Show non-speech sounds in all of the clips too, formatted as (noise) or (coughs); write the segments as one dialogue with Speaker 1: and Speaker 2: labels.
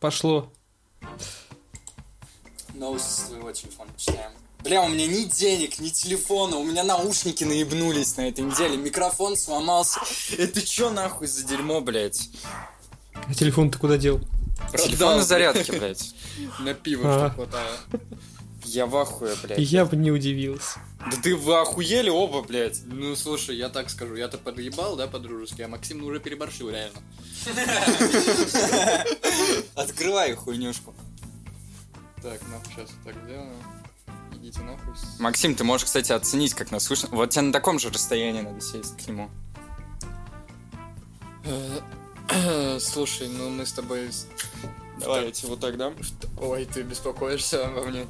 Speaker 1: пошло.
Speaker 2: Новости с твоего телефона читаем. Бля, у меня ни денег, ни телефона, у меня наушники наебнулись на этой неделе, микрофон сломался. Это чё нахуй за дерьмо, блядь?
Speaker 1: А телефон ты куда дел?
Speaker 2: Телефон на зарядке, блядь.
Speaker 3: На пиво
Speaker 1: А.
Speaker 3: Ну, что хватало.
Speaker 2: Я в ахуе, блядь.
Speaker 1: Я бы не удивился.
Speaker 2: Да ты вы охуели оба, блядь.
Speaker 3: Ну, слушай, я так скажу, я-то подъебал, да, по-дружески, а Максим ну, уже переборщил, реально.
Speaker 2: Открывай хуйнюшку.
Speaker 3: Так, ну, сейчас так сделаю. Идите нахуй. с-
Speaker 2: Максим, ты можешь, кстати, оценить, как нас слышно. Вот тебе на таком же расстоянии надо сесть к нему.
Speaker 3: (clears throat) Слушай, ну мы с тобой... с-
Speaker 2: Давай, я тебе вот так дам.
Speaker 3: Ой, ты беспокоишься обо мне.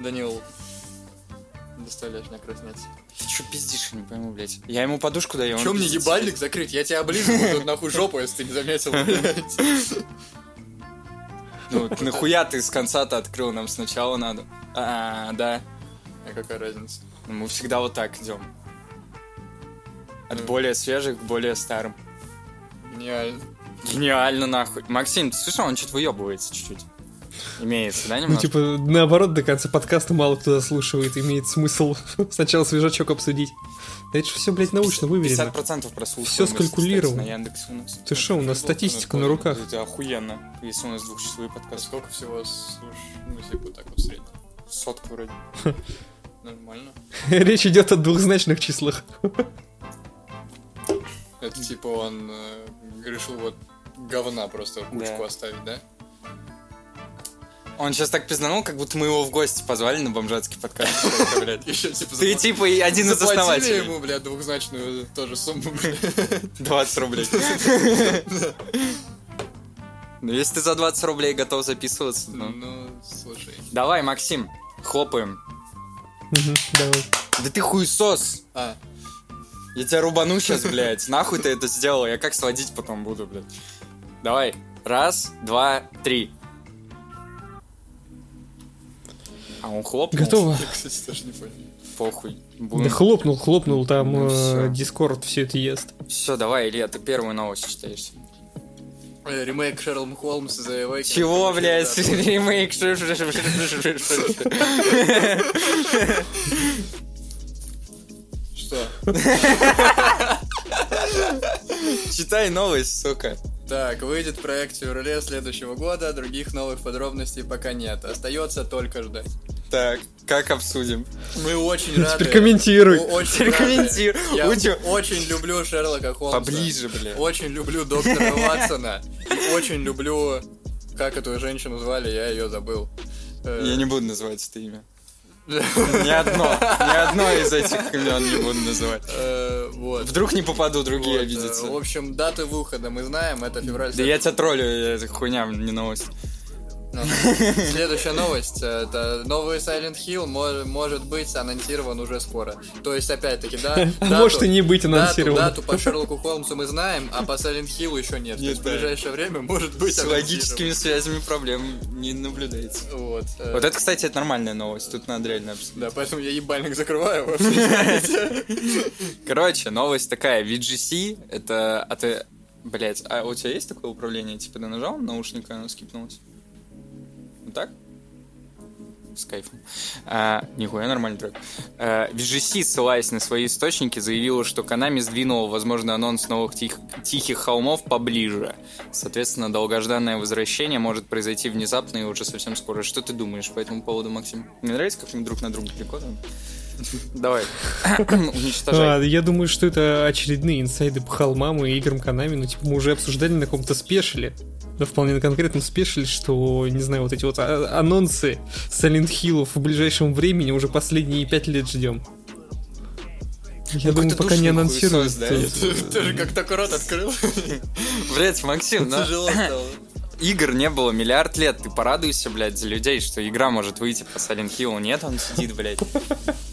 Speaker 3: Данил, доставляешь меня краснеться.
Speaker 2: Ты чё пиздишь, я не пойму, блядь. Я ему подушку даю, а он
Speaker 3: Чё мне
Speaker 2: пиздит.
Speaker 3: ебальник закрыть? Я тебя оближу, вот тут нахуй жопу, если ты не (laughs) заметил. блядь.
Speaker 2: Ну,
Speaker 3: типа,
Speaker 2: вот нахуя ты с конца-то открыл, нам сначала надо. А, да.
Speaker 3: А какая разница?
Speaker 2: Ну, Мы всегда вот так идем.
Speaker 3: Ну.
Speaker 2: От более свежих к более старым.
Speaker 3: Гениально.
Speaker 2: Гениально, нахуй. Максим, ты слышал, он что-то выебывается чуть-чуть. Имеется, да,
Speaker 1: Ну,
Speaker 2: немного?
Speaker 1: типа, наоборот, до конца подкаста мало кто заслушивает. Имеет смысл (laughs) сначала свежачок обсудить. Да это же все, блядь, научно выверено.
Speaker 2: 50% прослушиваемости,
Speaker 1: Всё скалькулировано.
Speaker 2: кстати, На Яндекс у нас. Ну,
Speaker 1: Ты шо, у нас статистика на руках.
Speaker 2: Это охуенно, если у нас двухчасовой подкаст.
Speaker 3: А Сколько всего слушаешь? Ну, если бы так вот в среднем.
Speaker 2: Сотка вроде.
Speaker 3: Нормально.
Speaker 1: (laughs) Речь идет о двухзначных числах.
Speaker 3: Это типа он э, решил вот говна просто кучку
Speaker 2: Да.
Speaker 3: оставить, да?
Speaker 2: Он сейчас так пизданул, как будто мы его в гости позвали на бомжатский
Speaker 3: (laughs)
Speaker 2: подкаст. блядь.
Speaker 3: Еще типа
Speaker 2: Ты
Speaker 3: запла-
Speaker 2: типа и один из
Speaker 3: заплатили
Speaker 2: основателей.
Speaker 3: ему, блядь, двухзначную тоже сумму, блядь.
Speaker 2: 20 (laughs) рублей. Ну, если ты за 20 рублей готов записываться, ну...
Speaker 3: Ну, слушай.
Speaker 2: Давай, Максим, хлопаем.
Speaker 1: Мгм, Давай.
Speaker 2: Да ты хуесос!
Speaker 3: А,
Speaker 2: Я тебя рубану сейчас, блядь. Нахуй ты это сделал? Я как сводить потом буду, блядь. Давай. Раз, два, три. А он хлопнул?
Speaker 1: Готово.
Speaker 3: я, кстати, тоже не понял.
Speaker 2: Похуй. Будем...
Speaker 1: Да хлопнул, хлопнул, там
Speaker 2: Ну, всё.
Speaker 1: э, Дискорд все это ест.
Speaker 2: Все, давай, Илья, ты первую новость читаешь.
Speaker 3: Э, Ремейк Шерлока Холмса за его...
Speaker 2: Чего, блядь? Ремейк.
Speaker 3: Что?
Speaker 2: Читай новость, сука.
Speaker 3: Так, выйдет проект в феврале следующего года, других новых подробностей пока нет. Остается только ждать.
Speaker 2: Так, как обсудим?
Speaker 3: Мы очень
Speaker 1: Ну,
Speaker 3: рады.
Speaker 1: Теперь комментируй.
Speaker 3: Мы очень рады.
Speaker 2: Рекомендую.
Speaker 3: Я
Speaker 2: Учу.
Speaker 3: очень люблю Шерлока Холмса.
Speaker 2: Поближе, блядь.
Speaker 3: Очень
Speaker 2: (laughs)
Speaker 3: люблю доктора Ватсона. И очень люблю... Как эту женщину звали, я ее забыл. Э,
Speaker 2: Я не буду называть это имя. Ни одно. Ни одно
Speaker 3: (laughs)
Speaker 2: из этих имен не буду называть.
Speaker 3: э, Вот.
Speaker 2: Вдруг не попаду,
Speaker 3: Вот,
Speaker 2: другие
Speaker 3: э,
Speaker 2: обидятся.
Speaker 3: В общем, даты выхода мы знаем, это февраль.
Speaker 2: Да я тебя троллю, это хуйня, не новость.
Speaker 3: Ну,
Speaker 2: (laughs)
Speaker 3: Следующая новость. э, Это новый Silent Hill мо- может быть анонсирован уже скоро. То есть, опять-таки, да?
Speaker 2: (laughs)
Speaker 1: А
Speaker 3: дату-
Speaker 1: может и не быть
Speaker 3: дату-
Speaker 1: анонсирован.
Speaker 3: Дату, по Шерлоку Холмсу мы знаем, а по Silent Hill еще нет. То
Speaker 2: Нет,
Speaker 3: есть, в
Speaker 2: да.
Speaker 3: ближайшее время может быть
Speaker 2: С логическими связями проблем не наблюдается.
Speaker 3: анонсирован. Вот. э,
Speaker 2: Вот это, кстати, это нормальная новость, тут надо реально обсудить.
Speaker 3: Да, поэтому я ебальник закрываю,
Speaker 2: (laughs)
Speaker 3: вы все знаете.
Speaker 2: Короче, новость такая, VGC, это... А ты... Блять, а у тебя есть такое управление? Типа ты нажал на наушник, и оно скипнулось? Вот так? С кайфом. А, нихуя нормальный трек. А, VGC, ссылаясь на свои источники, заявила, что Konami сдвинула, возможно, анонс новых тих- тихих холмов поближе. Соответственно, долгожданное возвращение может произойти внезапно и уже совсем скоро. Что ты думаешь по этому поводу, Максим? Мне нравится, как мы друг на друга прикладываем. Давай. (coughs) Уничтожай.
Speaker 1: А, я думаю, что это очередные инсайды по холмам и играм Канами. Ну, типа, мы уже обсуждали на каком-то спешиле. Да, вполне на конкретном спешиле, что, не знаю, вот эти вот а- анонсы Silent Хиллов в ближайшем времени уже последние пять лет ждем. Я думаю,
Speaker 2: ты
Speaker 1: пока не
Speaker 2: душный
Speaker 1: анонсируют.
Speaker 2: хуесос, да,
Speaker 1: то-
Speaker 2: я (laughs)
Speaker 3: Тоже как только рот открыл,
Speaker 2: Блять, Максим, ну,
Speaker 3: тяжело стало.
Speaker 2: игр не было миллиард лет. Ты порадуйся, блядь, за людей, что игра может выйти по Silent Hill. Нет, он сидит, блядь.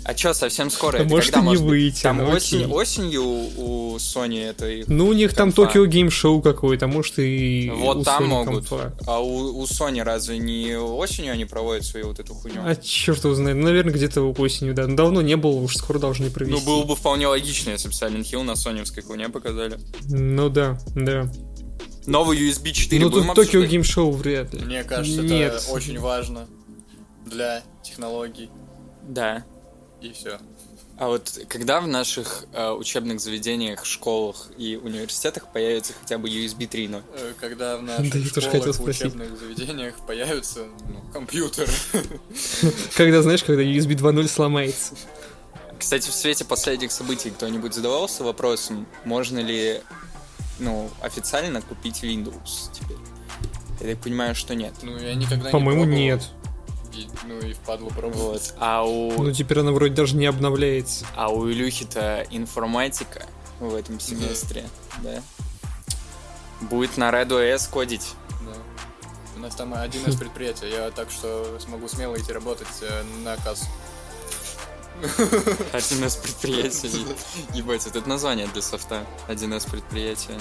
Speaker 2: А чё, совсем скоро?
Speaker 1: Да
Speaker 2: Это
Speaker 1: может,
Speaker 2: когда
Speaker 1: и не
Speaker 2: быть?
Speaker 1: выйти,
Speaker 2: Там
Speaker 1: ну,
Speaker 2: осень-
Speaker 1: окей.
Speaker 2: осенью у, у Sony это их...
Speaker 1: Ну, у них там
Speaker 2: Конфа.
Speaker 1: Токио Гейм Шоу какое-то, может, и
Speaker 2: Вот
Speaker 1: у
Speaker 2: там
Speaker 1: Sony
Speaker 2: могут.
Speaker 1: конфа.
Speaker 2: А у, у Sony разве не осенью они проводят свою вот эту хуйню? Ну,
Speaker 1: А черт его знает, наверное, где-то осенью, да. Ну, Давно не было, уж скоро должны
Speaker 2: ну,
Speaker 1: провести.
Speaker 2: было бы вполне логично, если бы Silent Hill на соневской хуйне показали.
Speaker 1: Ну да, да.
Speaker 2: Новый USB 4
Speaker 1: Ну
Speaker 2: будем
Speaker 1: тут Токио
Speaker 2: обсуждать?
Speaker 1: Геймшоу вряд ли.
Speaker 3: Мне кажется,
Speaker 1: Нет.
Speaker 3: это очень важно для технологий
Speaker 2: Да.
Speaker 3: и все.
Speaker 2: А вот когда в наших э, учебных заведениях, школах и университетах появится хотя бы USB 3.0?
Speaker 3: Э, Когда в
Speaker 1: Да, я
Speaker 3: наших
Speaker 1: тоже хотел
Speaker 3: школах, в
Speaker 1: спросить.
Speaker 3: учебных заведениях появится ну, компьютер. (laughs)
Speaker 1: Когда, знаешь, когда USB 2.0 сломается.
Speaker 2: Кстати, в свете последних событий кто-нибудь задавался вопросом, можно ли ну, официально купить Windows теперь? Я так понимаю, что нет.
Speaker 3: Ну, я никогда
Speaker 1: По-моему,
Speaker 3: не пробовал.
Speaker 1: нет.
Speaker 3: И- ну, и впадло пробовал.
Speaker 2: Вот. А у,
Speaker 1: Ну теперь она вроде даже не обновляется.
Speaker 2: а у Илюхи-то информатика в этом семестре, да? Будет на RedOS кодить.
Speaker 3: Да. У нас там один из предприятий, я так что смогу смело идти работать э, на кассу.
Speaker 2: Один из предприятий.
Speaker 1: (laughs)
Speaker 2: Ебать, это название для софта. Один из предприятия.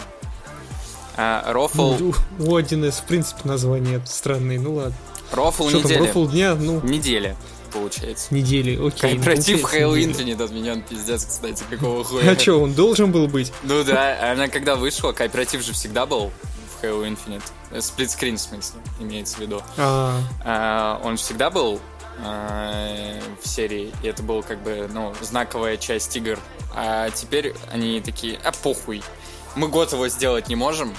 Speaker 2: А, рофл.
Speaker 1: Ну, У 1С, в принципе, название странное, ну ладно.
Speaker 2: Рофл
Speaker 1: Что там,
Speaker 2: недели.
Speaker 1: рофл дня, ну,
Speaker 2: Неделя, получается.
Speaker 1: недели, окей. ну,
Speaker 2: Корпоратив
Speaker 1: получается,
Speaker 2: Halo
Speaker 1: недели.
Speaker 2: Infinite отменен, пиздец, кстати, какого хуя.
Speaker 1: А что, он должен был быть?
Speaker 2: Ну да, она когда вышла, кооператив же всегда был в Halo Infinite. Э, Сплитскрин, в смысле, имеется в виду.
Speaker 1: А, (laughs)
Speaker 2: А, он же всегда был э, в серии, и это было как бы, ну, знаковая часть игр. А теперь они такие, а похуй, мы год его сделать не можем.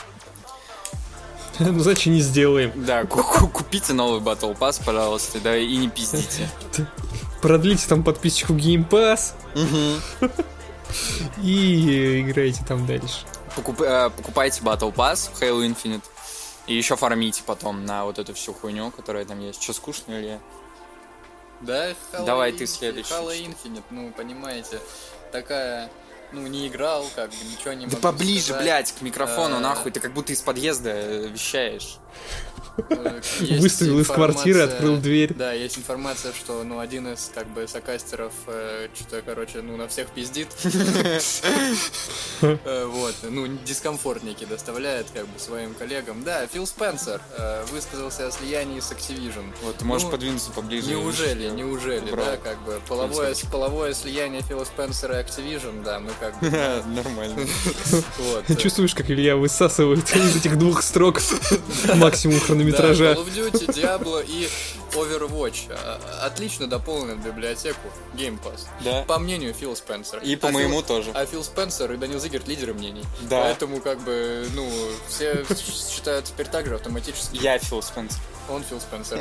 Speaker 1: ну значит не сделаем.
Speaker 2: Да, ку- ку- купите новый Battle Pass, пожалуйста, да, и не пиздите.
Speaker 1: Продлите там подписчику Game Pass (laughs) и э, играйте там дальше.
Speaker 2: Покуп- э, покупайте Battle Pass в Halo Infinite. И еще фармите потом на вот эту всю хуйню, которая там есть. Че, скучно или я?
Speaker 3: Да, Halo
Speaker 2: Давай ты
Speaker 3: Infinite,
Speaker 2: следующий,
Speaker 3: Halo
Speaker 2: что ли?
Speaker 3: Infinite, ну, понимаете, такая, ну, не играл, как бы, ничего не
Speaker 2: Да
Speaker 3: могу
Speaker 2: поближе,
Speaker 3: сказать.
Speaker 2: блядь, к микрофону,
Speaker 3: Э,
Speaker 2: нахуй. Ты как будто из подъезда э, вещаешь.
Speaker 3: Э, есть
Speaker 1: Выставил из квартиры,
Speaker 3: информация-
Speaker 1: открыл дверь.
Speaker 3: Да, есть информация, что, ну, один из, как бы, сокастеров, что-то, короче, ну, на
Speaker 1: (laughs)
Speaker 3: всех пиздит. Э, Вот, ну, дискомфортники доставляет, как бы, своим коллегам. Да, Фил Спенсер э, высказался о слиянии с Activision.
Speaker 2: Вот, ты можешь
Speaker 3: Ну,
Speaker 2: подвинуться поближе. (laughs)
Speaker 3: Неужели, неужели,
Speaker 2: Браво.
Speaker 3: да, как бы, половое, половое слияние Фила Спенсера и Activision, да, мы
Speaker 1: (laughs)
Speaker 3: как бы,
Speaker 2: Ха, Нормально. (laughs)
Speaker 3: вот.
Speaker 1: Ты чувствуешь, как Илья высасывает (laughs) из этих двух
Speaker 3: (laughs)
Speaker 1: строк максимум хронометража?
Speaker 3: Да, Call of Duty, Diablo и Overwatch. А, Отлично дополнят библиотеку Game Pass.
Speaker 2: Да.
Speaker 3: По мнению Фила Спенсера.
Speaker 2: И по
Speaker 3: А Фил-
Speaker 2: моему тоже.
Speaker 3: А Фил Спенсер и Данил Зигерт лидеры мнений.
Speaker 2: Да.
Speaker 3: Поэтому, как бы, ну, все (laughs) считают теперь так же автоматически.
Speaker 2: Я Фил Спенсер. (laughs)
Speaker 3: Он Фил
Speaker 1: (laughs)
Speaker 3: Спенсер.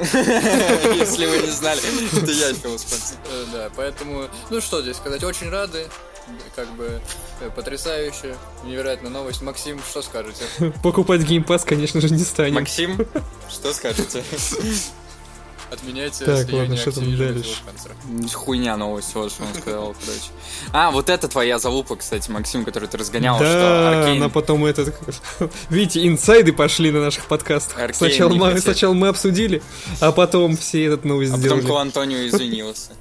Speaker 2: Если вы не знали, это я Фил Спенсер.
Speaker 3: Э, Да, поэтому, ну что здесь сказать, очень рады. Как бы э, потрясающе, невероятная новость. Максим,
Speaker 1: (laughs)
Speaker 3: что скажете?
Speaker 1: Покупать геймпас, конечно же, не станем.
Speaker 2: Максим, что скажете?
Speaker 3: Отменяйте
Speaker 1: Так,
Speaker 3: слияние
Speaker 1: ладно, что там
Speaker 3: Activision и Фила
Speaker 1: дальше?
Speaker 2: (laughs)
Speaker 3: Спенсера.
Speaker 2: Хуйня новость, вот что он сказал, короче. А, вот это твоя залупа, кстати, Максим, который ты разгонял, что
Speaker 1: Да,
Speaker 2: Аркейн-
Speaker 1: она потом этот... как- Видите, инсайды пошли на наших подкастах.
Speaker 2: Аркейн
Speaker 1: Сначала
Speaker 2: не
Speaker 1: мы,
Speaker 2: хотели.
Speaker 1: сначала мы обсудили, а потом все этот новость
Speaker 2: А потом
Speaker 1: сделали. (laughs)
Speaker 2: Кол Антонио извинился.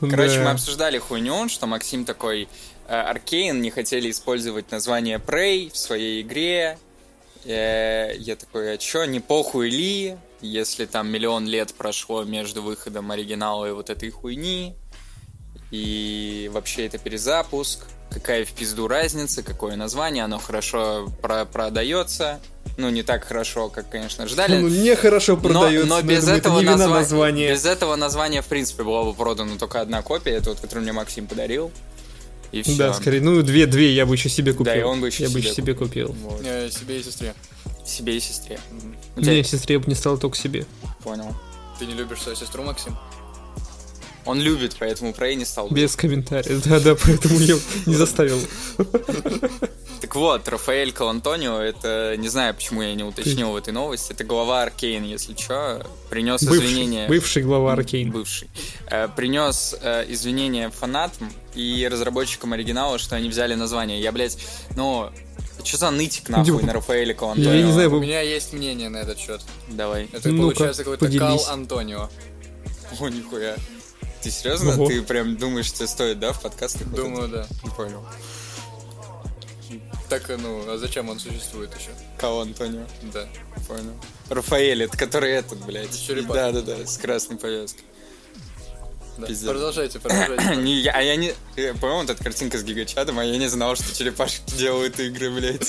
Speaker 2: Короче,
Speaker 1: Да.
Speaker 2: мы обсуждали хуйню, что Максим такой, э, Аркейн не хотели использовать название Prey в своей игре. Э, Я такой, а чё, не похуй ли, если там миллион лет прошло между выходом оригинала и вот этой хуйни, и вообще это перезапуск, какая в пизду разница, какое название, оно хорошо про- продается, ну не так хорошо, как, конечно,
Speaker 1: (laughs)
Speaker 2: ждали.
Speaker 1: Ну, нехорошо
Speaker 2: Но-
Speaker 1: продается,
Speaker 2: но,
Speaker 1: но,
Speaker 2: без
Speaker 1: я думаю,
Speaker 2: этого
Speaker 1: это не вина
Speaker 2: назва-
Speaker 1: названия.
Speaker 2: без этого названия в принципе была бы продана только одна копия, это вот которую мне Максим подарил. И все.
Speaker 1: Да, скорее, ну, две-две я бы еще себе купил.
Speaker 2: Да, и он бы еще
Speaker 1: я бы
Speaker 2: себе
Speaker 1: еще себе купил.
Speaker 3: Э, Себе и сестре.
Speaker 2: Себе и сестре.
Speaker 3: Мгм.
Speaker 2: У тебя
Speaker 1: Не, сестре я бы не стал только себе.
Speaker 2: понял.
Speaker 3: Ты не любишь свою сестру, Максим?
Speaker 2: Он любит, поэтому про не стал.
Speaker 1: Без комментариев. Да-да, поэтому я не заставил.
Speaker 2: Так вот, Рафаэль Колантонио, это не знаю, почему я не уточнил в этой новости. Это глава Аркейн, если чё, принес
Speaker 1: Бывший,
Speaker 2: извинения.
Speaker 1: бывший глава Аркейн.
Speaker 2: бывший, э, принес э, извинения фанатам и разработчикам оригинала, что они взяли название. Я, блядь, ну, что за нытик нахуй
Speaker 1: Дима,
Speaker 2: на Рафаэля Колантонио?
Speaker 1: Я не знаю,
Speaker 3: У
Speaker 1: вы-
Speaker 3: меня есть мнение на этот счет.
Speaker 2: Давай. (laughs)
Speaker 3: Это
Speaker 1: Ну-ка,
Speaker 3: получается какой-то Кал
Speaker 1: поделись.
Speaker 3: Антонио.
Speaker 2: О, нихуя. Ты серьезно?
Speaker 1: Ого.
Speaker 2: Ты прям думаешь, тебе стоит, да, в подкастах? вот
Speaker 3: Думаю, да.
Speaker 2: это? Не понял.
Speaker 3: Так, э, ну, а зачем он существует еще?
Speaker 2: Кого Антонио?
Speaker 3: Да.
Speaker 2: Понял. Рафаэль, это который этот, блядь.
Speaker 3: Черепах.
Speaker 2: Да, да, да, с красной повязкой.
Speaker 3: Да.
Speaker 2: Пиздец.
Speaker 3: Продолжайте,
Speaker 2: (coughs)
Speaker 3: продолжайте. (coughs)
Speaker 2: Не, я, а я не... э, По-моему, вот эта картинка с гигачадом, а я не знал, что черепашки делают игры, блядь.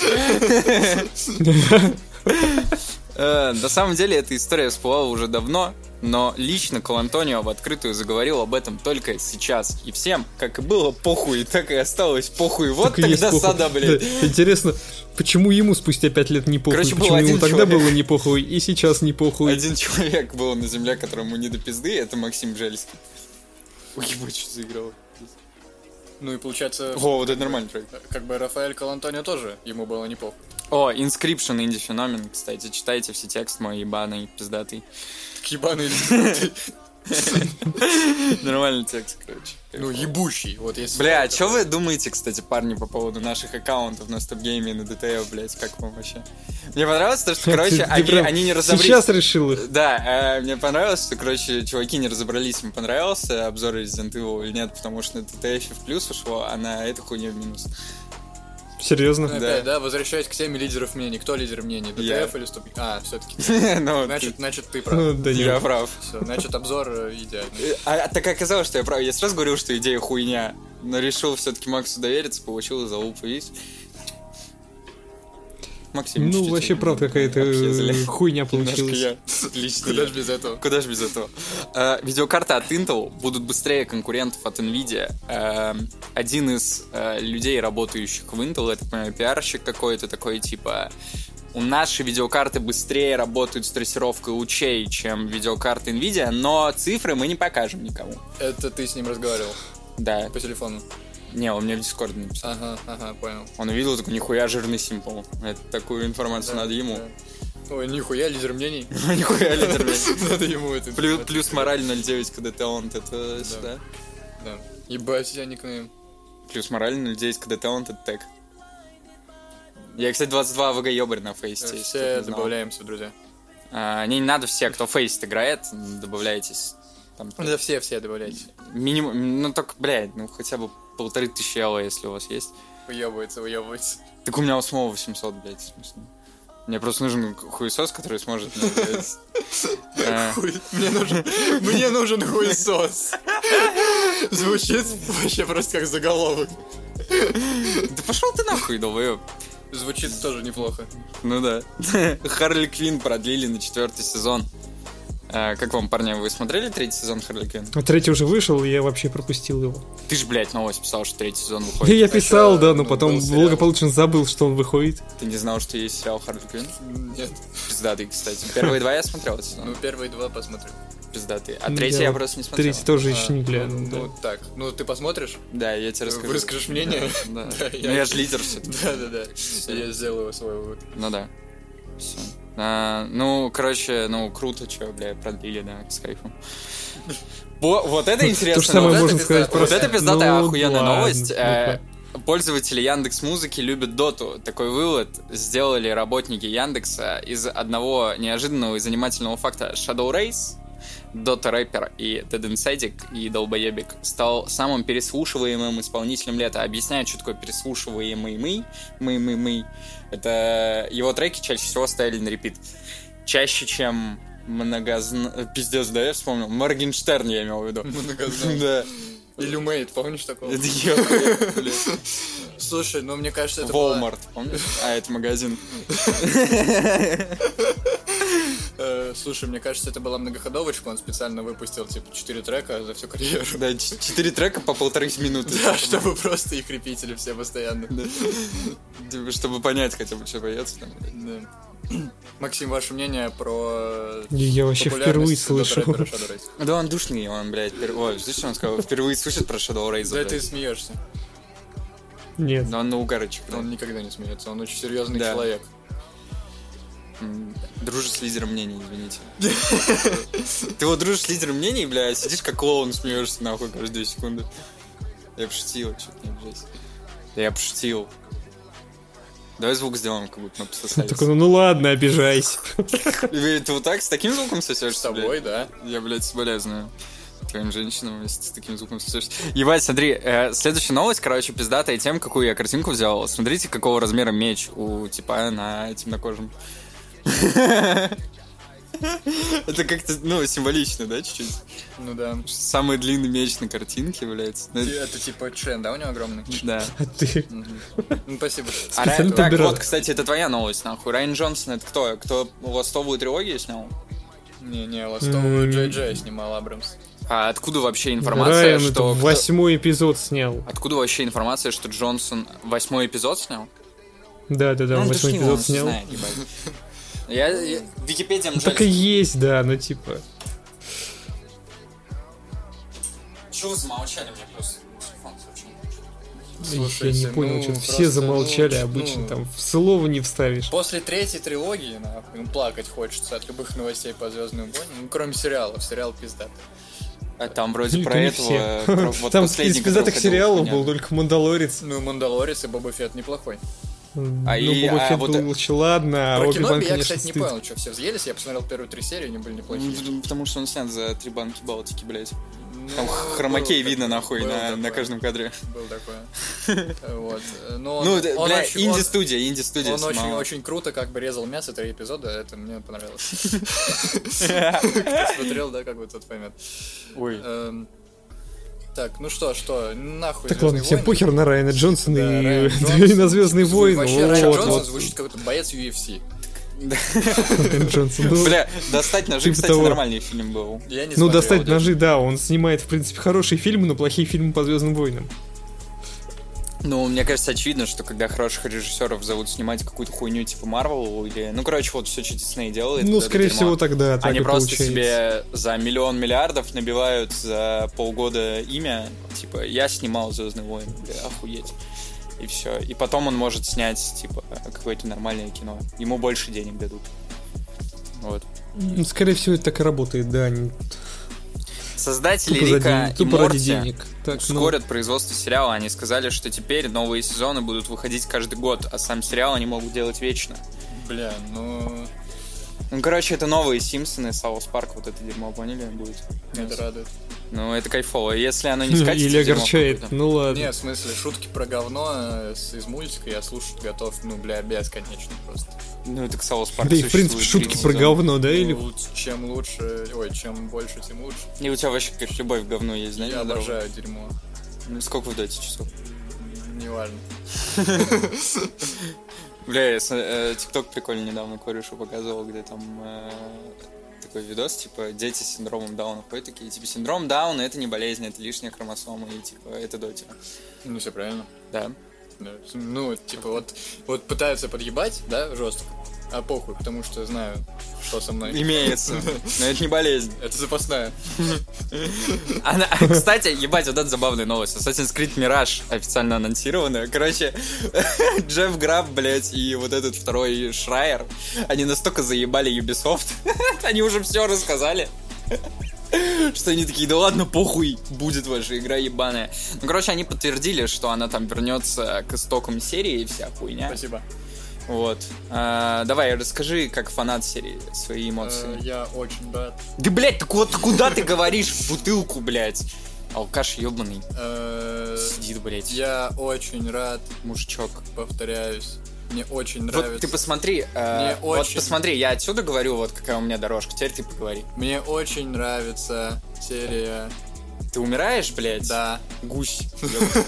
Speaker 2: Э, На самом деле, эта история всплывала уже давно, но лично Колантонио в открытую заговорил об этом только сейчас. И всем, как и было похуй, так и осталось похуй. Вот
Speaker 1: Так и
Speaker 2: так
Speaker 1: есть похуй.
Speaker 2: досада, блядь.
Speaker 1: Да, Интересно, почему ему спустя пять лет не похуй?
Speaker 2: Короче, был
Speaker 1: Почему ему
Speaker 2: один
Speaker 1: тогда
Speaker 2: человек.
Speaker 1: было не похуй и сейчас не похуй?
Speaker 2: Один человек был на земле, которому не до пизды, это Максим Жельский. Ой, ебать, что заиграл.
Speaker 3: Ну и получается,
Speaker 2: О, вот это нормальный трек.
Speaker 3: как бы Рафаэль Калантонио тоже, ему было неплохо.
Speaker 2: О, Inscription, инди-феномен, кстати. Читайте все текст мой ебаный, пиздатый.
Speaker 3: Ебаный.
Speaker 2: (laughs) Нормальный текст, короче.
Speaker 3: Ну, ебущий. Вот если...
Speaker 2: Бля, а чё вы думаете, кстати, парни, по поводу наших аккаунтов на StopGame и на DTF, блядь, как вам вообще? Мне понравилось то, что, короче,
Speaker 1: Ты- ты
Speaker 2: они,
Speaker 1: прям
Speaker 2: они не разобрались.
Speaker 1: Сейчас решил их.
Speaker 2: Да, э, мне понравилось, что, короче, чуваки не разобрались, им понравился обзор Resident Evil или нет, потому что на DTF в плюс ушло, а на эту хуйню в минус. (laughs)
Speaker 1: (laughs) Серьезно.
Speaker 3: Опять, да, возвращаясь к теме лидеров мнений. Кто лидер мнений?
Speaker 2: Я.
Speaker 3: ДТФ или Стоп? А, все-таки.
Speaker 2: Ну,
Speaker 3: Значит, значит, ты
Speaker 1: Ну,
Speaker 3: прав.
Speaker 1: да
Speaker 2: я
Speaker 1: нет.
Speaker 2: прав.
Speaker 3: Все, значит, обзор э,
Speaker 2: (laughs)
Speaker 3: идеальный.
Speaker 2: Э, А, а так оказалось, что я прав. Я сразу говорил, что идея хуйня, но решил все-таки Максу довериться, получил за лупу, видишь? Максим,
Speaker 1: Ну,
Speaker 2: чуть-чуть
Speaker 1: вообще
Speaker 2: мы
Speaker 1: прав, какая-то
Speaker 2: обсезали.
Speaker 1: э, хуйня
Speaker 2: Немножко
Speaker 1: получилась.
Speaker 2: я. Отлично.
Speaker 3: Куда
Speaker 2: я.
Speaker 3: ж без этого?
Speaker 2: Куда же без этого? Э, Видеокарты от Intel будут быстрее конкурентов от Nvidia. Эм, Один из э, людей, работающих в Intel, я так понимаю, пиарщик какой-то такой, типа... У наши видеокарты быстрее работают с трассировкой лучей, чем видеокарты Nvidia, но цифры мы не покажем никому.
Speaker 3: Это ты с ним разговаривал
Speaker 2: Да.
Speaker 3: по телефону.
Speaker 2: Не, он мне в Discord написал.
Speaker 3: Ага, ага, понял.
Speaker 2: Он увидел такой, нихуя жирный симпл. Это такую информацию надо ему.
Speaker 3: Да. Ой, нихуя, лидер мнений.
Speaker 2: (laughs) Нихуя
Speaker 3: (laughs)
Speaker 2: лидер, блядь.
Speaker 3: Надо ему это.
Speaker 2: Плюс, плюс мораль 0.9, когда талант, это сюда.
Speaker 3: Да. Ебать, я никнейм.
Speaker 2: Плюс мораль 0.9, когда талант, это тег. Я, кстати, 22 АВГ ёбарь на фейсе. если кто-то
Speaker 3: Э, Все
Speaker 2: не знал.
Speaker 3: добавляемся, друзья.
Speaker 2: А, не, не надо все, кто фейс играет, добавляйтесь. Там,
Speaker 3: Да все, все добавляйте.
Speaker 2: минимум, ну только, блядь, ну хотя бы полторы тысячи ала, если у вас есть.
Speaker 3: Уебывается, уебывается.
Speaker 2: Так у меня у самого 800, блядь, в смысле. Мне просто нужен хуесос, который сможет... ну,
Speaker 3: (laughs)
Speaker 2: блядь, э,
Speaker 3: Мне нужен, мне нужен хуесос. Звучит вообще просто как заголовок.
Speaker 2: Да пошел ты нахуй, долбоеб.
Speaker 3: Звучит тоже неплохо.
Speaker 2: Ну да. (laughs) Харли Квин продлили на четвертый сезон. Э, Как вам, парни, вы смотрели третий сезон Харли Квин?
Speaker 1: А Третий уже вышел, и я вообще пропустил его.
Speaker 2: Ты же, блядь, новость писал, что третий сезон
Speaker 1: Я,
Speaker 2: выходит.
Speaker 1: я писал,
Speaker 3: еще,
Speaker 1: да, но
Speaker 3: ну,
Speaker 1: потом
Speaker 3: был сериал.
Speaker 1: благополучно забыл, что он выходит.
Speaker 2: Ты не знал, что есть сериал Харли Квин?
Speaker 3: Нет.
Speaker 2: Пиздатый, кстати. Первые два я смотрел этот сезон.
Speaker 3: Ну, первые два посмотрим.
Speaker 2: Пиздатый. А
Speaker 1: Ну,
Speaker 2: третий
Speaker 1: я
Speaker 2: я
Speaker 1: вот
Speaker 2: просто не смотрел.
Speaker 1: Третий тоже еще
Speaker 3: А,
Speaker 1: не
Speaker 3: ну,
Speaker 1: глянул. да.
Speaker 3: Ну, так. Ну, ты посмотришь?
Speaker 2: Да, я тебе расскажу.
Speaker 3: Выскажешь мнение?
Speaker 2: Да.
Speaker 3: Да,
Speaker 2: Ну,
Speaker 3: я-
Speaker 2: я же лидер все
Speaker 3: Да-да-да. Я сделаю свой вывод.
Speaker 2: Ну да. Всё. А, ну, короче, ну круто, что, бля, продлили, да, с кайфом. Во- Вот это
Speaker 1: (laughs)
Speaker 2: интересно.
Speaker 1: То же самое
Speaker 2: вот
Speaker 1: можно
Speaker 3: пизда-
Speaker 1: сказать
Speaker 3: вот
Speaker 1: просто.
Speaker 2: Вот это пиздатая
Speaker 1: Ну,
Speaker 2: охуенная
Speaker 1: ладно,
Speaker 2: новость.
Speaker 1: ну,
Speaker 2: Э,
Speaker 1: ладно.
Speaker 2: Пользователи Яндекс Музыки любят Доту. Такой вывод сделали работники Яндекса из одного неожиданного и занимательного факта. Shadow Race, Дота рэпер и Dead Inside и Долбоебик стал самым переслушиваемым исполнителем лета. Объясняю, что такое переслушиваемый мы, мы, мы, мы. Это его треки чаще всего ставили на репит. Чаще, чем многозна... Пиздец, да, я вспомнил. Моргенштерн я имел в виду.
Speaker 3: Многознал.
Speaker 2: Да.
Speaker 3: Иллюмейт, помнишь такого?
Speaker 2: Это я, блядь.
Speaker 3: Слушай, ну мне кажется, это была-
Speaker 2: Walmart, (laughs) помнишь? А, это магазин.
Speaker 3: Э, Слушай, мне кажется, это была многоходовочка, он специально выпустил, типа, 4 трека за всю карьеру.
Speaker 2: Да, ч- четыре трека по полторы минуты.
Speaker 3: Да, (laughs) чтобы просто их репетили все постоянно.
Speaker 2: Да. Типа, Чтобы понять хотя бы, что боец там.
Speaker 3: Да. (clears throat) Максим, ваше мнение про э,
Speaker 1: Я- Я вообще впервые
Speaker 3: популярность
Speaker 1: слышу.
Speaker 3: рэпера
Speaker 2: (laughs)
Speaker 3: Shadow Race?
Speaker 2: Да он душный, он, блядь, впер- Ой, знаешь, что он сказал? Впервые слышит про Shadow
Speaker 3: Да ты
Speaker 2: Razer.
Speaker 3: смеешься.
Speaker 1: (laughs) Нет.
Speaker 2: Но он на угарочек. да.
Speaker 3: Он никогда не смеется, он очень серьезный
Speaker 2: Да.
Speaker 3: человек.
Speaker 2: М, Дружишь с лидером мнений, извините. (laughs) Ты вот дружишь с лидером мнений, бля, а сидишь как клоун, смеешься нахуй каждые две секунды. Я пошутил, что не обижайся. Я пошутил. Давай звук сделаем, как будто мы
Speaker 1: Он
Speaker 2: пососались.
Speaker 1: такой, ну, ну ладно, обижайся.
Speaker 2: Ты ты вот так с таким звуком сосешь?
Speaker 3: С тобой, да?
Speaker 2: Я, блядь, соболезную твоим женщинам, если ты с таким звуком слышишь. Ебать, смотри, э, следующая новость, короче, пиздатая тем, какую я картинку взял. Смотрите, (laughs) какого размера меч у типа на темнокожем. Это как-то, ну, символично, да, чуть-чуть?
Speaker 3: Ну да.
Speaker 2: Самый длинный меч на картинке, блядь. Ну, это-
Speaker 3: Это типа член, да, у него огромный?
Speaker 2: Да.
Speaker 1: А ты...
Speaker 3: Ну, спасибо.
Speaker 2: А
Speaker 1: Специально
Speaker 2: Райан- так,
Speaker 1: подбирал.
Speaker 2: вот, кстати, это твоя новость, нахуй. Райан Джонсон, это кто? Кто ластовую трилогию снял?
Speaker 3: Не-не, ластовую
Speaker 1: М.
Speaker 3: Джей Джей снимал Абрамс.
Speaker 2: А откуда вообще информация,
Speaker 1: Райан это
Speaker 2: что... кто-
Speaker 1: восьмой эпизод снял.
Speaker 2: Откуда вообще информация, что Джонсон восьмой эпизод снял?
Speaker 1: Да-да-да, он
Speaker 2: Ну,
Speaker 1: восьмой
Speaker 2: точнее,
Speaker 1: эпизод
Speaker 2: он
Speaker 1: снял.
Speaker 2: знает, ебать. (laughs) Я, я- Википедия
Speaker 1: Ну, Так и
Speaker 2: мжать.
Speaker 1: есть, да, ну типа.
Speaker 2: Чё вы замолчали мне просто? Телефон звучит.
Speaker 1: я
Speaker 3: Слушайте,
Speaker 1: не понял,
Speaker 3: ну,
Speaker 1: что-то все
Speaker 3: просто,
Speaker 1: замолчали
Speaker 3: ну,
Speaker 1: обычно,
Speaker 3: ну.
Speaker 1: там в слово не вставишь.
Speaker 3: После третьей трилогии, нахуй, ну, плакать хочется от любых новостей по Звездному войну. Ну, кроме сериалов. Сериал пизда.
Speaker 2: А там вроде
Speaker 1: Только
Speaker 2: про
Speaker 1: не
Speaker 2: этого...
Speaker 1: (laughs) все.
Speaker 2: про- вот
Speaker 1: Там
Speaker 2: последний,
Speaker 1: из
Speaker 2: который
Speaker 1: пиздатых
Speaker 2: выходил,
Speaker 1: сериалов
Speaker 2: понятно.
Speaker 1: был только Мандалорец.
Speaker 3: Ну, и Мандалорец и Боба Фетт неплохой.
Speaker 1: А
Speaker 2: А
Speaker 1: ну,
Speaker 2: и-
Speaker 1: Боба
Speaker 2: а
Speaker 1: Фетт
Speaker 2: вот
Speaker 1: был
Speaker 2: э-
Speaker 1: лучше, ладно, а
Speaker 3: Про
Speaker 1: Оби-Ван,
Speaker 3: Кеноби я,
Speaker 1: конечно,
Speaker 3: кстати, не
Speaker 1: стыд.
Speaker 3: понял, что все взъелись. Я посмотрел первые три серии, они были неплохие.
Speaker 2: Ну, Потому что он снят за три банки Балтики, блядь.
Speaker 3: Ну,
Speaker 2: Там хромакей
Speaker 3: был
Speaker 2: видно, нахуй,
Speaker 3: такой, был
Speaker 2: на, на
Speaker 3: такой,
Speaker 2: каждом кадре.
Speaker 3: Был такое. Э, Вот. Но он-
Speaker 2: Ну, да,
Speaker 3: он
Speaker 2: бля,
Speaker 3: очень- он-
Speaker 2: инди-студия, инди-студия
Speaker 3: Он
Speaker 2: снимала.
Speaker 3: очень-очень круто как бы резал мясо три эпизода, это мне понравилось.
Speaker 2: (laughs)
Speaker 3: Кто смотрел, да, как бы тот поймет.
Speaker 2: Ой.
Speaker 3: Эм, Так, ну что, что, нахуй
Speaker 1: Так ладно,
Speaker 3: «Звездные
Speaker 1: всем
Speaker 3: войны».
Speaker 1: похер на Райана Джонсона
Speaker 3: Да,
Speaker 1: и (laughs)
Speaker 3: Райан Джонсон.
Speaker 1: на Звездные
Speaker 3: Зву-
Speaker 1: войны.
Speaker 3: Вообще, Райан
Speaker 1: Вот,
Speaker 3: Джонсон
Speaker 1: вот.
Speaker 3: звучит как будто боец UFC.
Speaker 1: Райан Джонсон.
Speaker 3: (laughs)
Speaker 1: Ну,
Speaker 2: Бля, достать ножи,
Speaker 1: Типа
Speaker 2: кстати,
Speaker 1: того.
Speaker 2: нормальный фильм был.
Speaker 3: Я не
Speaker 1: Ну,
Speaker 3: смотрел
Speaker 1: достать
Speaker 3: вот
Speaker 1: ножи, да, он снимает, в принципе, хорошие фильмы, но плохие фильмы по Звездным войнам.
Speaker 2: Ну, мне кажется, очевидно, что когда хороших режиссеров зовут снимать какую-то хуйню типа Марвел или... Ну, короче, вот все, что Дисней делает.
Speaker 1: Ну,
Speaker 2: вот это
Speaker 1: скорее
Speaker 2: дерьмо.
Speaker 1: всего, тогда так
Speaker 2: Они
Speaker 1: и
Speaker 2: просто
Speaker 1: получается.
Speaker 2: себе за миллион миллиардов набивают за полгода имя. Типа, я снимал Звездный войн, бля, охуеть. И все. И потом он может снять, типа, какое-то нормальное кино. Ему больше денег дадут. Вот.
Speaker 1: Ну, Скорее всего, это так и работает, да. они
Speaker 2: Создатели
Speaker 1: тупо за
Speaker 2: Рика
Speaker 1: ден-
Speaker 2: и
Speaker 1: тупо ради
Speaker 2: Морти
Speaker 1: денег. Так, ну,
Speaker 2: ускорят производство сериала. Они сказали, что теперь новые сезоны будут выходить каждый год, а сам сериал они могут делать вечно.
Speaker 3: это. Бля, ну,
Speaker 2: Ну, короче, это новые Симпсоны, Саус Парк, вот это дерьмо, поняли, будет.
Speaker 3: это радует.
Speaker 2: Ну, это кайфово. Если оно
Speaker 1: (laughs)
Speaker 2: не скачется...
Speaker 1: Хм, Или
Speaker 2: дерьмо
Speaker 1: огорчает.
Speaker 2: какое-то.
Speaker 1: Ну ладно.
Speaker 3: Не, в смысле, шутки про говно э, с- из мультика я слушать готов, ну, бля, бесконечно просто.
Speaker 2: Ну, это к Саус Парк
Speaker 1: Да и, в принципе,
Speaker 2: существует
Speaker 1: шутки
Speaker 2: три
Speaker 1: про
Speaker 2: сезона.
Speaker 1: говно, да, или...
Speaker 3: Ну, чем лучше, ой, чем больше, тем лучше.
Speaker 2: И у тебя вообще как любовь к говну есть, знаешь?
Speaker 3: Я
Speaker 2: здорово.
Speaker 3: обожаю дерьмо.
Speaker 2: Ну, сколько в доте часов?
Speaker 3: Неважно.
Speaker 2: Бля, я с- э, ТикТок прикольно недавно корешу показывал, где там э, такой видос, типа, дети с синдромом Дауна ходят такие, типа, синдром Дауна — это не болезнь, это лишняя хромосома, и, типа, это доти.
Speaker 3: Ну, все правильно.
Speaker 2: Да.
Speaker 3: Да. Ну, типа, вот, вот пытаются подъебать, да, жестко. А похуй, потому что знаю, что со мной.
Speaker 2: (laughs) Имеется. Но это не болезнь.
Speaker 3: Это запасная.
Speaker 2: Она, (laughs) кстати, ебать, вот это забавная новость. Assassin's Creed Mirage официально анонсирована. Короче, (laughs) Джефф Граб, блядь, и вот этот второй Шрайер, они настолько заебали Ubisoft. (laughs) они уже все рассказали. Что они такие, да ладно, похуй, будет ваша игра ебаная. Ну, короче, они подтвердили, что она там вернется к истокам серии и вся хуйня.
Speaker 3: Спасибо.
Speaker 2: Вот. А, давай, расскажи, как фанат серии, свои эмоции.
Speaker 3: Э, Я очень рад.
Speaker 2: Да, блядь, так вот куда ты говоришь в бутылку, блядь? Алкаш ебаный
Speaker 3: Э,
Speaker 2: сидит, блядь,
Speaker 3: Я очень рад,
Speaker 2: мужичок.
Speaker 3: повторяюсь. Мне очень
Speaker 2: Вот ты
Speaker 3: нравится.
Speaker 2: посмотри, э,
Speaker 3: Мне
Speaker 2: вот
Speaker 3: очень.
Speaker 2: посмотри, я отсюда говорю, вот какая у меня дорожка, теперь ты поговори.
Speaker 3: Мне очень нравится серия.
Speaker 2: Ты умираешь, блядь?
Speaker 3: Да. (laughs)
Speaker 2: Гусь. ёбаный.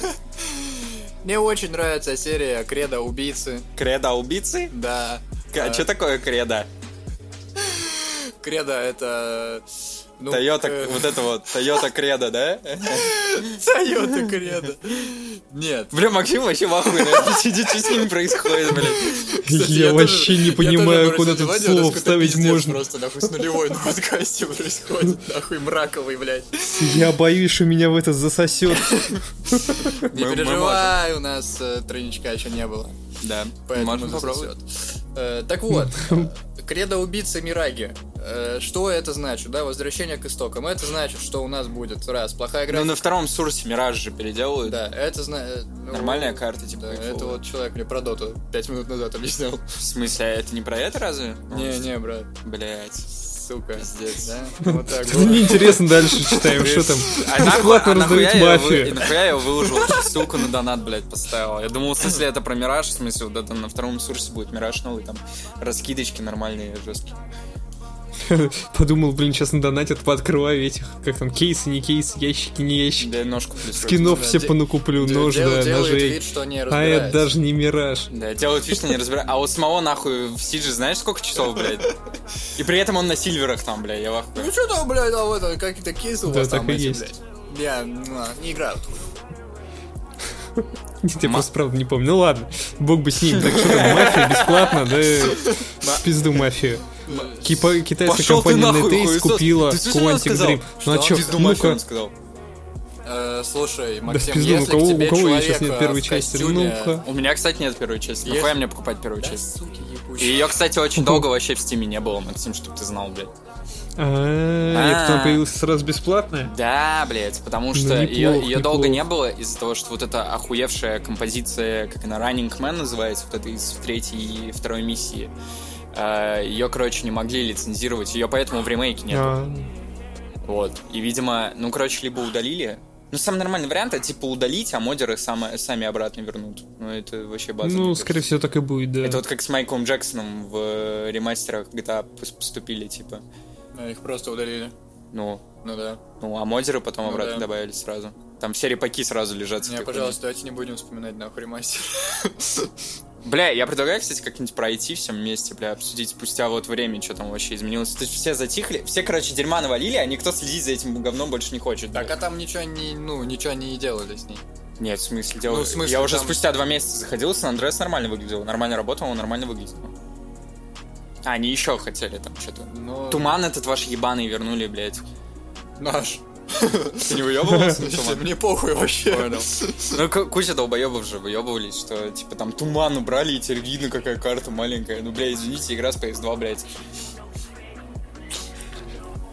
Speaker 3: Мне очень нравится серия Кредо убийцы.
Speaker 2: Кредо убийцы?
Speaker 3: Да.
Speaker 2: К- А
Speaker 3: Э,
Speaker 2: что такое кредо?
Speaker 3: Кредо это... ну,
Speaker 2: Тойота,
Speaker 3: э,
Speaker 2: вот это вот, Тойота кредо, да?
Speaker 3: (laughs)
Speaker 2: (laughs)
Speaker 3: Тойота Кредо. Нет.
Speaker 2: Бля, Максим вообще в ахуе, наверное, (laughs) сидит, что с ним происходит, блядь.
Speaker 1: (laughs)
Speaker 3: Кстати,
Speaker 1: я,
Speaker 3: тоже-
Speaker 1: вообще не
Speaker 3: я
Speaker 1: понимаю,
Speaker 3: тоже
Speaker 1: куда
Speaker 3: обратил
Speaker 1: тут
Speaker 3: внимание,
Speaker 1: слово
Speaker 3: насколько
Speaker 1: вставить
Speaker 3: пиздец
Speaker 1: можно.
Speaker 3: Просто нахуй с нулевой на подкасте (laughs) происходит. Нахуй мраковый, блядь.
Speaker 1: Я боюсь, что меня в это засосет.
Speaker 3: Не
Speaker 2: Мы- мы
Speaker 3: переживай, у нас э, тройничка еще не было.
Speaker 2: Да,
Speaker 3: Поэтому
Speaker 2: можно попробовать.
Speaker 3: засосет. Э, Так вот, э, кредо убийцы Мираги. Э, Что это значит, да, возвращение к истокам? Это значит, что у нас будет, раз, плохая
Speaker 2: Ну,
Speaker 3: игра.
Speaker 2: на втором сурсе Мираж же переделают.
Speaker 3: Да, это значит...
Speaker 2: Нормальная карта, типа,
Speaker 3: Да,
Speaker 2: кайфовая.
Speaker 3: это вот человек мне про доту пять минут
Speaker 1: (laughs)
Speaker 3: назад объяснял.
Speaker 2: В смысле, а это не про это разве?
Speaker 3: Не-не, брат,
Speaker 2: Блять.
Speaker 1: (laughs)
Speaker 3: сука.
Speaker 2: Пиздец.
Speaker 3: Да, вот так
Speaker 1: Ну,
Speaker 3: вот.
Speaker 1: Неинтересно дальше читаем, что там.
Speaker 2: А нахуй-
Speaker 1: Бесплатно
Speaker 2: а нахуя
Speaker 1: раздают
Speaker 2: я вы- и
Speaker 1: мафию.
Speaker 2: нахуя я выложил ссылку на донат, блядь, поставил. Я думал, в смысле, это про Мираж, в смысле, вот это на втором сурсе будет Мираж новый, там раскидочки нормальные, жесткие.
Speaker 1: (laughs) Подумал, блин, сейчас надонатят, пооткрываю этих, как там, кейсы, не кейсы, ящики, не ящики.
Speaker 2: Да и ножку плюс.
Speaker 1: Скинов
Speaker 3: да,
Speaker 1: все
Speaker 3: де-
Speaker 1: понакуплю,
Speaker 3: Дел-
Speaker 1: нож,
Speaker 3: дел-
Speaker 1: да,
Speaker 3: делает
Speaker 1: ножей.
Speaker 3: вид, что не
Speaker 1: А это
Speaker 3: разбирается.
Speaker 1: даже не мираж.
Speaker 2: Да, делают вид, что не разбираю. А вот самого нахуй в Сидже знаешь сколько часов, блядь? И при этом он на сильверах там, блядь, я в ахуе.
Speaker 3: Ну что там, блядь, а вот он, какие-то кейсы у
Speaker 1: Да,
Speaker 3: вас
Speaker 1: так
Speaker 3: там
Speaker 1: и
Speaker 3: эти,
Speaker 1: есть.
Speaker 3: блядь. Я ну, не играю.
Speaker 1: Я
Speaker 2: Ма-
Speaker 1: просто правда не помню. Ну ладно, бог бы с ним. Так что там, мафия бесплатно, да? В пизду мафию. Кипа- китайская
Speaker 2: Пошел ты
Speaker 1: компания
Speaker 2: нахуй,
Speaker 1: Netase
Speaker 2: хуесос.
Speaker 1: купила
Speaker 2: Ты слышал, что он
Speaker 1: Quantic
Speaker 2: сказал?
Speaker 1: Dream. Ну а
Speaker 3: Что?
Speaker 1: чё,
Speaker 2: Ты думаешь, что
Speaker 1: ну-ка,
Speaker 2: он сказал?
Speaker 3: Э, слушай,
Speaker 1: да в
Speaker 3: Максим,
Speaker 1: пизду, у
Speaker 3: если
Speaker 1: кого, у
Speaker 3: к тебе
Speaker 1: кого
Speaker 3: человек
Speaker 1: сейчас
Speaker 3: э,
Speaker 1: нет
Speaker 3: в
Speaker 1: первой части? Ну,
Speaker 3: костюме-
Speaker 1: Ну-ка.
Speaker 2: Э, У меня, кстати, нет первой части.
Speaker 3: Если-
Speaker 2: Нахуя мне покупать первую
Speaker 3: Да,
Speaker 2: часть?
Speaker 3: суки
Speaker 2: И
Speaker 3: ебучие.
Speaker 2: ее, кстати, очень долго вообще в стиме не было, Максим, чтобы ты знал, блядь.
Speaker 1: А, и потом
Speaker 2: А.
Speaker 1: появился сразу бесплатная?
Speaker 2: Да, блядь, потому что
Speaker 1: Ну, неплохо,
Speaker 2: ее, долго
Speaker 1: неплохо.
Speaker 2: не было из-за того, что вот эта охуевшая композиция, как она Running Man называется, вот эта из третьей и второй миссии, ее, короче, не могли лицензировать, ее поэтому в ремейке нет.
Speaker 1: А,
Speaker 2: Вот. И, видимо, ну, короче, либо удалили. Ну, самый нормальный вариант, это, типа, удалить, а модеры сами, сами обратно вернут. Ну, это вообще база. мне
Speaker 1: Ну,
Speaker 2: кажется.
Speaker 1: скорее всего, так и будет, да.
Speaker 2: Это вот как с Майклом Джексоном в э, ремастерах GTA пос- поступили, типа.
Speaker 3: Ну, Их просто удалили.
Speaker 2: Ну,
Speaker 3: Ну да.
Speaker 2: ну, а модеры потом
Speaker 3: Ну
Speaker 2: обратно
Speaker 3: да.
Speaker 2: добавили сразу. Там все репаки сразу лежат. с
Speaker 3: Не,
Speaker 2: какой-нибудь.
Speaker 3: пожалуйста, давайте не будем вспоминать нахуй ремастер.
Speaker 2: Бля, я предлагаю, кстати, как-нибудь пройти всем вместе, бля, обсудить спустя вот время, что там вообще изменилось. То есть все затихли, все, короче, дерьма навалили, а никто следить за этим говном больше не хочет.
Speaker 3: Так,
Speaker 2: бля.
Speaker 3: а там ничего не, ну, ничего не делали с ней.
Speaker 2: Нет, в смысле, дело...
Speaker 3: Ну, в смысле,
Speaker 2: я уже
Speaker 3: там-
Speaker 2: спустя два месяца заходил, Сан Андреас нормально выглядел, нормально работал, он нормально выглядел. А, они еще хотели там что-то.
Speaker 3: Но...
Speaker 2: Туман этот ваш ебаный вернули, блядь.
Speaker 3: Наш.
Speaker 2: Ты не выебывался на
Speaker 3: Слушайте,
Speaker 2: туман?
Speaker 3: Мне похуй вообще. (laughs)
Speaker 2: Понял. Ну, к- куча долбоебов же выебывались, что, типа, там туман убрали, и теперь видно, какая карта маленькая. Ну, бля, извините, игра с PS2, блядь.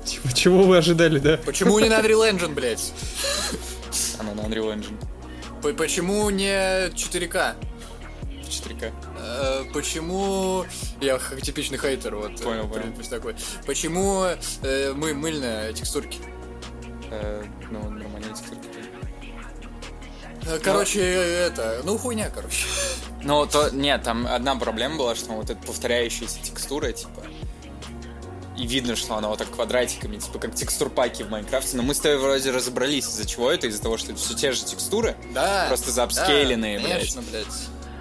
Speaker 1: Типа, чего вы ожидали, да?
Speaker 3: Почему не на Unreal Engine, блядь?
Speaker 2: Она на Unreal Engine.
Speaker 3: П- Почему не 4К?
Speaker 2: в 4К.
Speaker 3: Э, Почему... Я х- типичный хейтер, вот. э,
Speaker 2: Понял,
Speaker 3: в
Speaker 2: понял.
Speaker 3: принципе, такой. Почему э, мы мыльные текстурки?
Speaker 2: Э, ну, нормально текстурки.
Speaker 3: Э, Короче, э, это... Ну, хуйня, короче. (laughs)
Speaker 2: Ну, то, нет, там одна проблема была, что вот эта повторяющаяся текстура, типа, и видно, что она вот так квадратиками, типа, как текстурпаки в Майнкрафте. Но мы с тобой вроде разобрались, из-за чего это, из-за того, что все те же текстуры.
Speaker 3: Да.
Speaker 2: Просто
Speaker 3: да,
Speaker 2: заапскейленные, блядь.
Speaker 3: Конечно, блядь.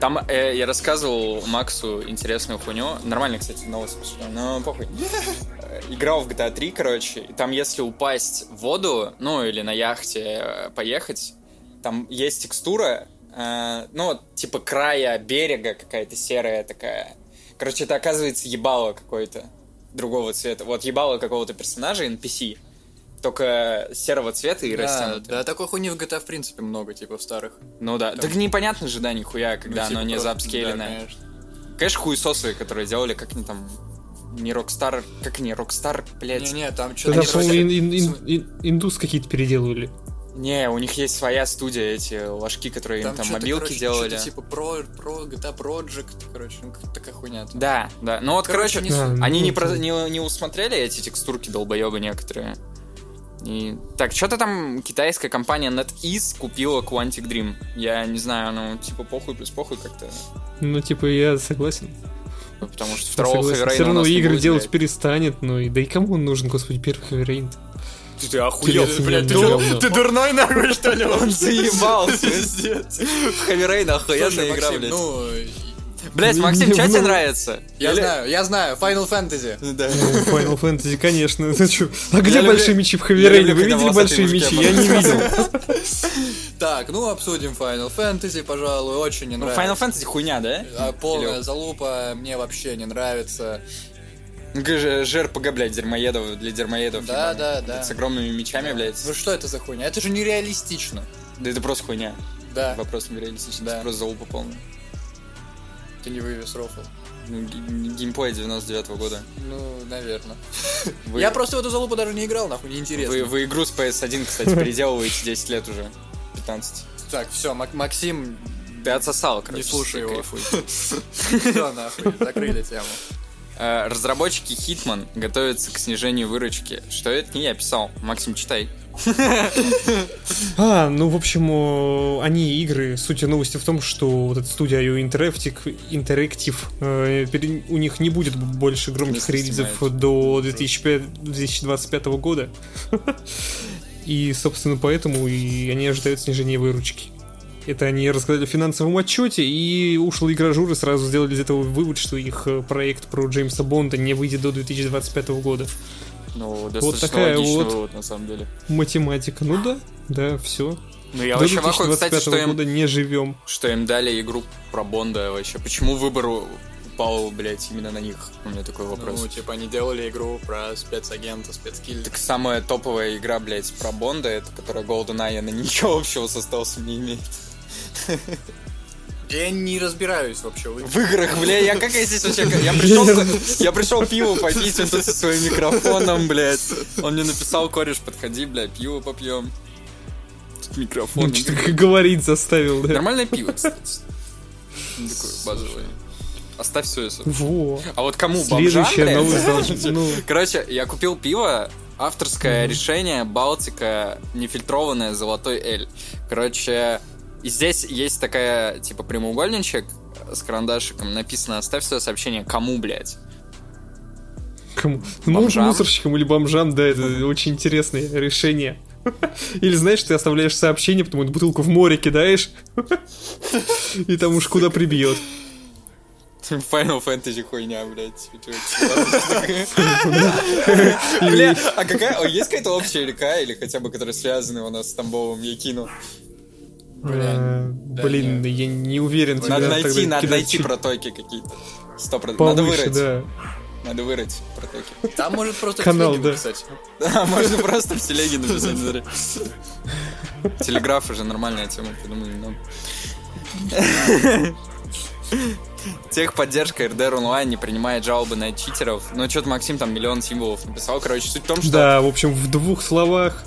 Speaker 2: Там э, я рассказывал Максу интересную хуйню. Нормально, кстати, новость пошла, но
Speaker 3: (laughs)
Speaker 2: похуй. Э, Играл в GTA 3, короче, и там если упасть в воду, ну или на яхте э, поехать, там есть текстура, э, ну, вот, типа края берега какая-то серая такая. Короче, это оказывается ебало какое-то другого цвета. Вот ебало какого-то персонажа, NPC, только серого цвета и
Speaker 3: Да,
Speaker 2: растянутое.
Speaker 3: да, такой хуйни в GTA, в принципе, много, типа, в старых.
Speaker 2: Ну да. Так непонятно же, да, нихуя, когда
Speaker 3: Ну, типа,
Speaker 2: оно не
Speaker 3: просто-
Speaker 2: заапскейленное.
Speaker 3: да, конечно.
Speaker 2: Конечно, хуесосы, которые делали, как они там... Не Рокстар... Как не Рокстар, блядь? Не,
Speaker 3: Не-не, там
Speaker 1: Да,
Speaker 3: что-то...
Speaker 1: там, по-моему, ин- ин- ин- ин- индус какие-то переделывали.
Speaker 2: у них есть своя студия, эти ложки, которые им там
Speaker 3: чё-то,
Speaker 2: мобилки
Speaker 3: короче,
Speaker 2: делали.
Speaker 3: чё-то типа про, про GTA Project, короче, ну как такая хуйня. там.
Speaker 2: Да, да. Ну вот, короче,
Speaker 3: Короче,
Speaker 1: Да, ну,
Speaker 2: они не,
Speaker 1: ну,
Speaker 2: про- не, не усмотрели эти текстурки долбоебы некоторые. И... Так, что-то там китайская компания NetEase купила Quantic Dream. Я не знаю, ну, типа, похуй плюс похуй как-то.
Speaker 1: Ну, типа, я согласен.
Speaker 2: Ну, Потому что второго
Speaker 1: согласен.
Speaker 2: Хэверейна
Speaker 1: Все
Speaker 2: у
Speaker 1: равно
Speaker 2: нас не
Speaker 1: игры
Speaker 2: будет,
Speaker 1: делать
Speaker 2: блядь.
Speaker 1: перестанет, ну и да и кому он нужен, господи, первый Хэверейн?
Speaker 2: Ты, ты охуел,
Speaker 1: Интересно,
Speaker 2: блядь, ты,
Speaker 1: ну,
Speaker 2: дел-
Speaker 1: говно.
Speaker 2: ты дурной нахуй, что ли? Он заебался.
Speaker 3: Пиздец.
Speaker 2: Хаверейн
Speaker 3: Слушай,
Speaker 2: охуенная игра,
Speaker 3: Максим,
Speaker 2: блядь.
Speaker 3: ну,
Speaker 2: Блять,
Speaker 1: Ну,
Speaker 2: Максим,
Speaker 1: не
Speaker 2: что
Speaker 1: в
Speaker 2: тебе
Speaker 1: норм.
Speaker 2: нравится?
Speaker 3: я
Speaker 2: Или- Ну,
Speaker 3: знаю, я знаю, Final Fantasy.
Speaker 2: Да.
Speaker 1: Final Fantasy, конечно. (laughs) Ты чё? А где
Speaker 2: люблю-
Speaker 1: большие мечи в
Speaker 2: я
Speaker 1: Хэверейне?
Speaker 2: люблю,
Speaker 1: Вы
Speaker 2: когда
Speaker 1: видели
Speaker 2: волосатые
Speaker 1: большие
Speaker 2: мужики
Speaker 1: мечи? Я не видел.
Speaker 3: Так, ну обсудим Final Fantasy, пожалуй, очень не
Speaker 2: Ну, Final
Speaker 3: нравится.
Speaker 2: Fantasy хуйня, да?
Speaker 3: А, полная
Speaker 2: Или-
Speaker 3: залупа, мне вообще не нравится.
Speaker 2: Ну, как же ЖРПГ, блядь, дермоедов, для дермоедов.
Speaker 3: Да,
Speaker 2: ебаных.
Speaker 3: да,
Speaker 2: Блядь,
Speaker 3: да.
Speaker 2: С огромными мечами, блядь.
Speaker 3: Ну что это за хуйня? Это же нереалистично.
Speaker 2: Да это просто хуйня.
Speaker 3: Да,
Speaker 2: Вопрос не реалистичный,
Speaker 3: Да.
Speaker 2: это просто залупа полная.
Speaker 3: ты не вывез рофл.
Speaker 2: Ну, г- Геймплей 99 года.
Speaker 3: Ну, наверное.
Speaker 2: Вы-
Speaker 3: Я просто в эту залупу даже не играл, нахуй, неинтересно.
Speaker 2: Вы, вы игру с PS1, кстати, переделываете 10 лет уже. 15.
Speaker 3: Так, все, Максим,
Speaker 2: Ты отсосал, короче.
Speaker 3: Не слушай
Speaker 2: ты
Speaker 3: его.
Speaker 2: кайфуй.
Speaker 3: все, нахуй, закрыли тему.
Speaker 2: Э, Разработчики Hitman готовятся к снижению выручки. Что это не я писал. Максим, читай.
Speaker 1: А, ну, в общем, э, они игры, суть и новости в том, что вот эта студия IO Interactive, Interactive, э, пере- у них не будет больше громких
Speaker 2: Не
Speaker 1: релизов
Speaker 2: снимает.
Speaker 1: до 2005 2025 года. (laughs) И, собственно, поэтому и они ожидают снижения выручки. Это они рассказали в финансовом отчете, и ушлые гражуры сразу сделали из этого вывод, что их э, проект про Джеймса Бонда не выйдет до 2025 года.
Speaker 2: Ну, достаточно
Speaker 1: такая
Speaker 2: логичный
Speaker 1: вот.
Speaker 2: вывод, на самом деле.
Speaker 1: Математика, ну да, да, все.
Speaker 2: Ну, я
Speaker 1: до
Speaker 2: вообще в ахуе,
Speaker 1: 2025
Speaker 2: кстати, что им,
Speaker 1: года не живем.
Speaker 2: что им дали игру про Бонда вообще. Почему выбор у- упал, блядь, именно на них? У меня такой вопрос.
Speaker 3: Ну, типа, они делали игру про спецагента, спецкиллера.
Speaker 2: Так самая топовая игра, блядь, про Бонда, это которая GoldenEye, она ничего общего с остался не имеет.
Speaker 3: Я не разбираюсь вообще в играх.
Speaker 2: В играх, бля, я как я здесь вообще... Я пришел, я пришел пиво попить, он тут со своим микрофоном, блядь. Он мне написал, кореш, подходи, бля, пиво попьем. Тут микрофон.
Speaker 1: Он что-то говорить заставил, да?
Speaker 2: Нормальное пиво, кстати. Ну, Такое базовое. Оставь все это.
Speaker 1: Во.
Speaker 2: А вот кому, бомжам,
Speaker 1: Следующая
Speaker 2: блядь?
Speaker 1: новость
Speaker 2: (laughs)
Speaker 1: должна- ну,
Speaker 2: Короче, я купил пиво, авторское решение, Балтика, нефильтрованное, золотой эль. Короче, и здесь есть такая, типа, прямоугольничек с карандашиком, написано «Оставь свое сообщение кому, блядь».
Speaker 1: кому? Ну,
Speaker 2: Бомжам?
Speaker 1: мусорщикам или бомжам, да, это очень интересное решение. (laughs) Или знаешь, ты оставляешь сообщение, потом эту бутылку в море кидаешь, (laughs) и там уж куда прибьет.
Speaker 2: Final Fantasy хуйня, блядь. Бля, а какая, о, есть какая-то общая река, или хотя бы, которая связана у нас с Тамбовым, я кину?
Speaker 1: Э, Блин, я не уверен. тебе
Speaker 2: Надо
Speaker 1: тогда
Speaker 2: найти, надо
Speaker 1: кидать
Speaker 2: найти
Speaker 1: чуть
Speaker 2: протоки какие-то. Сто процентов. Надо
Speaker 1: повыше,
Speaker 2: вырыть,
Speaker 1: да.
Speaker 2: надо вырыть протоки.
Speaker 3: Там может просто
Speaker 1: Канал,
Speaker 3: телегу
Speaker 1: да.
Speaker 3: написать.
Speaker 2: Да, можно просто в телеге написать. смотри. Телеграф уже нормальная тема, придумали ну. нам. Техподдержка РДР онлайн не принимает жалобы на читеров. Ну, что-то Максим там миллион символов написал. Короче, суть в том, что...
Speaker 1: Да, в общем, в двух словах.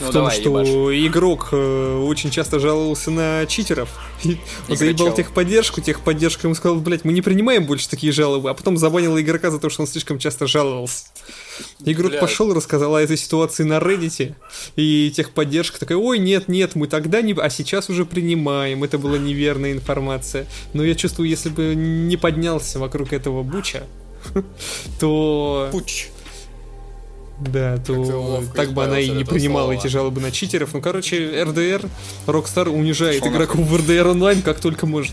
Speaker 2: Ну,
Speaker 1: в том,
Speaker 2: давай,
Speaker 1: что игрок э, очень часто жаловался на читеров. (laughs) И
Speaker 2: И
Speaker 1: он заебал
Speaker 2: кричал.
Speaker 1: техподдержку, техподдержка ему сказала, блядь, мы не принимаем больше такие жалобы, а потом забанила игрока за то, что он слишком часто жаловался. Игрок
Speaker 3: Блядь.
Speaker 1: пошел, рассказал о этой ситуации на Reddit, и техподдержка такая, ой, нет, нет, мы тогда не... А сейчас уже принимаем, это была неверная информация. Но я чувствую, если бы не поднялся вокруг этого буча, (laughs) то...
Speaker 2: Пуч.
Speaker 1: Да,
Speaker 3: Как-то
Speaker 1: то
Speaker 3: ловко
Speaker 1: так бы она и
Speaker 3: избавился от
Speaker 1: не
Speaker 3: этого
Speaker 1: принимала
Speaker 3: слова.
Speaker 1: эти жалобы на читеров. Ну, короче, РДР, Rockstar унижает
Speaker 2: Пошел
Speaker 1: игроков в РДР онлайн как только может.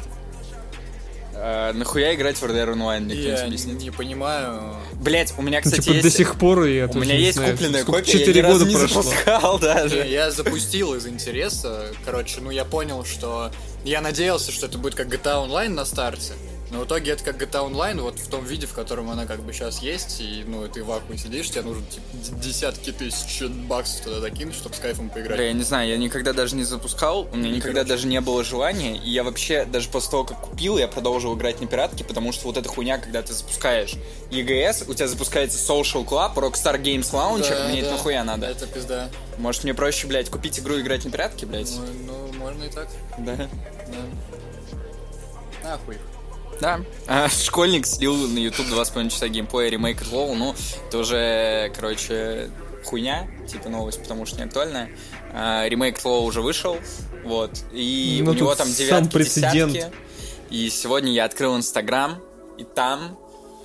Speaker 2: Э, нахуя играть в РДР онлайн, мне кто-нибудь
Speaker 3: Я
Speaker 2: объяснит?
Speaker 3: не понимаю.
Speaker 2: Блять, у меня,
Speaker 1: Ну,
Speaker 2: кстати,
Speaker 1: типа,
Speaker 2: есть...
Speaker 1: до сих пор я
Speaker 2: У меня есть купленная копия,
Speaker 1: Четыре
Speaker 2: я ни разу
Speaker 1: года
Speaker 2: не
Speaker 1: прошло.
Speaker 2: запускал даже.
Speaker 3: Я запустил из интереса. Короче, ну я понял, что... Я надеялся, что это будет как GTA Online на старте. Но в итоге это как GTA Online, вот в том виде, в котором она как бы сейчас есть, и ну ты в акве сидишь, тебе нужно типа, д- десятки тысяч баксов туда закинуть, чтобы с кайфом
Speaker 2: Бля,
Speaker 3: поиграть.
Speaker 2: Э, я не знаю, я никогда даже не запускал, у меня никогда даже не было желания, и я вообще даже после того, как купил, я продолжил играть на пиратке, потому что вот эта хуйня, когда ты запускаешь EGS, у тебя запускается Social Club, Rockstar Games Launcher,
Speaker 3: Да,
Speaker 2: мне это
Speaker 3: да.
Speaker 2: нахуя надо?
Speaker 3: Это пизда.
Speaker 2: Может мне проще, блядь, купить игру и играть на пиратке, блядь?
Speaker 3: Ну, ну, можно и так,
Speaker 2: Да.
Speaker 3: да. Нахуй.
Speaker 2: Да. А, школьник слил на YouTube 2,5 часа геймплея ремейк Лоу, ну, тоже, короче, хуйня, типа новость, потому что не актуальная. А, ремейк Лоу уже вышел, вот, и
Speaker 1: Ну,
Speaker 2: у него
Speaker 1: тут
Speaker 2: там
Speaker 1: сам
Speaker 2: девятки,
Speaker 1: прецедент.
Speaker 2: десятки. И сегодня я открыл Инстаграм, и там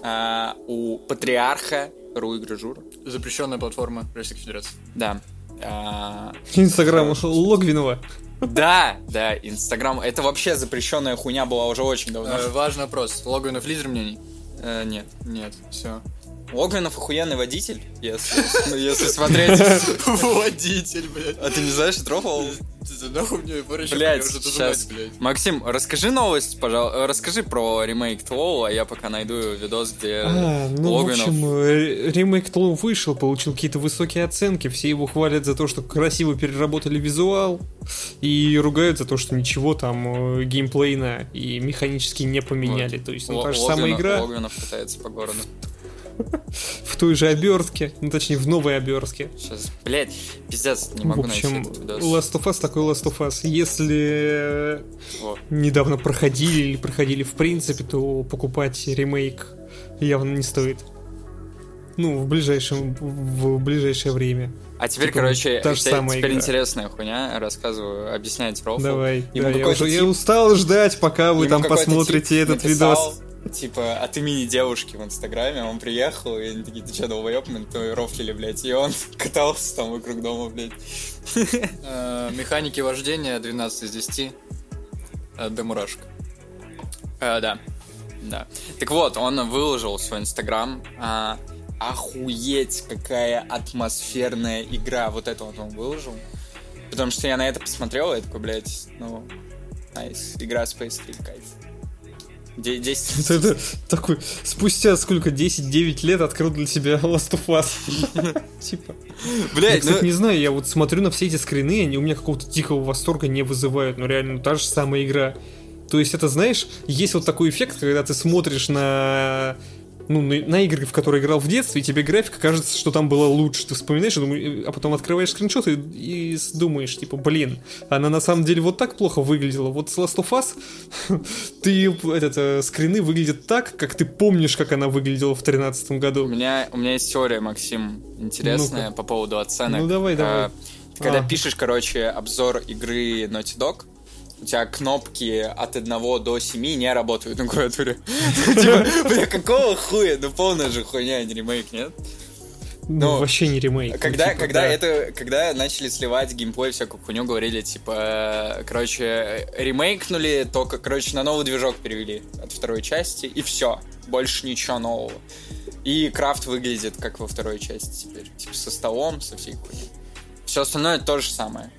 Speaker 2: а, у Патриарха Руи Грыжур,
Speaker 3: Запрещенная платформа Российской Федерации.
Speaker 2: да, а,
Speaker 1: Инстаграм Логвинова.
Speaker 2: да, да, Инстаграм, это вообще запрещенная хуйня была уже очень давно.
Speaker 3: Э, важный вопрос. Логвинов лидер мнений?
Speaker 2: Э, нет.
Speaker 3: Нет, все.
Speaker 2: Логвинов охуенный водитель, если, ну, если смотреть.
Speaker 3: (laughs) Водитель, блядь.
Speaker 2: А ты не знаешь, трогал?
Speaker 3: Ты нахуй мне выращивай,
Speaker 2: Блядь,
Speaker 3: я уже тут
Speaker 2: щас.
Speaker 3: думать, блядь.
Speaker 2: Максим, расскажи новость, пожалуйста. Расскажи про ремейк Тлоу, а я пока найду видос, где
Speaker 1: А, ну, в
Speaker 2: Логвинов.
Speaker 1: общем, э, ремейк Тлоу вышел, получил какие-то высокие оценки, все его хвалят за то, что красиво переработали визуал, и ругают за то, что ничего там э, геймплейно и механически не поменяли. То есть, ну,
Speaker 2: Л-
Speaker 1: та же
Speaker 2: Логвинов-
Speaker 1: самая игра.
Speaker 2: Логвинов пытается по городу.
Speaker 1: в той же обертке, ну точнее в новой обертке.
Speaker 2: Сейчас, блядь, пиздец, не
Speaker 1: В
Speaker 2: могу
Speaker 1: общем,
Speaker 2: найти этот видос.
Speaker 1: Last of Us такой Last of Us. Если
Speaker 2: Во.
Speaker 1: недавно проходили или проходили в принципе, то покупать ремейк явно не стоит. Ну, в ближайшем, в ближайшее время.
Speaker 2: А теперь,
Speaker 1: Типа,
Speaker 2: короче,
Speaker 1: та же
Speaker 2: те-
Speaker 1: самая
Speaker 2: теперь
Speaker 1: игра.
Speaker 2: интересная хуйня, рассказываю, объясняет Рофл.
Speaker 1: Давай.
Speaker 2: Ему
Speaker 1: да, я,
Speaker 2: какой-то
Speaker 1: уже, я
Speaker 2: тип-
Speaker 1: устал ждать, пока вы
Speaker 2: ему
Speaker 1: там
Speaker 2: какой-то
Speaker 1: посмотрите
Speaker 2: тип
Speaker 1: этот
Speaker 2: написал,
Speaker 1: видос.
Speaker 2: Типа, от имени девушки в Инстаграме, он приехал, и они такие, ты че, долбоёб, мы татуировки, блядь, и он (laughs) катался там вокруг дома, блядь.
Speaker 1: (laughs)
Speaker 3: Э, Механики вождения 12 из 10. Э, До мурашек.
Speaker 2: Э, да. Да. Так вот, он выложил в свой инстаграм. а, охуеть, какая атмосферная игра. Вот это вот он выложил. Потому что я на это посмотрел, и я такой, блядь, ну, найс. Игра Space 3, кайф. Де- 10
Speaker 1: Это, это такой, спустя сколько, 10-9 лет открыл для себя Last of
Speaker 2: (laughs)
Speaker 1: Us. Типа. Я,
Speaker 2: Блядь,
Speaker 1: кстати,
Speaker 2: ну,
Speaker 1: не знаю, я вот смотрю на все эти скрины, они у меня какого-то дикого восторга не вызывают, но реально та же самая игра. То есть это, знаешь, есть вот такой эффект, когда ты смотришь на ну, на, на игры, в которые играл в детстве, и тебе графика кажется, что там было лучше. Ты вспоминаешь, и думаешь- а потом открываешь скриншоты и, и с- думаешь, типа, блин, она на самом деле вот так плохо выглядела. Вот с Last of Us (laughs) ты, её, этот, э, скрины выглядят так, как ты помнишь, как она выглядела в 2013
Speaker 2: у
Speaker 1: году.
Speaker 2: меня, у меня есть теория, Максим, интересная
Speaker 1: Ну-ка.
Speaker 2: по поводу оценок.
Speaker 1: Ну, давай,
Speaker 2: А,
Speaker 1: давай.
Speaker 2: ты когда
Speaker 1: А.
Speaker 2: пишешь, короче, обзор игры Naughty Dog, у тебя кнопки от 1 до 7 не работают на клавиатуре. (laughs) Типа, бля, какого хуя? Ну полная же хуйня, не ремейк, нет?
Speaker 1: Ну,
Speaker 2: ну,
Speaker 1: вообще не ремейк. ну,
Speaker 2: Когда,
Speaker 1: типа,
Speaker 2: когда
Speaker 1: да.
Speaker 2: это, когда начали сливать геймплей, всякую хуйню говорили, типа, э, короче, э, ремейкнули, только, короче, на новый движок перевели от второй части, и все, больше ничего нового. И крафт выглядит как во второй части теперь, типа, со столом, со всей хуйней. Все остальное то же самое.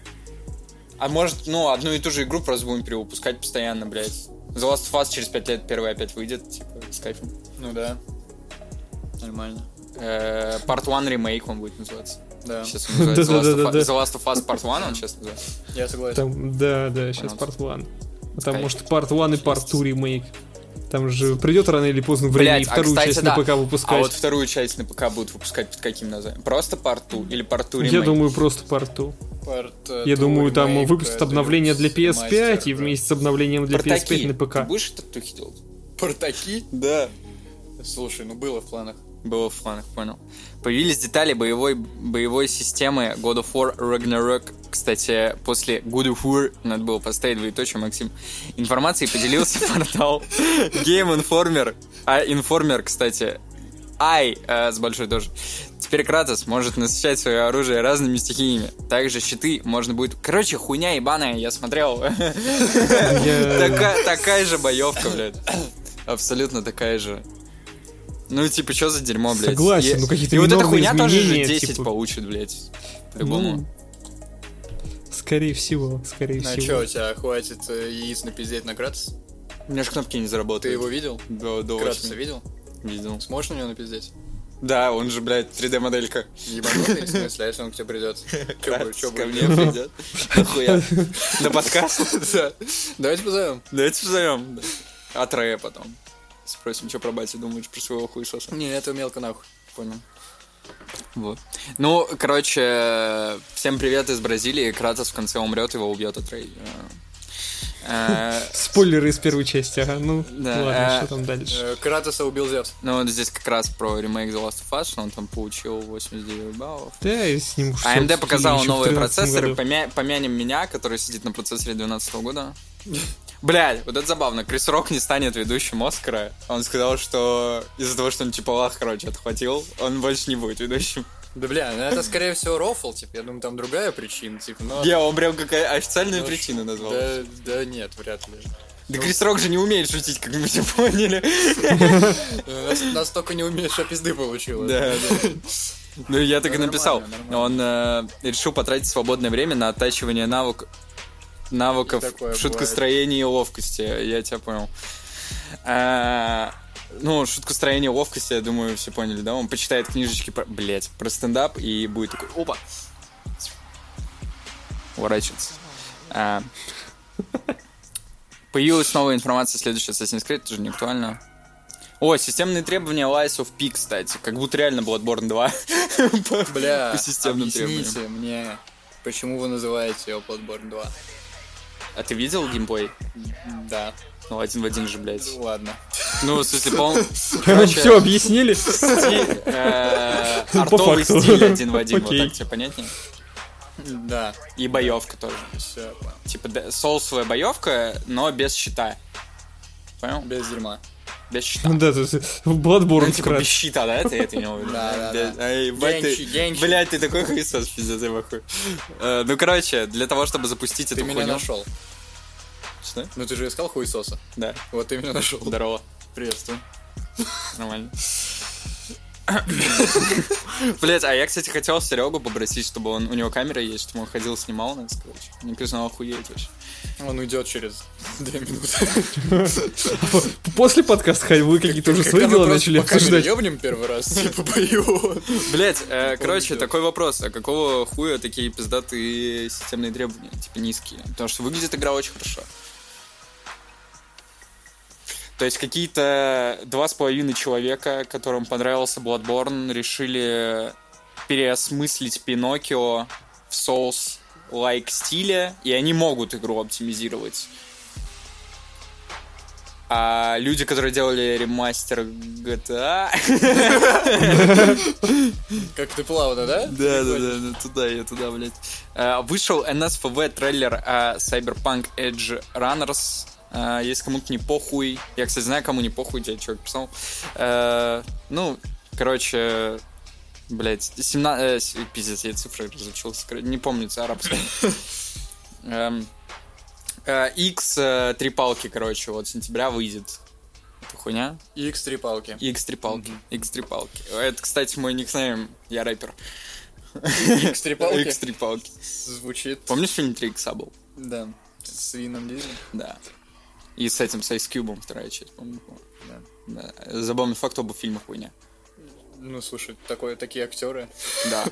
Speaker 2: А может, ну, одну и ту же игру просто будем перевыпускать постоянно, блядь. The Last of Us через 5 лет первый опять выйдет, типа, с кайфом.
Speaker 3: Ну да,
Speaker 2: Нормально. Э, Part 1 ремейк он будет называться.
Speaker 3: да.
Speaker 2: Сейчас он называется The Last of
Speaker 1: Да-да-да-да.
Speaker 2: Us- The Last of Us Part 1, он сейчас называется.
Speaker 3: Я согласен.
Speaker 1: Там, да, да, сейчас
Speaker 2: Понятно.
Speaker 1: part 1. А там,
Speaker 2: Кайф.
Speaker 1: может, part 1 и part 2 ремейк. Там же придет рано или поздно время
Speaker 2: Блядь,
Speaker 1: и
Speaker 2: а,
Speaker 1: вторую
Speaker 2: кстати,
Speaker 1: часть
Speaker 2: да.
Speaker 1: на ПК
Speaker 2: А
Speaker 1: выпускать.
Speaker 2: вот вторую часть на ПК будут выпускать под каким названием? Просто Part 2 или Part 2
Speaker 1: Я
Speaker 2: ремейк?
Speaker 1: думаю, просто part 2.
Speaker 3: Part, э,
Speaker 1: Я
Speaker 3: two,
Speaker 1: думаю, там
Speaker 3: remake,
Speaker 1: выпустят
Speaker 3: э,
Speaker 1: обновление для
Speaker 3: deluxe,
Speaker 1: PS5
Speaker 3: мастер,
Speaker 1: и а
Speaker 3: да.
Speaker 1: вместе с обновлением для
Speaker 2: Портаки.
Speaker 1: PS5 на
Speaker 2: Ты
Speaker 1: п.к.
Speaker 2: будешь татухи делать?
Speaker 3: Портаки?
Speaker 2: Да.
Speaker 3: Слушай, ну было в планах.
Speaker 2: Было в планах, понял. Появились детали боевой, боевой системы God of War Ragnarok. Кстати, после God of War надо было поставить двоеточие, Максим. Информацией поделился портал Game Informer. А Informer, кстати, Ай, э, с большой тоже. Теперь Кратос может насыщать свое оружие разными стихиями. Также щиты можно будет... Короче, хуйня ебаная, я смотрел. (laughs)
Speaker 1: Я...
Speaker 2: Такая, такая же боевка, блядь. Абсолютно такая же. Ну, типа, что за дерьмо, блядь?
Speaker 1: Согласен,
Speaker 2: И-
Speaker 1: ну, какие-то
Speaker 2: И вот эта
Speaker 1: минорные
Speaker 2: хуйня тоже же
Speaker 1: изменения,
Speaker 2: 10
Speaker 1: типа.
Speaker 2: получит, блядь. По-любому.
Speaker 1: Ну, скорее всего, скорее
Speaker 2: Ну, а
Speaker 3: На
Speaker 1: всего.
Speaker 3: чё, у тебя хватит э, яиц напиздеть на Кратос?
Speaker 2: У меня же кнопки не
Speaker 3: Ты
Speaker 2: заработают.
Speaker 3: его видел?
Speaker 2: До, до
Speaker 3: Кратоса
Speaker 2: восьми.
Speaker 3: видел?
Speaker 2: Видел.
Speaker 3: Сможешь на него напиздеть?
Speaker 2: Да, он же, блядь, 3D-моделька. (laughs)
Speaker 3: Ебанутый, в смысле, а если он к тебе придет? Чё будет, чё
Speaker 2: Ко
Speaker 3: будет?
Speaker 2: мне
Speaker 1: (laughs)
Speaker 2: придет. Нахуя. На подкаст.
Speaker 3: Да. Давайте позовем.
Speaker 2: Давайте позовем. От Рэя потом. Спросим, что про батю думаешь про своего хуесоса.
Speaker 3: Не, это мелко нахуй.
Speaker 2: Понял. Вот. Ну, короче, всем привет из Бразилии. Кратос в конце умрет, его убьет Атрей. Э, э,
Speaker 1: Спойлеры из первой части, ага, ну
Speaker 2: Да,
Speaker 1: ладно,
Speaker 2: а,
Speaker 1: что там дальше.
Speaker 3: Э, Кратоса убил Зевс.
Speaker 2: Ну, вот здесь как раз про ремейк The Last of Us, что он там получил 89 баллов.
Speaker 1: Да, и с ним всё обсудили
Speaker 2: AMD А показала
Speaker 1: ещё в
Speaker 2: новые
Speaker 1: 13
Speaker 2: процессоры.
Speaker 1: году.
Speaker 2: Помя- Помянем меня, который сидит на процессоре 2012 года. Блядь, вот это забавно. Крис Рок не станет ведущим Оскара. Он сказал, что из-за того, что он типа лах, короче, отхватил, он больше не будет ведущим.
Speaker 3: Да бля, ну это скорее всего рофл, типа, я думаю, там другая причина, типа, но...
Speaker 2: Я, он прям как официальную
Speaker 3: Ну,
Speaker 2: причину назвал.
Speaker 3: Да, да нет, вряд ли.
Speaker 2: Да Крис Рок же не умеет шутить, как мы все поняли.
Speaker 3: Э, нас- Настолько не умеешь, что пизды получила.
Speaker 2: Да,
Speaker 3: (laughs)
Speaker 2: да. Ну, я так и
Speaker 3: Да,
Speaker 2: написал.
Speaker 3: нормально,
Speaker 2: Он э, решил потратить свободное время на оттачивание навык... навыков
Speaker 3: И такое
Speaker 2: в шуткостроении и ловкости. Я тебя понял. А, Ну, шуткостроение и ловкости, я думаю, все поняли, да? Он почитает книжечки про... Блять, про стендап и будет такой... Опа! Уворачиваться. А, Появилась новая информация, следующая Assassin's Creed, тоже не актуально. О, системные требования Lies of P, кстати. Как будто реально Bloodborne 2. (laughs) По-
Speaker 3: Бля,
Speaker 2: по системным
Speaker 3: объясните
Speaker 2: требованиям.
Speaker 3: мне, почему вы называете его Bloodborne 2?
Speaker 2: А ты видел геймплей?
Speaker 3: Да.
Speaker 2: Ну, один в один же, блядь.
Speaker 3: Ну, ладно.
Speaker 2: Ну, в смысле, пол...
Speaker 1: (laughs) Все объяснили? (laughs)
Speaker 2: стиль, э,
Speaker 1: Ну, По
Speaker 2: артовый
Speaker 1: факту.
Speaker 2: стиль один в один, вот
Speaker 1: Окей.
Speaker 2: так тебе понятнее?
Speaker 3: Да.
Speaker 2: И боевка тоже.
Speaker 3: Все,
Speaker 2: Типа да, соусовая боевка, но без щита. Понял?
Speaker 3: без дерьма.
Speaker 2: Без щита.
Speaker 1: Ну да, тут
Speaker 2: Ну,
Speaker 1: Bloodborne
Speaker 2: типа без
Speaker 1: вкратце.
Speaker 2: щита, да? Ты это имел в виду?
Speaker 3: Да, да, да.
Speaker 2: Ай, бать, ты-
Speaker 3: Генчи, Генчи.
Speaker 2: Блядь, ты такой хуесос, пиздец, я похуй. Э, Ну, короче, для того, чтобы запустить
Speaker 3: Ты
Speaker 2: эту
Speaker 3: меня
Speaker 2: хуйню...
Speaker 3: нашел.
Speaker 2: Что?
Speaker 3: Ну ты же искал хуесоса.
Speaker 2: Да,
Speaker 3: Вот ты меня (laughs) нашел.
Speaker 2: здорово.
Speaker 3: Приветствую.
Speaker 2: Нормально. Блять, а я, кстати, хотел Серегу попросить, чтобы он... У него камера есть, чтобы он ходил, снимал нас, короче. Мне кажется, он охуеть вообще.
Speaker 3: Он уйдет через две минуты.
Speaker 1: После подкаста ходь, вы какие-то уже свои
Speaker 3: Когда мы
Speaker 1: дела
Speaker 3: просто
Speaker 1: начали
Speaker 3: по камере
Speaker 1: (laughs) обсуждать.
Speaker 3: ёбнем первый раз, типа бою.
Speaker 2: Блять, э, короче,
Speaker 3: идет.
Speaker 2: такой вопрос. А какого хуя такие пиздатые системные требования? Типа низкие. Потому что выглядит игра очень хорошо. То есть какие-то два с половиной человека, которым понравился Bloodborne, решили переосмыслить Пиноккио в соус лайк стиле, и они могут игру оптимизировать. А люди, которые делали ремастер GTA,
Speaker 3: Как ты плавно, да?
Speaker 2: Да, да, да, да, ну туда я, туда, блядь. Э, Вышел NSFV трейлер э, Cyberpunk Edge Runners. Э, Если кому-то не похуй, я, кстати, знаю, кому не похуй, я человек писал. Э, Ну, короче, блядь, 17... Пиздец, я цифры разучился, кор- не помнится арабский. Эм, э, X э, три палки, короче, вот сентября выйдет. Это хуйня.
Speaker 3: И X3 палки.
Speaker 2: X три палки. X три палки. Э, Это, кстати, мой никнейм. Я рэпер.
Speaker 3: X3 палки
Speaker 2: X3 палки.
Speaker 3: звучит.
Speaker 2: Помнишь фильм 3 икса был?
Speaker 3: Да. С Вином Дизелем.
Speaker 2: Да. И с этим, с Ice Cube, вторая часть, помню.
Speaker 3: Да.
Speaker 2: Да. Забавный факт, оба фильма хуйня.
Speaker 3: Ну слушай, такое, такие актеры.
Speaker 2: Да.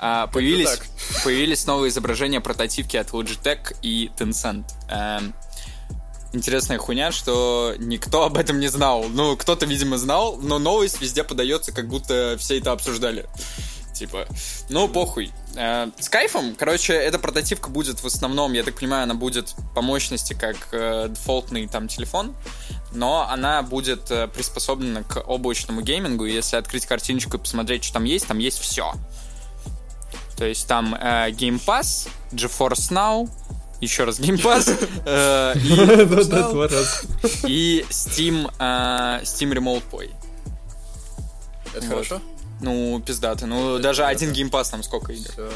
Speaker 2: А, появились,
Speaker 3: так.
Speaker 2: появились новые изображения прототипки от Logitech и Tencent. Эм, интересная хуйня, что никто об этом не знал. Ну, кто-то, видимо, знал, но новость везде подается, как будто все это обсуждали. Типа, ну, похуй. Э, с кайфом, короче, эта прототипка будет в основном, я так понимаю, она будет по мощности как э, дефолтный там телефон, но она будет э, приспособлена к облачному геймингу. и Если открыть картиночку и посмотреть, что там есть, там есть все. То есть там э, Game Pass, GeForce Now, еще раз Game
Speaker 3: (laughs)
Speaker 2: Pass,
Speaker 1: Да,
Speaker 2: э, и-
Speaker 1: да, два раза.
Speaker 2: и Steam, э, Steam Remote Play.
Speaker 3: Это
Speaker 2: Вот.
Speaker 3: хорошо?
Speaker 2: Ну, пиздаты. Ну,
Speaker 3: Это
Speaker 2: даже
Speaker 3: пиздато.
Speaker 2: один геймпас там сколько игр.
Speaker 3: Все.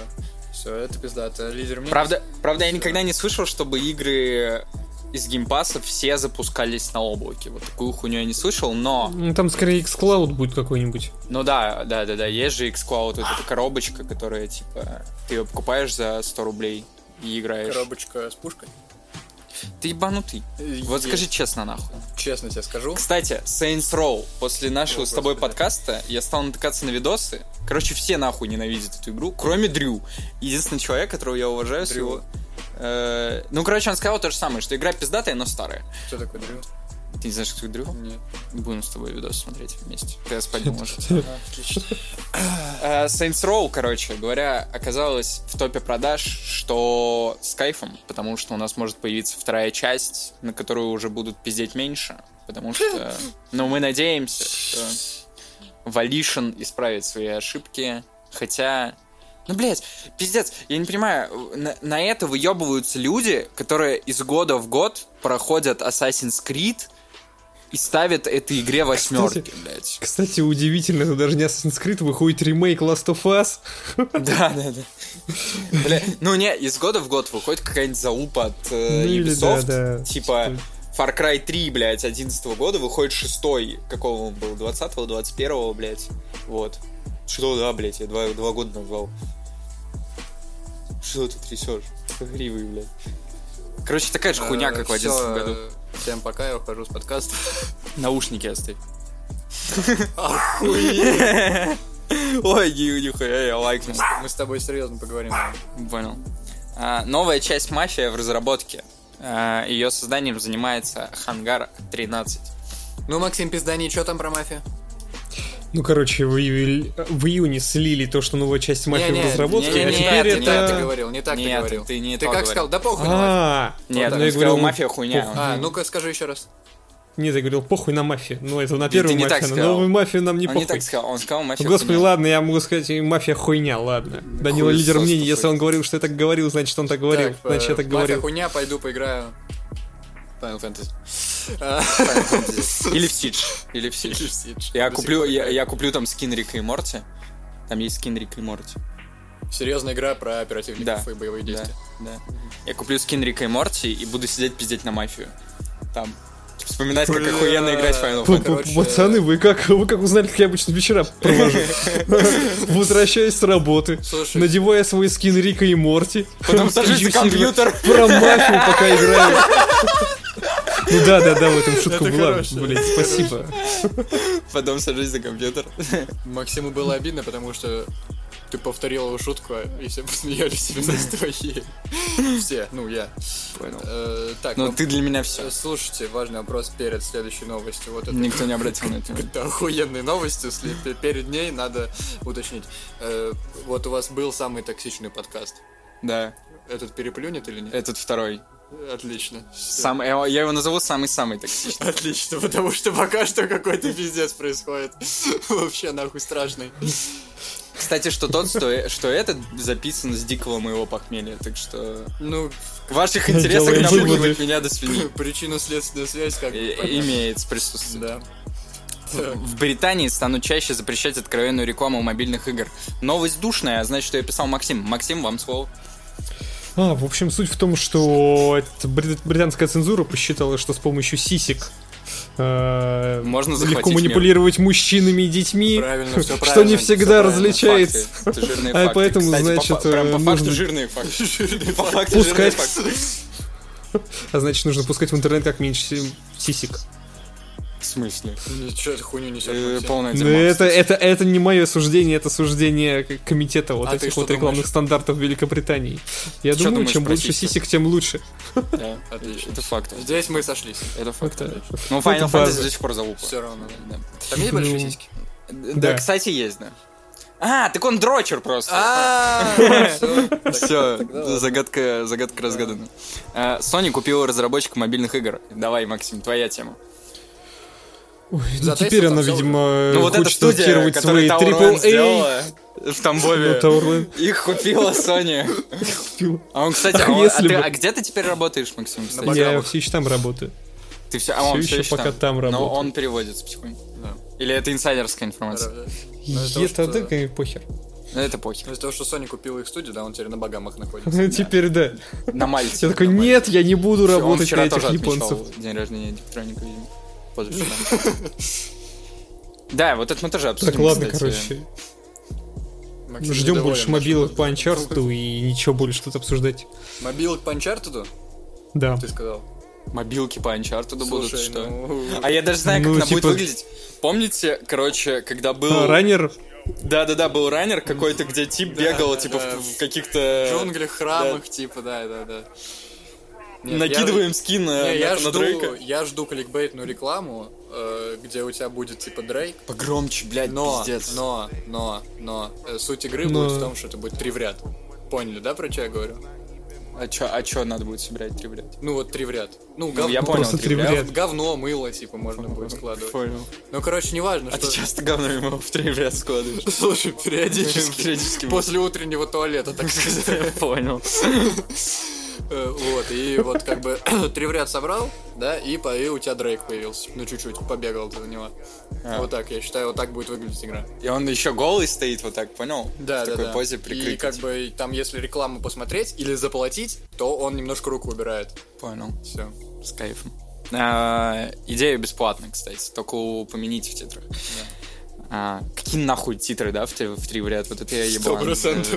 Speaker 3: Все, это пизда, это лидер мнений.
Speaker 2: Правда, правда, я никогда не слышал, чтобы игры из геймпаса все запускались на облаке. Вот такую хуйню я не слышал, но...
Speaker 1: Ну, Там скорее xCloud будет какой-нибудь.
Speaker 2: Ну да, да, да, да, есть же xCloud, вот эта коробочка, которая, типа, ты ее покупаешь за 100 рублей и играешь.
Speaker 3: Коробочка с пушкой.
Speaker 2: Ты ебанутый. Вот
Speaker 3: Есть.
Speaker 2: скажи честно, нахуй.
Speaker 3: Честно тебе скажу.
Speaker 2: Кстати, Saints Row, после нашего
Speaker 3: О,
Speaker 2: с тобой
Speaker 3: господи.
Speaker 2: подкаста, я стал натыкаться на видосы. Короче, все нахуй ненавидят эту игру, кроме Дрю. Единственный человек, которого я уважаю, с
Speaker 3: Дрю.
Speaker 2: его... Э, ну, короче, он сказал то же самое, что игра пиздатая, но старая.
Speaker 3: Что такое дрю?
Speaker 2: Ты не знаешь, кто такой Дрю?
Speaker 3: Нет.
Speaker 2: Будем с тобой видос смотреть вместе. Ты
Speaker 3: (laughs)
Speaker 2: спать не можешь.
Speaker 1: Хм.
Speaker 3: А, Отлично.
Speaker 2: Э, Saints Row, короче говоря, оказалось в топе продаж, что с кайфом, потому что у нас может появиться вторая часть, на которую уже будут пиздеть меньше, потому что... Но мы надеемся, что Volition исправит свои ошибки, хотя... Ну, блядь, пиздец, я не понимаю, на, на это выебываются люди, которые из года в год проходят Assassin's Creed и ставят этой игре восьмерки, блядь.
Speaker 1: Кстати, удивительно, что даже не Assassin's Creed выходит ремейк Last of Us.
Speaker 2: Да, да, да. Бля, ну не, из года в год выходит какая-нибудь залупа от э,
Speaker 1: Ну или
Speaker 2: Ubisoft,
Speaker 1: да, да.
Speaker 2: типа Far Cry 3, блядь, 11 года выходит шестой, какого он был, 20-го, 21-го, блядь, вот. Что, да, блядь, я два, два года назвал. Что ты трясешь? Гривый, блядь. Короче, такая же хуйня, как в 11
Speaker 3: Всё,
Speaker 2: году.
Speaker 3: э, Всем пока, я ухожу с подкаста. (laughs)
Speaker 2: Наушники оставь. (laughs) Ой, ги- нихуя, э, я лайкнул.
Speaker 3: Мы с тобой серьезно поговорим.
Speaker 2: Понял. А, новая часть «Мафия» в разработке. А, ее созданием занимается «Хангар-13».
Speaker 3: Ну, Максим Пиздани, что там про мафию?
Speaker 1: Ну, короче, в, июль- в июне слили то, что новая часть мафии
Speaker 2: Не-не,
Speaker 1: в разработке,
Speaker 2: не-не,
Speaker 1: а теперь
Speaker 2: не
Speaker 3: не так ты
Speaker 1: это...
Speaker 3: говорил, не так
Speaker 2: Нет,
Speaker 3: ты говорил.
Speaker 2: ты не то
Speaker 3: ты как
Speaker 2: говорил.
Speaker 3: сказал, да похуй на мафию.
Speaker 1: А,
Speaker 2: Нет,
Speaker 1: ну,
Speaker 2: он
Speaker 1: я
Speaker 2: сказал,
Speaker 1: говорил,
Speaker 2: мафия хуйня.
Speaker 1: похуй.
Speaker 3: А, ну-ка скажи еще раз.
Speaker 1: Нет, я говорил, похуй на мафию. Ну, это на
Speaker 2: Ты- ты
Speaker 1: первую
Speaker 2: не так
Speaker 1: мафию, а на
Speaker 2: сказал.
Speaker 1: новую мафию нам не
Speaker 2: он не
Speaker 1: похуй.
Speaker 2: так сказал, он сказал мафия
Speaker 1: Ну, Господи,
Speaker 2: хуйня.
Speaker 1: ладно, я могу сказать, и мафия хуйня, ладно. Данила
Speaker 2: Хуй
Speaker 1: лидер
Speaker 2: сос
Speaker 1: мнений, если
Speaker 2: тупой.
Speaker 1: он говорил, что я так говорил, значит он так говорил.
Speaker 3: Так,
Speaker 1: значит я
Speaker 3: э,
Speaker 1: так
Speaker 3: Мафия
Speaker 1: говорил.
Speaker 3: хуйня, пойду поиграю. Final Fantasy.
Speaker 2: А. (laughs) Или в Сидж. Или в Сидж. Я куплю, я, я куплю там скин Рика и Морти. Там есть скин Рика и Морти.
Speaker 3: Серьезная игра про
Speaker 2: Да.
Speaker 3: оперативников и боевые
Speaker 2: Да,
Speaker 3: действия.
Speaker 2: да. Я куплю скин Рика и Морти и буду сидеть пиздеть на мафию. Там. Вспоминать, как
Speaker 3: Бля.
Speaker 2: охуенно играть в Final
Speaker 1: П-
Speaker 2: Fantasy.
Speaker 1: п-
Speaker 3: короче,
Speaker 1: Пацаны, вы как, вы как узнали, как я обычно вечера
Speaker 3: (laughs)
Speaker 1: провожу? Возвращаюсь с работы,
Speaker 3: Слушай.
Speaker 1: надевая свой скин Рика и Морти.
Speaker 2: Потом сажусь за
Speaker 1: пью себе
Speaker 2: компьютер. (laughs)
Speaker 1: Про мафию пока играю.
Speaker 3: (laughs)
Speaker 1: Ну да, да, да, в этом шутка
Speaker 3: Это
Speaker 1: была.
Speaker 3: хорошая.
Speaker 1: Блять, спасибо.
Speaker 2: Потом сажусь за компьютер.
Speaker 3: Максиму было обидно, потому что ты повторил его шутку, а и все посмеялись (laughs) именно
Speaker 2: (laughs)
Speaker 3: с твоей. Все, ну я.
Speaker 2: Понял.
Speaker 3: Э, Так,
Speaker 2: Ну
Speaker 3: ну,
Speaker 2: ты для меня все.
Speaker 3: слушайте, важный вопрос перед следующей новостью. Вот это
Speaker 2: Никто не обратил на это. внимания.
Speaker 3: Это охуенные новости, если пе- перед ней надо уточнить. Э, Вот у вас был самый токсичный подкаст.
Speaker 2: Да.
Speaker 3: Этот переплюнет или нет?
Speaker 2: Этот второй.
Speaker 3: Отлично. (laughs) Всё.
Speaker 2: Сам, я его- я его назову самый-самый токсичный.
Speaker 3: Отлично, потому что пока что какой-то пиздец происходит. (laughs) Вообще нахуй страшный.
Speaker 2: Кстати, что тот, что, э, что этот записан с дикого моего похмелья, так что
Speaker 3: Ну, (laughs)
Speaker 2: в
Speaker 1: (laughs)
Speaker 2: ваших интересах
Speaker 1: Делаем
Speaker 2: напугивать
Speaker 1: выводы.
Speaker 2: меня до свиньи.
Speaker 3: причинно-следственная связь как бы.
Speaker 2: И- Имеет присутствие.
Speaker 3: Да. Так.
Speaker 2: В Британии станут чаще запрещать откровенную рекламу мобильных игр. Новость душная, значит, что я писал Максим. Максим, вам слово.
Speaker 1: А, в общем, суть в том, что это брит- британская цензура посчитала, что с помощью сисек э,
Speaker 2: Можно захватить
Speaker 1: легко
Speaker 2: мир.
Speaker 1: манипулировать мужчинами и детьми,
Speaker 3: Правильно, всё
Speaker 1: (laughs) что
Speaker 3: правильно,
Speaker 1: не
Speaker 3: всё
Speaker 1: всегда
Speaker 3: правильно.
Speaker 1: различается.
Speaker 2: Факты. Это
Speaker 1: (laughs)
Speaker 2: жирные
Speaker 1: А
Speaker 2: факты.
Speaker 1: поэтому,
Speaker 2: Кстати, по
Speaker 1: значит,
Speaker 2: фа- прям по
Speaker 1: э,
Speaker 2: факту
Speaker 1: нужно- (laughs)
Speaker 2: жирные факты. По факту жирные
Speaker 1: Пускать,
Speaker 2: факты.
Speaker 1: а значит, нужно пускать в интернет как меньше си- сисек.
Speaker 2: В смысле?
Speaker 3: Ничего ты хуйню несешь,
Speaker 2: Э,
Speaker 3: Максим.
Speaker 2: Полное
Speaker 1: Но
Speaker 2: дерьмо,
Speaker 1: это,
Speaker 2: кстати.
Speaker 1: это, это не мое суждение, это суждение к- комитета вот
Speaker 3: А ты
Speaker 1: этих
Speaker 3: что
Speaker 1: вот рекламных
Speaker 3: думаешь?
Speaker 1: стандартов Великобритании. Я
Speaker 2: Ты что
Speaker 1: думаю,
Speaker 2: думаешь
Speaker 1: чем
Speaker 2: про
Speaker 1: больше
Speaker 2: сиськи?
Speaker 1: сисек, тем лучше.
Speaker 2: Да.
Speaker 3: Отлично.
Speaker 2: Это факт.
Speaker 3: Здесь мы сошлись.
Speaker 2: Это факт.
Speaker 1: Это-
Speaker 2: Ну,
Speaker 1: э- это
Speaker 2: Final
Speaker 1: база.
Speaker 2: Fantasy до сих пор залупа.
Speaker 3: Все равно. да.
Speaker 2: Да.
Speaker 3: Там есть большие
Speaker 1: Ну.
Speaker 3: сиськи?
Speaker 2: Да,
Speaker 1: Да.
Speaker 2: кстати, есть, да. А, так он дрочер просто.
Speaker 3: А, всё.
Speaker 1: (laughs)
Speaker 2: Все, загадка, загадка разгадана. А, Sony купила разработчик мобильных игр. Давай, Максим, твоя тема.
Speaker 1: Ой, ну
Speaker 3: Затестил
Speaker 1: теперь
Speaker 3: там
Speaker 1: она,
Speaker 3: всё уже?
Speaker 1: видимо,
Speaker 2: Ну вот эта
Speaker 1: хочет
Speaker 2: студия,
Speaker 1: тестировать
Speaker 2: которая
Speaker 1: Э, свои
Speaker 2: Towerland
Speaker 1: AAA.
Speaker 2: сделала в
Speaker 1: Ну,
Speaker 2: Тамбове,
Speaker 1: Towerland
Speaker 2: их купила Sony.
Speaker 1: купил.
Speaker 2: А он, кстати, а,
Speaker 1: А
Speaker 2: он- а
Speaker 1: если
Speaker 2: ты-
Speaker 1: бы?
Speaker 2: а где ты теперь работаешь, Максим? кстати?
Speaker 3: На Багамах.
Speaker 1: Я все еще там работаю.
Speaker 2: Ты все, а он
Speaker 1: всё
Speaker 2: все
Speaker 1: ещё
Speaker 2: еще
Speaker 1: пока там
Speaker 2: Но
Speaker 1: работает.
Speaker 2: он переводится потихоньку.
Speaker 3: Да.
Speaker 2: Или это инсайдерская информация?
Speaker 3: Правда. Ну, из-за того,
Speaker 1: Это
Speaker 3: что-
Speaker 1: да, конечно, похер.
Speaker 2: Ну, это похер.
Speaker 3: Ну, Из-за того, что Sony купила их студию, да, он теперь на Багамах находится.
Speaker 1: Ну, Теперь да.
Speaker 2: На Мальте.
Speaker 1: Я такой,
Speaker 2: на Мальте.
Speaker 1: нет, я не буду
Speaker 2: Он
Speaker 1: работать
Speaker 2: вчера
Speaker 1: на этих
Speaker 2: тоже отмечал
Speaker 1: японцев.
Speaker 2: День рождения электроника, видимо.
Speaker 1: (laughs)
Speaker 2: Позавчера. Да, вот это мы тоже обсудим.
Speaker 1: Так, ладно,
Speaker 2: кстати.
Speaker 1: короче.
Speaker 3: Максим
Speaker 1: Ждем
Speaker 3: недоволен
Speaker 1: больше
Speaker 3: нашим
Speaker 1: мобилок
Speaker 3: ответом.
Speaker 1: по Uncharted и ничего больше тут обсуждать.
Speaker 3: Мобилок по Uncharted,
Speaker 1: Да.
Speaker 3: ты сказал?
Speaker 2: Мобилки по Uncharted будут,
Speaker 3: Слушай,
Speaker 2: что? (laughs)
Speaker 3: ну,
Speaker 2: А я даже знаю, как
Speaker 1: Ну,
Speaker 2: она будет
Speaker 1: типа-
Speaker 2: выглядеть. Помните, короче, когда
Speaker 1: А,
Speaker 2: был...
Speaker 1: Раннер,
Speaker 2: Да-да-да, был раннер какой-то, где тип бегал, типа,
Speaker 3: да.
Speaker 2: в- в каких-то...
Speaker 3: В джунглях, храмах, типа, да, да, да. Нет,
Speaker 2: Накидываем скин
Speaker 3: Я,
Speaker 2: на,
Speaker 3: не, я
Speaker 2: на
Speaker 3: жду,
Speaker 2: Дрейка.
Speaker 3: я жду кликбейтную рекламу, э, где у тебя будет типа Дрейк,
Speaker 2: Погромче, блядь,
Speaker 3: но,
Speaker 2: пиздец.
Speaker 3: но, но, но, э, суть игры
Speaker 1: Но.
Speaker 3: будет в том, что это будет три в ряд. Поняли, да, про что я говорю?
Speaker 2: А чё, а чё надо будет собирать три, блядь?
Speaker 3: Ну вот три в ряд. Ну,
Speaker 2: Ну, я
Speaker 3: говно,
Speaker 2: понял,
Speaker 1: Просто три в
Speaker 2: бля.
Speaker 1: ряд.
Speaker 3: говно, мыло, типа, можно будет складывать.
Speaker 2: Понял.
Speaker 3: Ну, короче, неважно,
Speaker 2: А ты
Speaker 3: что...
Speaker 2: часто говно ему в три в ряд
Speaker 3: (laughs)
Speaker 2: складываешь?
Speaker 3: Слушай, периодически.
Speaker 2: Периодически.
Speaker 3: После утреннего туалета, так сказать.
Speaker 2: (laughs) Понял.
Speaker 3: Э, Вот, и вот как бы (clears throat) три в ряд собрал, да, и, по- и у тебя Дрейк появился. Ну, чуть-чуть побегал ты за него.
Speaker 2: А.
Speaker 3: Вот так, я считаю, вот так будет выглядеть игра.
Speaker 2: И он еще голый стоит вот так, понял?
Speaker 3: Да,
Speaker 2: в
Speaker 3: да,
Speaker 2: такой
Speaker 3: да.
Speaker 2: позе
Speaker 3: И как
Speaker 2: прикрытый. типа,
Speaker 3: бы там, если рекламу посмотреть или заплатить, то он немножко руку убирает.
Speaker 2: Понял.
Speaker 3: Все.
Speaker 2: С кайфом. А, идея бесплатная, кстати, только упомяните в титрах. А, какие нахуй титры, да, в, те- в три в ряд? Вот это я ебал.
Speaker 3: процентов.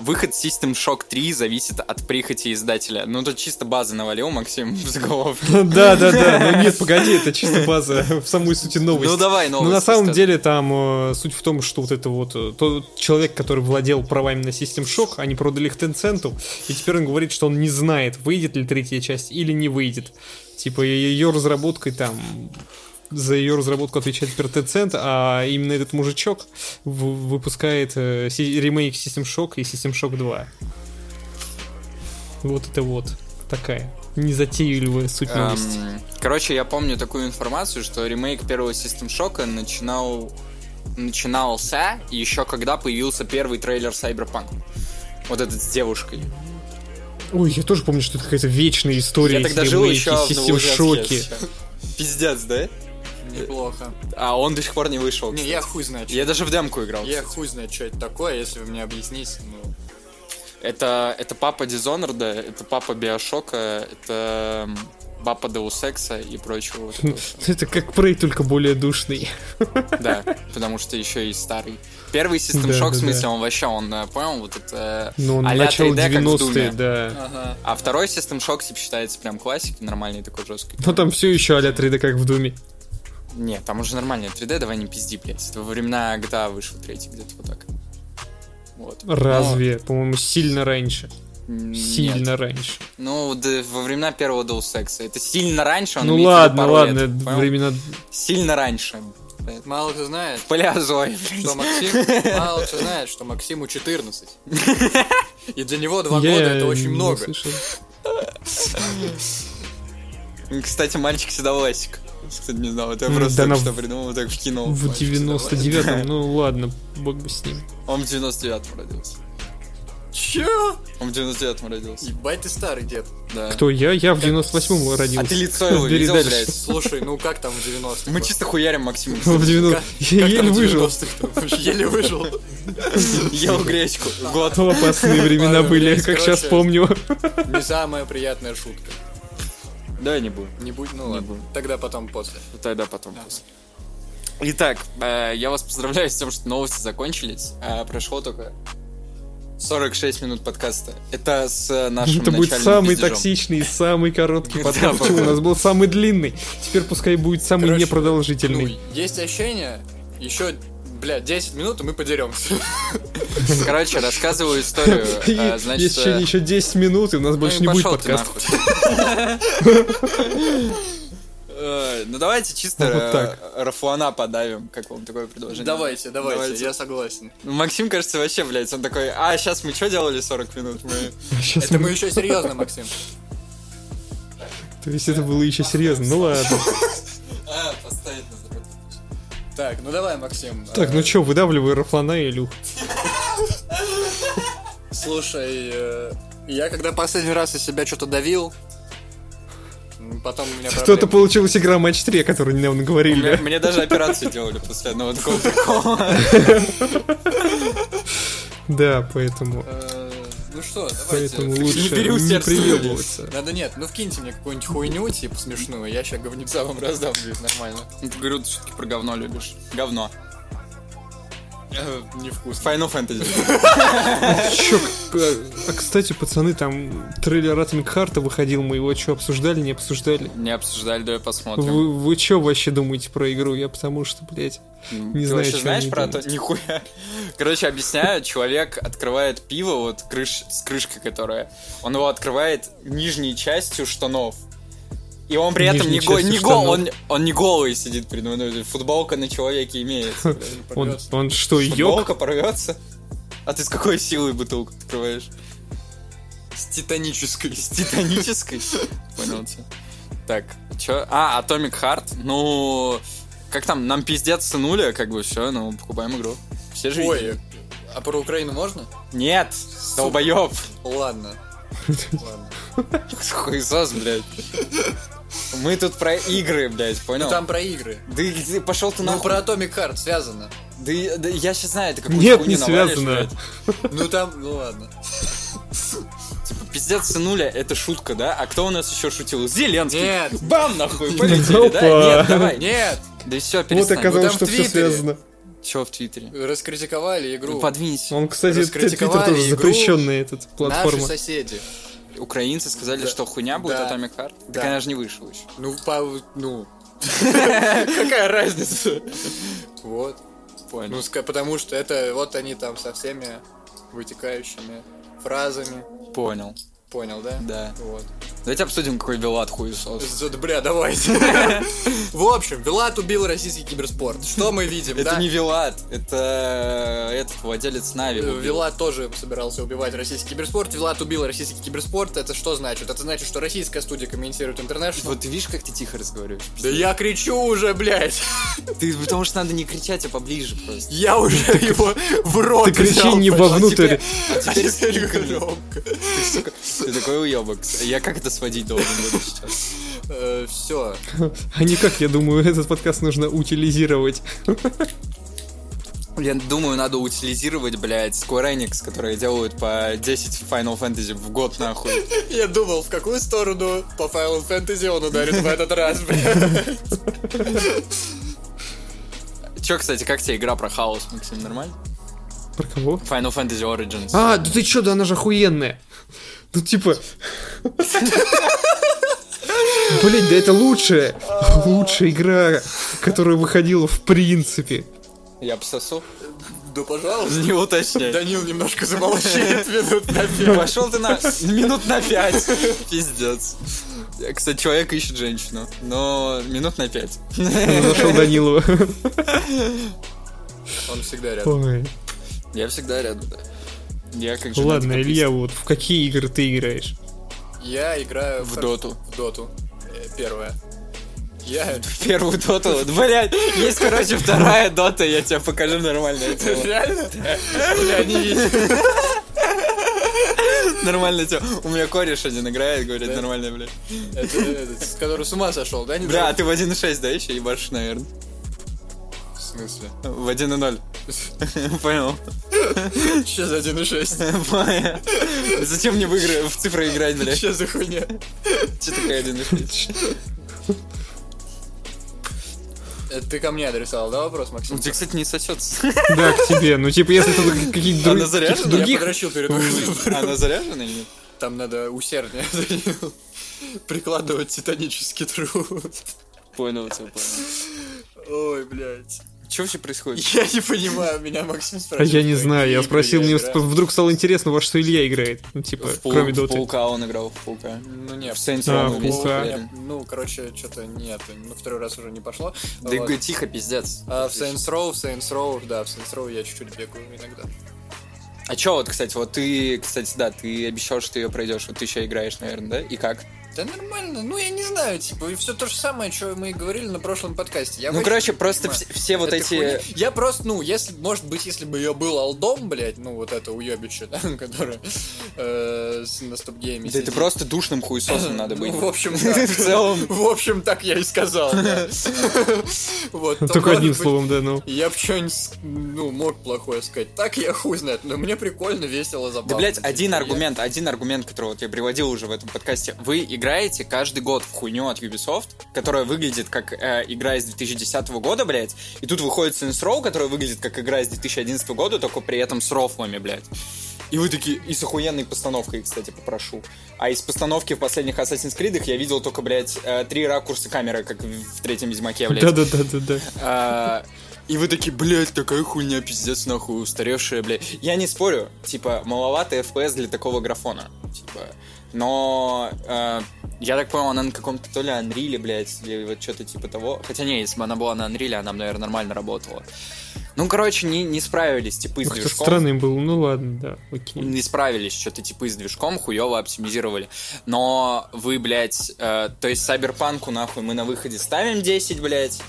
Speaker 2: Выход System Shock 3 зависит от прихоти издателя. Ну, тут чисто базы навалил, Максим, (laughs) в заголовке.
Speaker 1: (laughs) Да, да, да. Ну нет, погоди, это чисто база в самой сути новости.
Speaker 2: Ну, давай
Speaker 1: Ну, на
Speaker 2: новость
Speaker 1: самом
Speaker 2: рассказывай.
Speaker 1: деле, там э, суть в том, что вот это вот э, тот человек, который владел правами на System Shock, они продали их Tencent, и теперь он говорит, что он не знает, выйдет ли третья часть или не выйдет. Типа, е- ее разработкой там за ее разработку отвечает теперь Tencent, а именно этот мужичок в- выпускает э, си- ремейк System Shock и System Shock 2. Вот это вот такая незатейливая суть
Speaker 2: Эм,
Speaker 1: новости.
Speaker 2: короче, я помню такую информацию, что ремейк первого System Shock начинал, начинался еще когда появился первый трейлер Cyberpunk. Вот этот с девушкой.
Speaker 1: Ой, я тоже помню, что это какая-то вечная история.
Speaker 2: я
Speaker 1: эти
Speaker 2: тогда жил
Speaker 1: ремейки,
Speaker 2: еще в
Speaker 1: System
Speaker 2: Новоузенске.
Speaker 1: Shock.
Speaker 2: Пиздец, да?
Speaker 3: Неплохо.
Speaker 2: А он до сих пор не вышел.
Speaker 3: Не, я хуй знает.
Speaker 2: Я даже в демку играл.
Speaker 3: Я хуй знает, что это такое, если вы мне объясните. Ну,
Speaker 2: Это, это папа Дизонорда, это папа Биошока, это м, папа Деусекса и прочего.
Speaker 1: (laughs)
Speaker 2: вот этого.
Speaker 1: Ну, Это как Prey, только более душный.
Speaker 2: Да, потому что еще и старый. Первый System
Speaker 1: Да,
Speaker 2: Shock, в
Speaker 1: да,
Speaker 2: смысле,
Speaker 1: да.
Speaker 2: он вообще, он э, понял, вот это...
Speaker 1: Но он
Speaker 2: а-ля
Speaker 1: начало
Speaker 2: 3D, как в
Speaker 1: 90-е,
Speaker 2: Думе.
Speaker 1: да.
Speaker 3: ага.
Speaker 2: А второй System Shock типа, считается прям классикой, нормальный такой жесткий.
Speaker 1: Но там все еще а-ля 3D, как в Думе.
Speaker 2: Не, там уже нормальный 3D, давай не пизди, блядь. Это во времена GTA вышел третий, где-то вот так. Вот.
Speaker 1: Разве? По-моему, сильно раньше.
Speaker 2: Но, м, нет.
Speaker 1: Сильно раньше.
Speaker 2: Ну, да, во времена первого Deus Ex. Это сильно раньше, он
Speaker 1: ну
Speaker 2: имеется в
Speaker 1: ладно,
Speaker 2: виду А, пару
Speaker 1: ладно,
Speaker 2: лет, понял?
Speaker 1: времена...
Speaker 2: Сильно раньше.
Speaker 3: Мало кто знает,
Speaker 2: Палеозой.
Speaker 3: что
Speaker 1: (laughs)
Speaker 3: Максим... Мало кто знает, что Максиму 14. И для него два
Speaker 1: Я
Speaker 3: года это очень
Speaker 1: не
Speaker 3: много.
Speaker 1: слышал.
Speaker 2: Кстати, мальчик седовласик. Кстати, не знал, это я
Speaker 1: М,
Speaker 2: просто
Speaker 1: да
Speaker 2: так
Speaker 1: она
Speaker 2: что
Speaker 1: в-
Speaker 2: придумал, так вкинул.
Speaker 1: В
Speaker 2: Мальчик седовласик.
Speaker 1: 99-м, ну ладно, бог бы с ним.
Speaker 2: Он в 99-м родился.
Speaker 3: Чё?
Speaker 2: Он в 99-м родился.
Speaker 3: Ебать ты старый дед.
Speaker 2: Да.
Speaker 1: Кто я? Я в 98-м родился.
Speaker 2: А ты лицо его
Speaker 1: Бери
Speaker 2: видел,
Speaker 1: дальше.
Speaker 2: блядь?
Speaker 3: Слушай, ну как там в 90-х?
Speaker 2: Мы чисто хуярим
Speaker 1: (laughs)
Speaker 2: Максима.
Speaker 1: В 90
Speaker 3: Как-
Speaker 1: Я
Speaker 3: как там
Speaker 1: еле
Speaker 3: в
Speaker 1: выжил.
Speaker 3: 90-х -то? Вообще Еле выжил.
Speaker 1: (laughs)
Speaker 2: Ел гречку. Год.
Speaker 1: То опасные времена
Speaker 3: Ладно,
Speaker 1: были,
Speaker 3: блядь,
Speaker 1: как сейчас
Speaker 3: короче.
Speaker 1: помню.
Speaker 3: Не самая приятная шутка.
Speaker 2: Давай не будем.
Speaker 3: Не будь, ну
Speaker 2: Не
Speaker 3: ладно.
Speaker 2: буду. Ну,
Speaker 3: Тогда потом после.
Speaker 2: Тогда потом. после. Итак, э, я вас поздравляю с тем, что новости закончились. А Прошло только 46 минут подкаста. Это
Speaker 1: (laughs)
Speaker 2: с э, нашим
Speaker 1: Это будет
Speaker 2: начальным
Speaker 1: самый
Speaker 2: пиздежом.
Speaker 1: токсичный, самый короткий
Speaker 2: (laughs) Да,
Speaker 1: подкаст. Почему? У нас был самый длинный. Теперь пускай будет самый
Speaker 3: Короче, Ну,
Speaker 1: непродолжительный.
Speaker 3: есть ощущение, еще, бля, 10 минут, и мы подеремся.
Speaker 2: Короче, рассказываю историю. Э,
Speaker 1: (laughs) И
Speaker 2: Значит,
Speaker 1: Есть еще-
Speaker 2: э,
Speaker 1: еще 10 минут, и у нас
Speaker 2: ну
Speaker 1: больше
Speaker 2: и
Speaker 1: не будет
Speaker 2: пошёл ты
Speaker 1: подкаста.
Speaker 2: нахуй. Э, Ну давайте чисто
Speaker 1: Вот
Speaker 2: э,
Speaker 1: так.
Speaker 2: Рафуана подавим, как вам такое предложение.
Speaker 3: Давайте, давайте, я согласен.
Speaker 2: Ну, Максим, кажется, вообще, блядь, он такой, а, сейчас мы что делали 40 минут? Мы...
Speaker 1: Сейчас
Speaker 3: Это
Speaker 1: мы-
Speaker 3: мы еще серьезно, Максим.
Speaker 1: То есть это было еще серьезно. Ну
Speaker 2: (laughs)
Speaker 1: ладно.
Speaker 2: А, поставить на завод.
Speaker 3: Так, ну давай, Максим.
Speaker 1: Так,
Speaker 3: э,
Speaker 1: ну чё, выдавливай Рафлана и Илюх.
Speaker 3: Слушай, э, я когда последний раз из себя что-то давил, м, потом у меня
Speaker 1: Что-то
Speaker 3: проблемы.
Speaker 1: получилась игра матч 3, о которой недавно
Speaker 2: Мне,
Speaker 1: говорили.
Speaker 2: мне даже операцию делали после одного такого прикола.
Speaker 1: (laughs) Да, поэтому...
Speaker 3: Э, Ну что, давайте.
Speaker 1: Поэтому лучше не
Speaker 2: переусердствуй.
Speaker 1: приебываться.
Speaker 3: Надо нет, ну вкиньте мне какую-нибудь хуйню, типа смешную, я сейчас говнеца вам (laughs) раздам, блин, нормально.
Speaker 2: Ну, ты, Говорю, ты все-таки про говно любишь. Говно.
Speaker 3: Невкусно.
Speaker 2: Final Fantasy.
Speaker 1: Чё, к- э, а, кстати, пацаны, там трейлер Atomic Heart выходил, мы его что, обсуждали, не обсуждали?
Speaker 2: Не обсуждали, давай посмотрим.
Speaker 1: Вы, вы чё вообще думаете про игру? Я потому что, блядь,
Speaker 2: Не
Speaker 1: знаю,
Speaker 2: вообще
Speaker 1: чё
Speaker 2: знаешь
Speaker 1: они
Speaker 2: про то?
Speaker 1: думают.
Speaker 2: Нихуя. Короче, объясняю, человек открывает пиво, вот крыш, с крышкой которая. Он его открывает нижней частью штанов. И он при этом
Speaker 1: Нижней
Speaker 2: не, го-
Speaker 1: частью
Speaker 2: не го-
Speaker 1: штанов.
Speaker 2: он, он не голый сидит передо мной. Футболка на человеке имеется.
Speaker 3: Ну,
Speaker 1: он, он что, ёк?
Speaker 2: Футболка порвется? А ты с какой силой бутылку открываешь? С титанической. С титанической? Понял тебя. Так, чё? А, Atomic Heart. Ну, как там, нам пиздец сынули, как бы все, ну, покупаем игру. Все же
Speaker 3: Ой, а про Украину можно?
Speaker 2: Нет, долбоёб.
Speaker 1: (laughs)
Speaker 3: Ладно. Ладно.
Speaker 2: Хуесос, блядь. Мы тут про игры, блядь, понял?
Speaker 3: Ну там про игры.
Speaker 2: Да и где- пошел ты
Speaker 3: Ну
Speaker 2: нахуй.
Speaker 3: про Atomic Heart связано.
Speaker 2: Да, и- да я сейчас знаю, это какую
Speaker 1: Нет, не связано.
Speaker 3: Ну там, ну ладно.
Speaker 2: Типа, пиздец сынуля, это шутка, да? А кто у нас еще шутил? Зеленский.
Speaker 3: Нет.
Speaker 2: Бам, нахуй, полетели, да?
Speaker 1: Опа.
Speaker 2: Нет, давай. Нет.
Speaker 3: Нет,
Speaker 2: Да все,
Speaker 1: Ну, Вот
Speaker 2: перестань.
Speaker 1: оказалось,
Speaker 3: Ну,
Speaker 1: что
Speaker 3: там в
Speaker 1: все
Speaker 3: Твиттере.
Speaker 1: связано.
Speaker 2: Че в Твиттере?
Speaker 3: раскритиковали игру.
Speaker 2: Ну, подвинься.
Speaker 1: Он, кстати, этот Твиттер
Speaker 3: Раскритиковали
Speaker 1: тоже
Speaker 3: игру.
Speaker 1: запрещенная этот (laughs)
Speaker 3: Наши
Speaker 1: платформа.
Speaker 3: соседи.
Speaker 1: Ну.
Speaker 2: Украинцы сказали,
Speaker 3: Да.
Speaker 2: что хуйня будет
Speaker 3: Да.
Speaker 2: Atomic Heart.
Speaker 3: Да.
Speaker 2: Так она же не вышла
Speaker 3: (laughs)
Speaker 2: еще.
Speaker 3: Ну, по, ну,
Speaker 2: Какая разница?
Speaker 3: вот. Ну,
Speaker 2: Понял.
Speaker 3: ска- потому что это вот они там со всеми вытекающими фразами.
Speaker 2: Понял,
Speaker 3: Понял, да?
Speaker 2: да.
Speaker 3: Вот.
Speaker 2: Давайте обсудим, какой Вилат хуесос.
Speaker 3: З-
Speaker 2: (laughs)
Speaker 3: Бля, давайте. В общем, Вилат убил российский киберспорт. Что мы видим,
Speaker 2: Это
Speaker 3: да?
Speaker 2: не Вилат, это э, этот владелец Нави.
Speaker 3: Э,
Speaker 2: убил.
Speaker 3: Вилат тоже собирался убивать российский киберспорт. Вилат убил российский киберспорт. Это что значит? Это значит, что российская студия комментирует интернешнл.
Speaker 2: Вот ты видишь, как ты тихо разговариваешь?
Speaker 3: Да я кричу уже, блядь.
Speaker 2: Ты, потому что надо не кричать, а поближе просто.
Speaker 3: Я уже
Speaker 2: (laughs)
Speaker 3: его в рот
Speaker 1: Ты кричи
Speaker 3: взял,
Speaker 1: не
Speaker 3: блядь.
Speaker 1: вовнутрь.
Speaker 2: А
Speaker 3: А
Speaker 2: теперь
Speaker 3: теперь
Speaker 2: стуками.
Speaker 3: громко.
Speaker 2: Ты такой уебок. Я как это сводить должен буду сейчас?
Speaker 3: Э, Все.
Speaker 1: А не как, я думаю, этот подкаст нужно утилизировать.
Speaker 2: Я думаю, надо утилизировать, блядь, Square Enix, которые делают по 10 Final Fantasy в год, нахуй.
Speaker 3: Я думал, в какую сторону по файлу фэнтези он ударит в этот раз, блядь.
Speaker 2: Чё, кстати, как тебе игра про хаос, Максим, нормально?
Speaker 1: Про кого?
Speaker 2: Final Fantasy Origins.
Speaker 1: А, да ты чё, да она же охуенная. Ну, типа... (laughs) Блин, да это лучшая, лучшая игра, которая выходила в принципе.
Speaker 2: Я обсосу?
Speaker 3: Да пожалуйста.
Speaker 2: Не уточняй.
Speaker 3: Данил немножко
Speaker 1: (laughs)
Speaker 3: замолчит минут на пять.
Speaker 2: Пошел ты на минут на пять. Пиздец. Кстати, человек ищет женщину, но минут на пять.
Speaker 1: Нашел Данилова. (laughs)
Speaker 3: Он всегда рядом.
Speaker 1: Ой.
Speaker 2: Я всегда рядом, да. Я как женатый
Speaker 1: Ну Ладно,
Speaker 2: каприз.
Speaker 1: Илья, вот в какие игры ты играешь?
Speaker 3: Я играю
Speaker 2: В доту.
Speaker 3: В доту. Э, Первая. Я...
Speaker 2: Первую доту. вот, Блядь, есть, короче, вторая дота, я тебе покажу нормальное тело.
Speaker 3: Реально? Я не
Speaker 2: (laughs)
Speaker 3: видел.
Speaker 2: Нормальное тело. У меня кореш один играет, говорит,
Speaker 3: Да.
Speaker 2: нормально, блядь.
Speaker 3: (laughs) Это этот, с которого с ума сошел, да? не
Speaker 2: Бля, а ты в 1.6, да, еще ебашишь, наверное?
Speaker 3: В смысле?
Speaker 2: В 1.0. (laughs) Понял.
Speaker 3: Че за 1.6?
Speaker 2: (laughs) Понял. Зачем мне в игры, в цифры играть, блядь?
Speaker 3: Че за хуйня?
Speaker 2: Че такая 1.6?
Speaker 3: Это ты ко мне адресовал, да, вопрос, Максим?
Speaker 2: У тебя, кстати, не сосется.
Speaker 3: (laughs)
Speaker 1: Да, к тебе. Ну, типа, если тут какие-то друг-
Speaker 2: Она заряжена?
Speaker 1: каких-то
Speaker 3: Я
Speaker 1: других...
Speaker 3: подрочил
Speaker 1: (laughs)
Speaker 3: перед выходом.
Speaker 2: Она заряжена или нет?
Speaker 3: Там надо усерднее (laughs) прикладывать титанический труд.
Speaker 2: Понял тебя, понял.
Speaker 3: Ой, блядь.
Speaker 2: Че вообще происходит?
Speaker 3: Я не понимаю, меня Максим
Speaker 1: А
Speaker 3: спросил.
Speaker 1: я
Speaker 2: Типа,
Speaker 1: не знаю, я
Speaker 3: какие
Speaker 1: спросил,
Speaker 3: игры
Speaker 1: мне
Speaker 3: играю.
Speaker 1: вдруг стало интересно, во что Илья играет. Ну, типа,
Speaker 2: В пау-
Speaker 1: кроме
Speaker 2: в
Speaker 1: доты.
Speaker 2: паука он играл, в паука.
Speaker 3: Ну не,
Speaker 2: В Saints
Speaker 1: А,
Speaker 2: Row
Speaker 1: в
Speaker 2: он есть,
Speaker 1: Паука.
Speaker 2: уверен.
Speaker 3: Я- ну, короче, что-то нет, ну, второй раз уже не пошло.
Speaker 2: Да и
Speaker 3: Вот.
Speaker 2: говорит, тихо, пиздец.
Speaker 3: А в Saints Row, в Saints Row, да, в Saints Row я чуть-чуть бегаю иногда.
Speaker 2: А чё вот, кстати, вот ты, кстати, да, ты обещал, что ты ее пройдешь, вот ты еще играешь, наверное, да? И как?
Speaker 3: Да нормально, ну я не знаю, типа, все то же самое, что мы и говорили на прошлом подкасте. Я
Speaker 2: ну,
Speaker 3: вообще
Speaker 2: короче,
Speaker 3: не
Speaker 2: просто
Speaker 3: понимаю.
Speaker 2: вс- все вот
Speaker 3: Это хуйня.
Speaker 2: эти...
Speaker 3: Я просто, ну, если, может быть, если бы ее был алдом, блядь, ну, вот это уебище, (laughs) да, которое э, с- на стоп-гейме
Speaker 2: Да это
Speaker 3: сидит.
Speaker 2: просто душным хуесосом надо
Speaker 3: (laughs) Ну,
Speaker 2: быть. (laughs)
Speaker 3: в общем, да.
Speaker 2: В целом.
Speaker 3: В общем, так я и
Speaker 2: (laughs)
Speaker 3: сказал, да. Вот, то,
Speaker 1: Ну, Только одним
Speaker 3: может быть,
Speaker 1: словом, да, ну.
Speaker 3: Я бы что-нибудь, ну, мог плохое сказать. Так я хуй знает, но мне прикольно, весело, забавно.
Speaker 2: Да, блядь,
Speaker 3: Типа,
Speaker 2: один
Speaker 3: я-
Speaker 2: аргумент, один аргумент, который вот я приводил уже в этом подкасте. Вы играете каждый год в хуйню от Ubisoft, которая выглядит как э, игра из 2010 года, блядь, и тут выходит Saints Row, которая выглядит как игра из 2011 года, только при этом с рофлами, блядь. И вы такие, и с охуенной постановкой, кстати, попрошу. А из постановки в последних Assassin's Creed я видел только, блядь, э, три ракурса камеры, как в в третьем Ведьмаке, блядь.
Speaker 1: Да-да-да-да-да.
Speaker 2: А, И вы такие, блядь, такая хуйня, пиздец, нахуй, устаревшая, блядь. Я не спорю, типа, маловато FPS для такого графона, типа. Но, э, я так понял, она на каком-то то ли Unreal, блядь, или вот что-то типа того. Хотя не, если бы она была на Unreal, она бы, наверное, нормально работала. Ну, короче, не, не справились, типы, с
Speaker 1: Как-то
Speaker 2: движком.
Speaker 1: странным был, ну ладно, да, окей.
Speaker 2: Не справились, что-то типы с движком хуево оптимизировали. Но вы, блядь, э, то есть Сайберпанку, нахуй, мы на выходе ставим 10, блядь.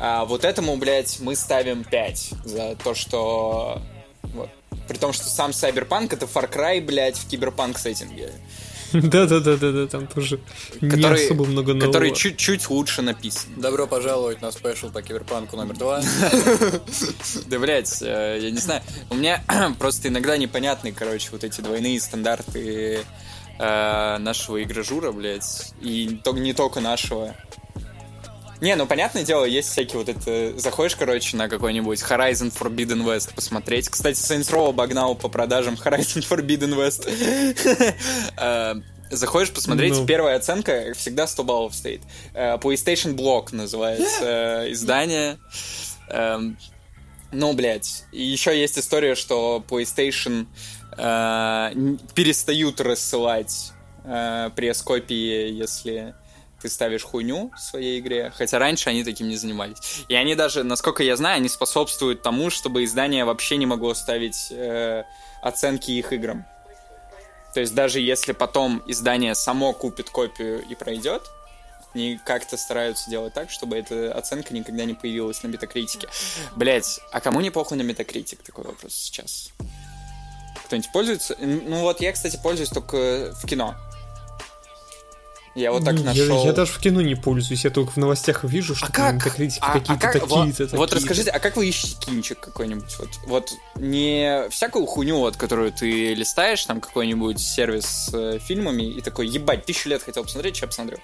Speaker 2: А вот этому, блядь, мы ставим 5 за то, что... Вот. При том, что сам Сайберпанк это Far Cry, блядь, в киберпанк сеттинге.
Speaker 1: Да-да-да-да-да, там тоже не
Speaker 2: Который-
Speaker 1: особо много нового.
Speaker 2: Который чуть-чуть лучше написан.
Speaker 3: Добро пожаловать на спешл по киберпанку номер два.
Speaker 2: Да, блядь, э, я не знаю. У меня (clears throat) просто иногда непонятны, короче, вот эти двойные стандарты э, нашего игрожура, блядь. И то- не только нашего. Не, ну понятное дело, есть всякие вот это... Заходишь, короче, на какой-нибудь Horizon Forbidden West посмотреть. Кстати, Saints Row обогнал по продажам (laughs) Horizon Forbidden West. (laughs) Э, Заходишь посмотреть,
Speaker 1: Ну.
Speaker 2: первая оценка всегда 100 баллов стоит. Э, PlayStation Blog называется э, издание. Эм, ну, блядь. И еще есть история, что PlayStation э, н- перестают рассылать э, э, пресс-копии, если ты ставишь хуйню в своей игре. Хотя раньше они таким не занимались. И они даже, насколько я знаю, они способствуют тому, чтобы издание вообще не могло ставить э, оценки их играм. То есть даже если потом издание само купит копию и пройдет, они как-то стараются делать так, чтобы эта оценка никогда не появилась на метакритике. Блять, а кому не похуй на метакритик? Такой вопрос сейчас. Кто-нибудь пользуется? Ну вот я, кстати, пользуюсь только в кино. Я вот так
Speaker 1: я,
Speaker 2: нашел.
Speaker 1: я даже в кино не пользуюсь, я только в новостях вижу, что
Speaker 2: А как?
Speaker 1: критики
Speaker 2: А- а
Speaker 1: какие-то
Speaker 2: как-
Speaker 1: такие-то,
Speaker 2: во-
Speaker 1: такие-то.
Speaker 2: Вот расскажите, а как вы ищете кинчик какой-нибудь? Вот, вот не всякую хуйню, вот, которую ты листаешь, там какой-нибудь сервис с э, фильмами, и такой, ебать, тысячу лет хотел посмотреть, сейчас посмотрю.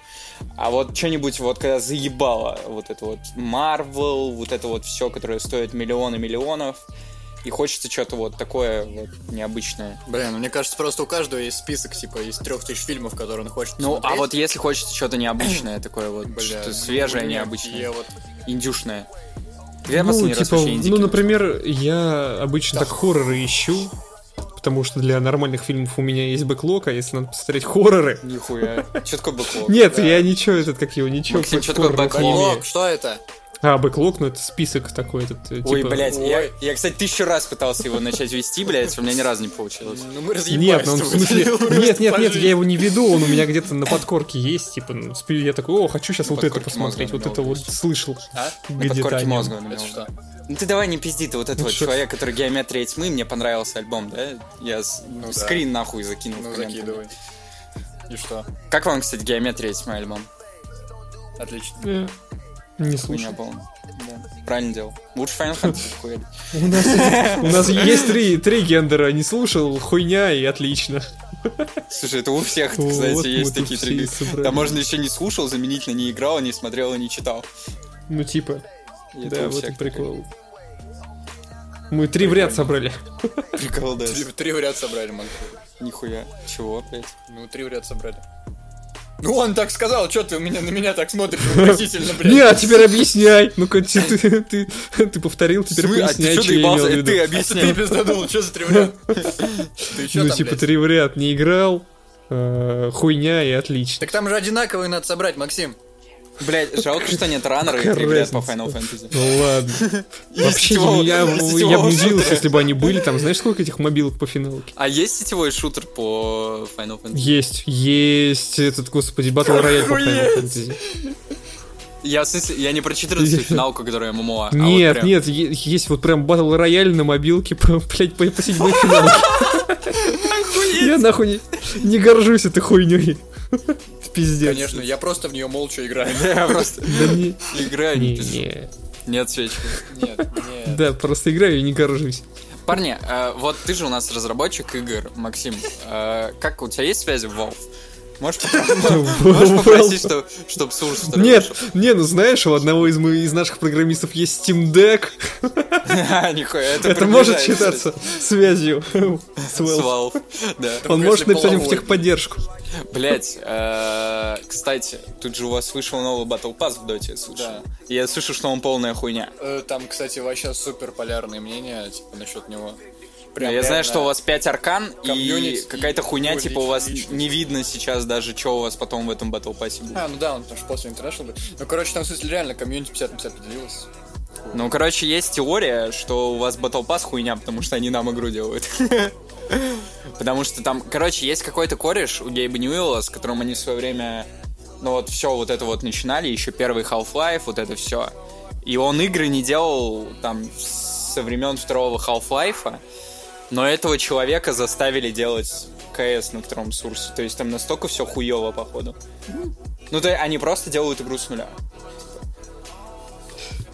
Speaker 2: А вот что-нибудь, вот когда заебало, вот это вот Marvel, вот это вот все, которое стоит миллионы миллионов, и хочется что-то вот такое вот необычное.
Speaker 3: Блин, ну, мне кажется, просто у каждого есть список, типа, из трех тысяч фильмов, которые он хочет
Speaker 2: Ну, а
Speaker 3: посмотреть.
Speaker 2: вот если хочется что-то необычное такое вот,
Speaker 3: Бля,
Speaker 2: что-то
Speaker 3: ну,
Speaker 2: свежее,
Speaker 3: нет,
Speaker 2: необычное,
Speaker 3: я вот-
Speaker 2: индюшное. Я
Speaker 1: ну,
Speaker 2: последний раз
Speaker 1: типа,
Speaker 2: вообще инди
Speaker 1: ну,
Speaker 2: кино
Speaker 1: например, я обычно
Speaker 3: Да.
Speaker 1: так хорроры ищу, потому что для нормальных фильмов у меня есть бэклог, а если надо посмотреть хорроры...
Speaker 2: Нихуя. Че такое бэклог?
Speaker 1: Нет,
Speaker 3: Да.
Speaker 1: я ничего, этот, как его, ничего.
Speaker 2: Максим,
Speaker 1: против
Speaker 2: чё такое
Speaker 1: хорроров не
Speaker 2: бэклог?
Speaker 1: имею.
Speaker 3: Лок, что это?
Speaker 1: А, бэклог, ну это список такой этот, э,
Speaker 2: Ой,
Speaker 1: типа-
Speaker 2: блядь, я,
Speaker 3: ой.
Speaker 2: я, кстати, тысячу раз пытался его начать вести, блядь, у меня ни разу не получилось.
Speaker 3: Ну, мы
Speaker 1: Нет,
Speaker 3: разъебались.
Speaker 1: ну, он в
Speaker 2: (laughs)
Speaker 3: тут.
Speaker 1: смысле...
Speaker 3: (laughs) Просто
Speaker 1: Нет, нет, нет,
Speaker 3: пожили.
Speaker 1: я его не веду, он у меня где-то на подкорке есть, типа, ну, спи- я такой, о, хочу сейчас
Speaker 2: На
Speaker 1: вот это
Speaker 2: подкорке
Speaker 1: посмотреть,
Speaker 2: мозга
Speaker 1: вот это
Speaker 2: у меня
Speaker 1: вот слышал.
Speaker 3: А?
Speaker 2: На
Speaker 1: где-то о
Speaker 2: подкорке
Speaker 1: нем.
Speaker 2: мозга. на
Speaker 3: Это
Speaker 2: него.
Speaker 3: что?
Speaker 2: Ну ты давай не пизди, ты вот этот
Speaker 1: Ну
Speaker 2: вот
Speaker 1: чё?
Speaker 2: человек, который геометрия тьмы, мне понравился альбом, да? Я с-
Speaker 3: Ну да.
Speaker 2: скрин нахуй закинул.
Speaker 3: Ну,
Speaker 2: в комменты.
Speaker 3: закидывай. И что?
Speaker 2: Как вам, кстати, геометрия тьмы альбом?
Speaker 3: Отлично.
Speaker 1: Э, Не
Speaker 2: У меня
Speaker 1: слушал.
Speaker 2: был. Да. Правильно делал. Лучше Final
Speaker 1: (laughs)
Speaker 2: Fantasy, хуя.
Speaker 1: У нас, у нас есть три, три гендера, не слушал, хуйня и отлично.
Speaker 2: Слушай, это у всех,
Speaker 1: Вот
Speaker 2: кстати,
Speaker 1: мы
Speaker 2: есть
Speaker 1: тут
Speaker 2: такие
Speaker 1: все
Speaker 2: триггеры.
Speaker 1: и собрались.
Speaker 2: Да можно еще не слушал, заменить на не играл, а не смотрел и не читал.
Speaker 1: Ну типа,
Speaker 2: И это
Speaker 1: да,
Speaker 2: у
Speaker 1: вот и
Speaker 2: всех
Speaker 1: прикол. Мы три в ряд
Speaker 2: (laughs)
Speaker 1: собрали.
Speaker 2: такой Прикол, да.
Speaker 3: Три, три в ряд собрали, Макс.
Speaker 2: Нихуя. Чего, блядь?
Speaker 3: Ну, три в ряд собрали. Ну, он так сказал, что ты у меня, на меня так смотришь вопросительно, блядь.
Speaker 1: Не, а теперь объясняй. Ну-ка, (laughs) ти- ты, ты, ты повторил, теперь
Speaker 2: Смы- а ты
Speaker 1: поясняй,
Speaker 2: что
Speaker 1: что я имел
Speaker 2: доебался?
Speaker 1: в виду.
Speaker 2: Это Ты (laughs)
Speaker 3: Ты
Speaker 2: объясняй.
Speaker 3: пизданул, что за три
Speaker 1: (laughs)
Speaker 3: в ряд? Ты чё
Speaker 1: Ну
Speaker 3: там,
Speaker 1: типа
Speaker 3: блядь?
Speaker 1: три в ряд не играл, э, хуйня и отлично.
Speaker 3: Так там же одинаковые надо собрать, Максим.
Speaker 2: Блять, жалко, что нет раннера и
Speaker 1: Какая
Speaker 2: ребят по
Speaker 1: разница?
Speaker 2: Final Fantasy.
Speaker 1: Ну
Speaker 2: (laughs)
Speaker 1: ладно. Вообще,
Speaker 2: сетевого-
Speaker 1: я,
Speaker 2: из сетевого
Speaker 1: я бы удивился,
Speaker 2: шутера.
Speaker 1: если бы они были там. Знаешь, сколько этих мобилок по финалке?
Speaker 2: А есть сетевой шутер по Final Fantasy?
Speaker 1: Есть, есть этот, господи, Battle Royale по Final
Speaker 2: Охуеть.
Speaker 1: Fantasy.
Speaker 2: Я, в смысле, я не про 14 финалку, которая ММО. а
Speaker 1: нет,
Speaker 2: вот прям-
Speaker 1: нет, е- есть вот прям Battle Royale на мобилке, (laughs) по- блядь, по, по седьмой финалке. Я нахуй не, не горжусь этой хуйней. Пиздец.
Speaker 3: Конечно, я просто в нее молча играю.
Speaker 2: (laughs) Я просто
Speaker 1: Да не,
Speaker 2: играю, не
Speaker 1: не,
Speaker 2: пишу.
Speaker 1: не.
Speaker 2: Не отсвечиваю.
Speaker 3: Нет, нет.
Speaker 1: Да, просто играю и не горжусь.
Speaker 2: Парни, э, вот ты же у нас разработчик игр, Максим. Э, Как у тебя есть связи в Valve?
Speaker 1: (laughs)
Speaker 2: Можешь попросить- можешь попросить, что- чтобы Сурж второй
Speaker 1: Нет,
Speaker 2: вышел? (laughs)
Speaker 1: не, ну знаешь, у одного из, мы- из наших программистов есть Steam Deck.
Speaker 2: А, Нихуя, это
Speaker 1: Это может
Speaker 2: приближает,
Speaker 1: считаться связью с
Speaker 2: кстати, С
Speaker 1: Valve.
Speaker 2: Valve. Да.
Speaker 1: Он
Speaker 3: если
Speaker 1: может написать им в
Speaker 3: половой.
Speaker 1: техподдержку.
Speaker 2: Блять, э, кстати, тут же у вас вышел новый Battle Pass в Доте, я слышал.
Speaker 3: Да.
Speaker 2: Я слышу, что он полная хуйня.
Speaker 3: Э, Там, кстати, вообще супер полярные мнения, типа, насчет него.
Speaker 2: Ну, я
Speaker 3: Прям реально-
Speaker 2: знаю, что у вас 5 аркан и
Speaker 3: Комьюнити
Speaker 2: какая-то хуйня,
Speaker 3: его
Speaker 2: типа у вас
Speaker 3: личность.
Speaker 2: не видно сейчас даже, что у вас потом в этом Battle Pass будет.
Speaker 3: А, ну да, он потому что после International был. Ну, короче, там, в смысле, реально комьюнити 50 на 50 поделилось.
Speaker 2: Ну, короче, есть теория, что у вас Battle Pass хуйня, потому что они нам игру делают. (laughs) Потому что там, короче, есть какой-то кореш у Гейба Ньюэлла, с которым они в свое время, ну вот все вот это вот начинали, еще первый Half-Life, вот это все. И он игры не делал там со времен второго Half-Life, но этого человека заставили делать КС на втором сурсе. То есть там настолько все хуево, походу. Ну, то есть они просто делают игру с нуля.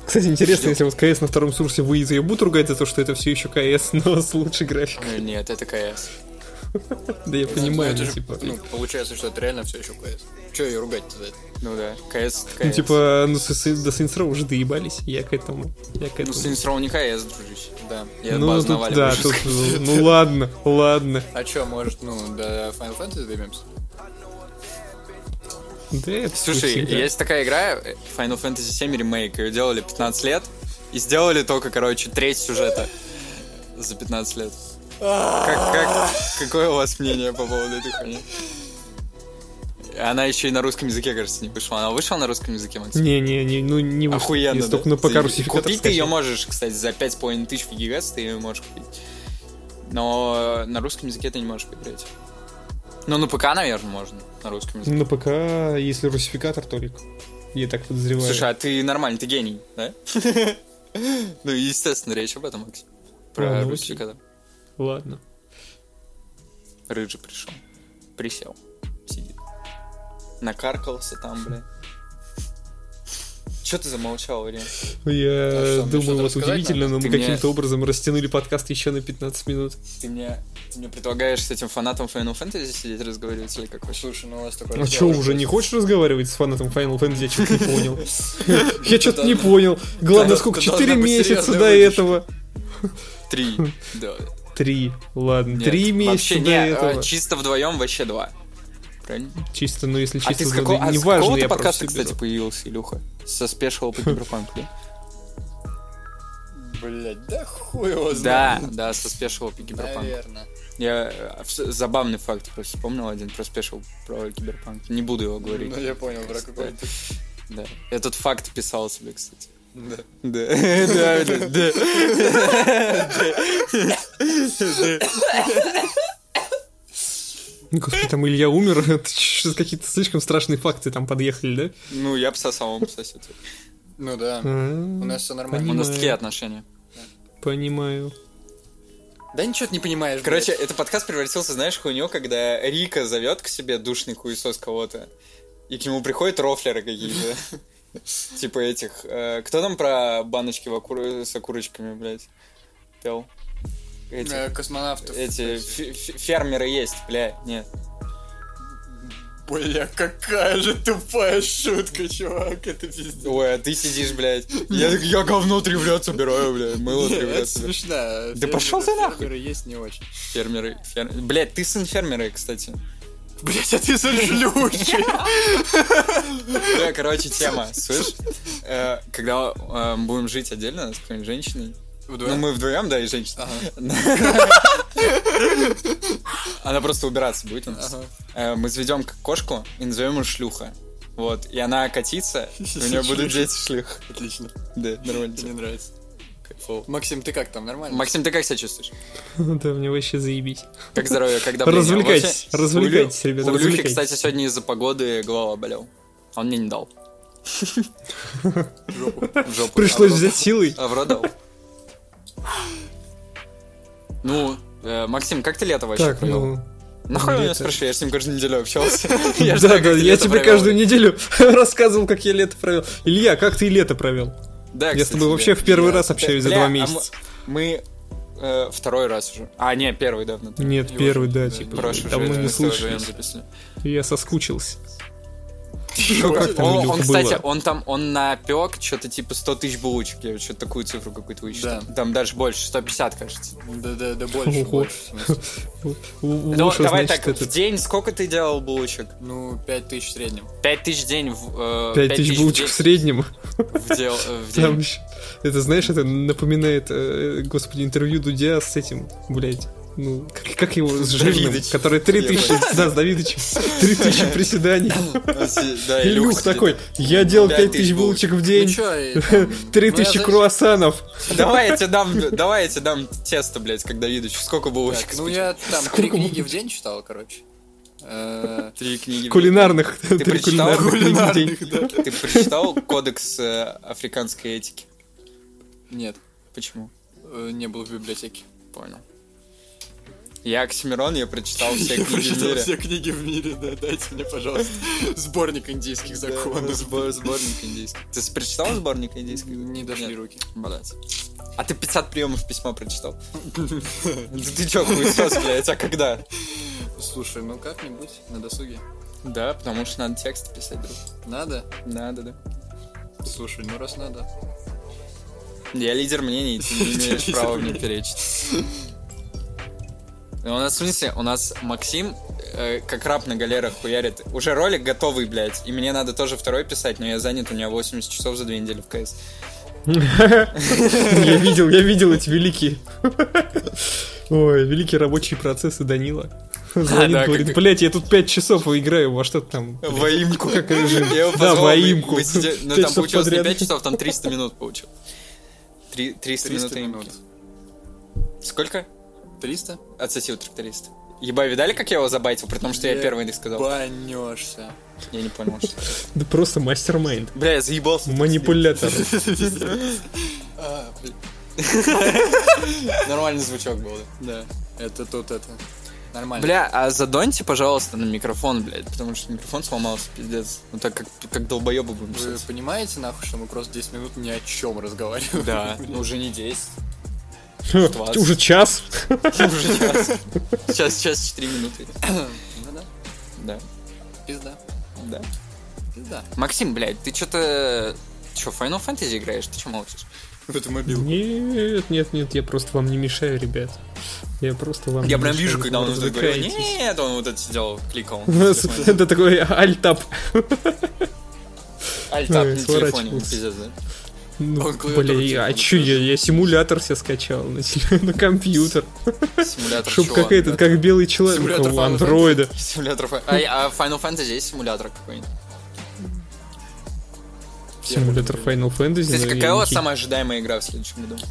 Speaker 1: Кстати, интересно, если вот КС на втором сурсе выйдет, я буду ругать за то, что это все еще КС, но с лучшей графикой.
Speaker 2: Ну, Нет, это КС.
Speaker 1: Да я понимаю,
Speaker 3: Ну,
Speaker 1: ну,
Speaker 3: это же,
Speaker 1: типа...
Speaker 3: ну, получается, что это реально все еще КС. Че ее ругать-то за это?
Speaker 2: Ну да, КС,
Speaker 1: Ну,
Speaker 2: КС.
Speaker 1: типа, ну, со- со- до Saints Row уже доебались, я к этому, я к
Speaker 2: Ну,
Speaker 1: этому.
Speaker 2: Saints Row не КС, дружище.
Speaker 3: Да.
Speaker 2: Я
Speaker 1: Ну, тут,
Speaker 2: базу
Speaker 1: да,
Speaker 2: наваливаю.
Speaker 1: тут, ну, ну, ладно, ладно.
Speaker 3: А че, может, ну, до Final Fantasy доберемся?
Speaker 1: Да, это (laughs)
Speaker 2: (laughs) Слушай,
Speaker 1: всегда.
Speaker 2: есть такая игра, э, Final Fantasy VII Remake, ее делали 15 лет, и сделали только, короче, треть сюжета за 15 лет. Как, как, какое у вас мнение по поводу этой хуйни? Она еще и на русском языке, кажется, не вышла. Она вышла на русском языке, Максим?
Speaker 1: Не-не, не, ну не вышло.
Speaker 2: Охуенно,
Speaker 1: Если
Speaker 2: да?
Speaker 1: только на
Speaker 2: Ты-
Speaker 1: ПК русификатор
Speaker 2: Купить ты ее
Speaker 1: скачал.
Speaker 2: можешь, кстати, за 5,5 тысяч в Гигаз ты ее можешь купить. Но на русском языке ты не можешь поиграть. Ну, на ПК, наверное, можно на русском языке.
Speaker 1: На ПК, Ну, если русификатор, Толик. Я так подозреваю.
Speaker 2: Слушай, а ты нормальный, ты гений, да? (laughs) Ну, естественно, речь об этом, Максим.
Speaker 1: А, ну,
Speaker 2: Про
Speaker 1: окей.
Speaker 2: русификатор. а
Speaker 1: Ладно.
Speaker 2: Рыжий пришел. Присел. Сидит. Накаркался там, бля. Че ты замолчал, Ирина? а
Speaker 1: Я
Speaker 3: что, мне
Speaker 1: думаю,
Speaker 3: что-то
Speaker 1: вот
Speaker 3: рассказать
Speaker 1: удивительно, но мы
Speaker 2: Ты мне-
Speaker 1: каким-то образом растянули подкаст еще на 15 минут.
Speaker 2: Ты мне, ты мне предлагаешь с этим фанатом Final Fantasy сидеть разговаривать или как вообще?
Speaker 3: Слушай, ну у вас такое...
Speaker 1: А
Speaker 3: дело
Speaker 1: что,
Speaker 3: же
Speaker 1: уже не
Speaker 3: просто.
Speaker 1: хочешь разговаривать с фанатом Final Fantasy? Я что-то не
Speaker 2: (laughs)
Speaker 1: понял. Я что-то
Speaker 2: Это
Speaker 1: не
Speaker 2: должно-
Speaker 1: понял. Главное,
Speaker 2: должно-
Speaker 1: сколько?
Speaker 2: это должна
Speaker 1: 4
Speaker 2: быть
Speaker 1: месяца
Speaker 2: серьезная
Speaker 1: до
Speaker 2: выдержка.
Speaker 1: этого.
Speaker 2: Три. Да.
Speaker 1: Три. Ладно,
Speaker 2: Нет,
Speaker 1: Хм. три
Speaker 2: вообще
Speaker 1: месяца до
Speaker 2: не, э,
Speaker 1: этого.
Speaker 2: Чисто вдвоем вообще два. Правильно?
Speaker 1: Чисто, ну если
Speaker 2: А ты
Speaker 1: чисто,
Speaker 2: с
Speaker 1: ну,
Speaker 2: какого,
Speaker 1: да
Speaker 2: а с
Speaker 1: неважно,
Speaker 2: какого ты
Speaker 1: я просто
Speaker 2: подкаста,
Speaker 1: беру.
Speaker 2: кстати, появился, Илюха? Со спешила по Киберпанку,
Speaker 3: (laughs)
Speaker 2: да?
Speaker 3: Блять, да хуй его
Speaker 2: Да,
Speaker 3: знает.
Speaker 2: да, со спешила по Киберпанку.
Speaker 3: Наверное.
Speaker 2: Я э, в- забавный факт просто вспомнил один про спешил про Киберпанк. Не буду его говорить.
Speaker 3: Ну я понял, про какой ты.
Speaker 2: Да. Этот факт писал себе, кстати.
Speaker 3: Да.
Speaker 2: (laughs) Да, да, да, да.
Speaker 1: Господи, там Илья умер, (laughs) это чё, какие-то слишком страшные факты там подъехали, да?
Speaker 2: Ну, я бы сосал, он бы сосет.
Speaker 3: Ну да. У
Speaker 1: А,
Speaker 3: нас все
Speaker 1: Понимаю.
Speaker 2: У
Speaker 3: нормально.
Speaker 2: нас такие отношения.
Speaker 1: Понимаю. (laughs)
Speaker 3: Да ничего ты не понимаешь.
Speaker 2: Короче,
Speaker 3: блядь.
Speaker 2: этот подкаст превратился, знаешь, в хуйню, когда Рика зовет к себе душный хуесос кого-то, и к нему приходят рофлеры какие-то. Типа этих. э, Кто там про баночки в окур- с окурочками, блядь, пел? Эти,
Speaker 3: Э, космонавтов.
Speaker 2: эти фе- фе- фермеры есть, бля, нет.
Speaker 3: Бля, какая же тупая шутка, чувак, это пиздец.
Speaker 2: Ой, а ты сидишь, блядь. Я, я говно три в ряд собираю, бля. Мыло три в
Speaker 3: Это
Speaker 2: ряд собираю.
Speaker 3: смешно.
Speaker 2: Да пошёл ты нахуй.
Speaker 3: Фермеры есть не очень.
Speaker 2: Фермеры, фер... Блядь, ты сын фермера, кстати.
Speaker 3: Блять, а (laughs) ты за шлюхи.
Speaker 2: Да, короче, тема, слышь? Э, Когда э, будем жить отдельно с какой-нибудь женщиной. Ну, мы вдвоем, да, и женщина. Она просто убираться будет у нас.
Speaker 3: Ага.
Speaker 2: Э, Мы заведем к- кошку и назовем ее шлюха. Вот, и она катится, и у нее будут дети шлюх.
Speaker 3: Отлично,
Speaker 2: Да, нормально.
Speaker 3: мне
Speaker 2: тема.
Speaker 3: нравится. Максим, ты как там, нормально?
Speaker 2: Максим, ты как себя чувствуешь?
Speaker 1: Да, мне вообще заебись.
Speaker 2: Как здоровье, как давление?
Speaker 1: Развлекайтесь,
Speaker 2: Вообще,
Speaker 1: развлекайтесь,
Speaker 2: у Лю-
Speaker 1: ребята,
Speaker 2: У Люхи,
Speaker 1: развлекайтесь.
Speaker 2: кстати, сегодня из-за погоды голова болел. А Он мне не дал. В жопу.
Speaker 1: Пришлось
Speaker 2: А в рот-
Speaker 1: взять силой.
Speaker 2: А в рот дал. Ну, э, Максим, как ты лето вообще
Speaker 1: Так,
Speaker 2: провел?
Speaker 1: ну...
Speaker 2: Нахуй меня
Speaker 1: лето.
Speaker 2: спрашиваешь, я с ним каждую неделю
Speaker 1: (laughs)
Speaker 2: общался. (laughs) Я ж
Speaker 1: Да,
Speaker 2: знаю,
Speaker 1: да,
Speaker 2: как ты
Speaker 1: я
Speaker 2: лето
Speaker 1: тебе
Speaker 2: провел.
Speaker 1: каждую неделю (laughs) рассказывал, как я лето провел. Илья, как ты лето провел?
Speaker 2: Да,
Speaker 1: Я с
Speaker 2: кстати,
Speaker 1: тобой вообще
Speaker 2: бля.
Speaker 1: в первый
Speaker 2: Я-
Speaker 1: раз общаюсь за
Speaker 2: Бля,
Speaker 1: два
Speaker 2: а мы-
Speaker 1: месяца.
Speaker 2: Мы э, второй раз уже. А, не, первый
Speaker 1: (laughs)
Speaker 2: давно.
Speaker 1: Нет,
Speaker 3: Ёж,
Speaker 1: первый, да,
Speaker 3: да,
Speaker 1: типа,
Speaker 2: Прошу,
Speaker 1: давно не слышались.
Speaker 2: записали.
Speaker 1: Я соскучился.
Speaker 2: Ну,
Speaker 1: как там у
Speaker 2: он,
Speaker 1: Илюхи
Speaker 2: он, кстати,
Speaker 1: было?
Speaker 2: он там, он напек что-то типа 100 тысяч булочек, я что-то такую цифру какую-то вычитал.
Speaker 3: Да.
Speaker 2: Там даже больше, 150, кажется.
Speaker 3: Да, да, да, больше,
Speaker 1: Ого.
Speaker 3: больше. в смысле.
Speaker 2: Ну,
Speaker 1: Лучше,
Speaker 2: давай
Speaker 1: значит,
Speaker 2: так, в
Speaker 1: этот...
Speaker 2: день сколько ты делал булочек?
Speaker 3: Ну, пять тысяч в среднем.
Speaker 2: 5 тысяч в день. В, э,
Speaker 1: 5 тысяч булочек в
Speaker 2: в
Speaker 1: среднем. (laughs)
Speaker 2: день. в дел- э, в
Speaker 1: Там (laughs)
Speaker 2: день.
Speaker 1: еще... Это, знаешь, это напоминает, э, господи, интервью Дудя с этим, блядь. Ну, как, как его, с Жирным,
Speaker 2: Давидыч.
Speaker 1: который 3000, да, с Давидычем,
Speaker 2: (laughs)
Speaker 1: 3000 приседаний.
Speaker 2: Э, Да,
Speaker 1: Илюх
Speaker 2: сидит.
Speaker 1: такой, я делал
Speaker 2: 5000
Speaker 1: 5000 булочек в
Speaker 3: Ну
Speaker 1: день,
Speaker 3: чё,
Speaker 1: (laughs)
Speaker 3: и там, ну, я,
Speaker 1: 3000
Speaker 3: знаешь,
Speaker 1: круассанов.
Speaker 2: типа. Давай я тебе дам, давай я тебе дам тесто, блядь, когда видишь, сколько булочек
Speaker 3: так, Ну,
Speaker 2: испечёт?
Speaker 3: я там три книги в день читал, короче. Э,
Speaker 2: Три
Speaker 1: (laughs)
Speaker 2: книги.
Speaker 1: Кулинарных. Три
Speaker 2: прочитал?
Speaker 1: (laughs) кулинарных книги в день.
Speaker 2: Ты прочитал кодекс э, африканской этики?
Speaker 3: Нет,
Speaker 2: Почему?
Speaker 3: э, не был в библиотеке.
Speaker 2: Понял. Я Оксимирон, (laughs) я прочитал все
Speaker 3: Я
Speaker 2: книги в
Speaker 3: прочитал
Speaker 2: мире.
Speaker 3: все книги в мире, да, дайте мне, пожалуйста, сборник индийских
Speaker 2: Да,
Speaker 3: законов.
Speaker 2: сбор- сборник индийский. Ты с- прочитал сборник индийский?
Speaker 3: Не дошли
Speaker 2: Нет.
Speaker 3: руки.
Speaker 2: Молодец. А ты 500 приемов письма (laughs) прочитал? Да ты чё, хуесос, блядь, а когда?
Speaker 3: Слушай, ну как-нибудь на досуге.
Speaker 2: Да, потому что надо текст писать, друг.
Speaker 3: Надо?
Speaker 2: Надо, да.
Speaker 3: Слушай, ну раз надо.
Speaker 2: Я лидер мнений, ты не имеешь
Speaker 3: Лидер
Speaker 2: права мне
Speaker 3: мнений.
Speaker 2: перечить. Ну, У нас, в смысле, у нас Максим э, как раб на галерах хуярит. Уже ролик готовый, блядь, и мне надо тоже второй писать, но я занят, у меня 80 часов за две недели в КС.
Speaker 1: Я видел, я видел эти великие. Ой, великие рабочие процессы Данила. Звонит,
Speaker 2: да,
Speaker 1: говорит,
Speaker 2: как-
Speaker 1: блять, я тут 5 часов играю во что-то там.
Speaker 2: Воимку.
Speaker 1: Как режим.
Speaker 2: Я его
Speaker 1: Да,
Speaker 2: позвал, мы-
Speaker 1: воимку.
Speaker 2: мы сидели- Ну,
Speaker 1: Пять
Speaker 2: там
Speaker 1: часов
Speaker 2: получилось не
Speaker 1: подряд.
Speaker 2: 5 часов, там 300 минут получил. Три- 300 минут
Speaker 3: 300
Speaker 2: и
Speaker 3: минут.
Speaker 2: Сколько?
Speaker 3: 300?
Speaker 2: Отсоси у тракториста. Еба, видали, как я его забайтил, при том, что я первый сказал?
Speaker 3: Банешься.
Speaker 2: Я не понял, что...
Speaker 1: Да просто мастер-майнд.
Speaker 2: Бля, я заебался.
Speaker 1: (laughs) Манипулятор.
Speaker 3: А, (laughs) Нормальный звучок был. Да. Это тут это. Нормально.
Speaker 2: Бля, а задоньте, пожалуйста, на микрофон, блядь, потому что микрофон сломался, пиздец. Ну так как, как долбоебы будем
Speaker 3: Вы
Speaker 1: (laughs)
Speaker 2: писать.
Speaker 3: понимаете, нахуй, что мы просто 10 минут ни о чем разговариваем? (laughs)
Speaker 2: Да, ну, уже не 10.
Speaker 1: Ха,
Speaker 2: Двадцать.
Speaker 1: Уже час.
Speaker 2: Уже час. Сейчас, час 4 минуты.
Speaker 3: Ну да,
Speaker 2: Да,
Speaker 3: пизда.
Speaker 2: да.
Speaker 3: Пизда.
Speaker 2: Максим, блядь, ты что-то... Че, Final Fantasy играешь? Ты че молчишь?
Speaker 3: Это мобил.
Speaker 1: Нет, нет, нет, я просто вам не мешаю, ребят. Я просто вам
Speaker 2: Я
Speaker 1: не
Speaker 2: прям
Speaker 1: мешаю,
Speaker 2: вижу, когда
Speaker 1: вы
Speaker 2: он вот это говорил.
Speaker 1: развлекаетесь.
Speaker 2: Нет, он вот это сидел,
Speaker 1: (laughs)
Speaker 2: кликал.
Speaker 1: У нас Это такой альтап.
Speaker 2: Альтап
Speaker 1: Ой,
Speaker 2: на телефоне,
Speaker 1: сворачивался.
Speaker 2: пиздец, да?
Speaker 1: Ну,
Speaker 3: Он клавиатуру
Speaker 1: блин,
Speaker 2: типа
Speaker 1: а
Speaker 3: телефона
Speaker 1: чё, я, я симулятор себе скачал (laughs) на, теле- на компьютер.
Speaker 2: Симулятор
Speaker 1: Чтоб
Speaker 2: чего?
Speaker 1: как этот, как белый человек
Speaker 3: Симулятор
Speaker 1: у
Speaker 3: Final
Speaker 1: андроида.
Speaker 2: Симулятор... фа- А, а Final Fantasy есть симулятор какой-нибудь?
Speaker 1: Симулятор Final Fantasy.
Speaker 2: Кстати,
Speaker 1: но я
Speaker 2: какая у вас
Speaker 1: (laughs) не-
Speaker 2: самая ожидаемая игра в следующем году?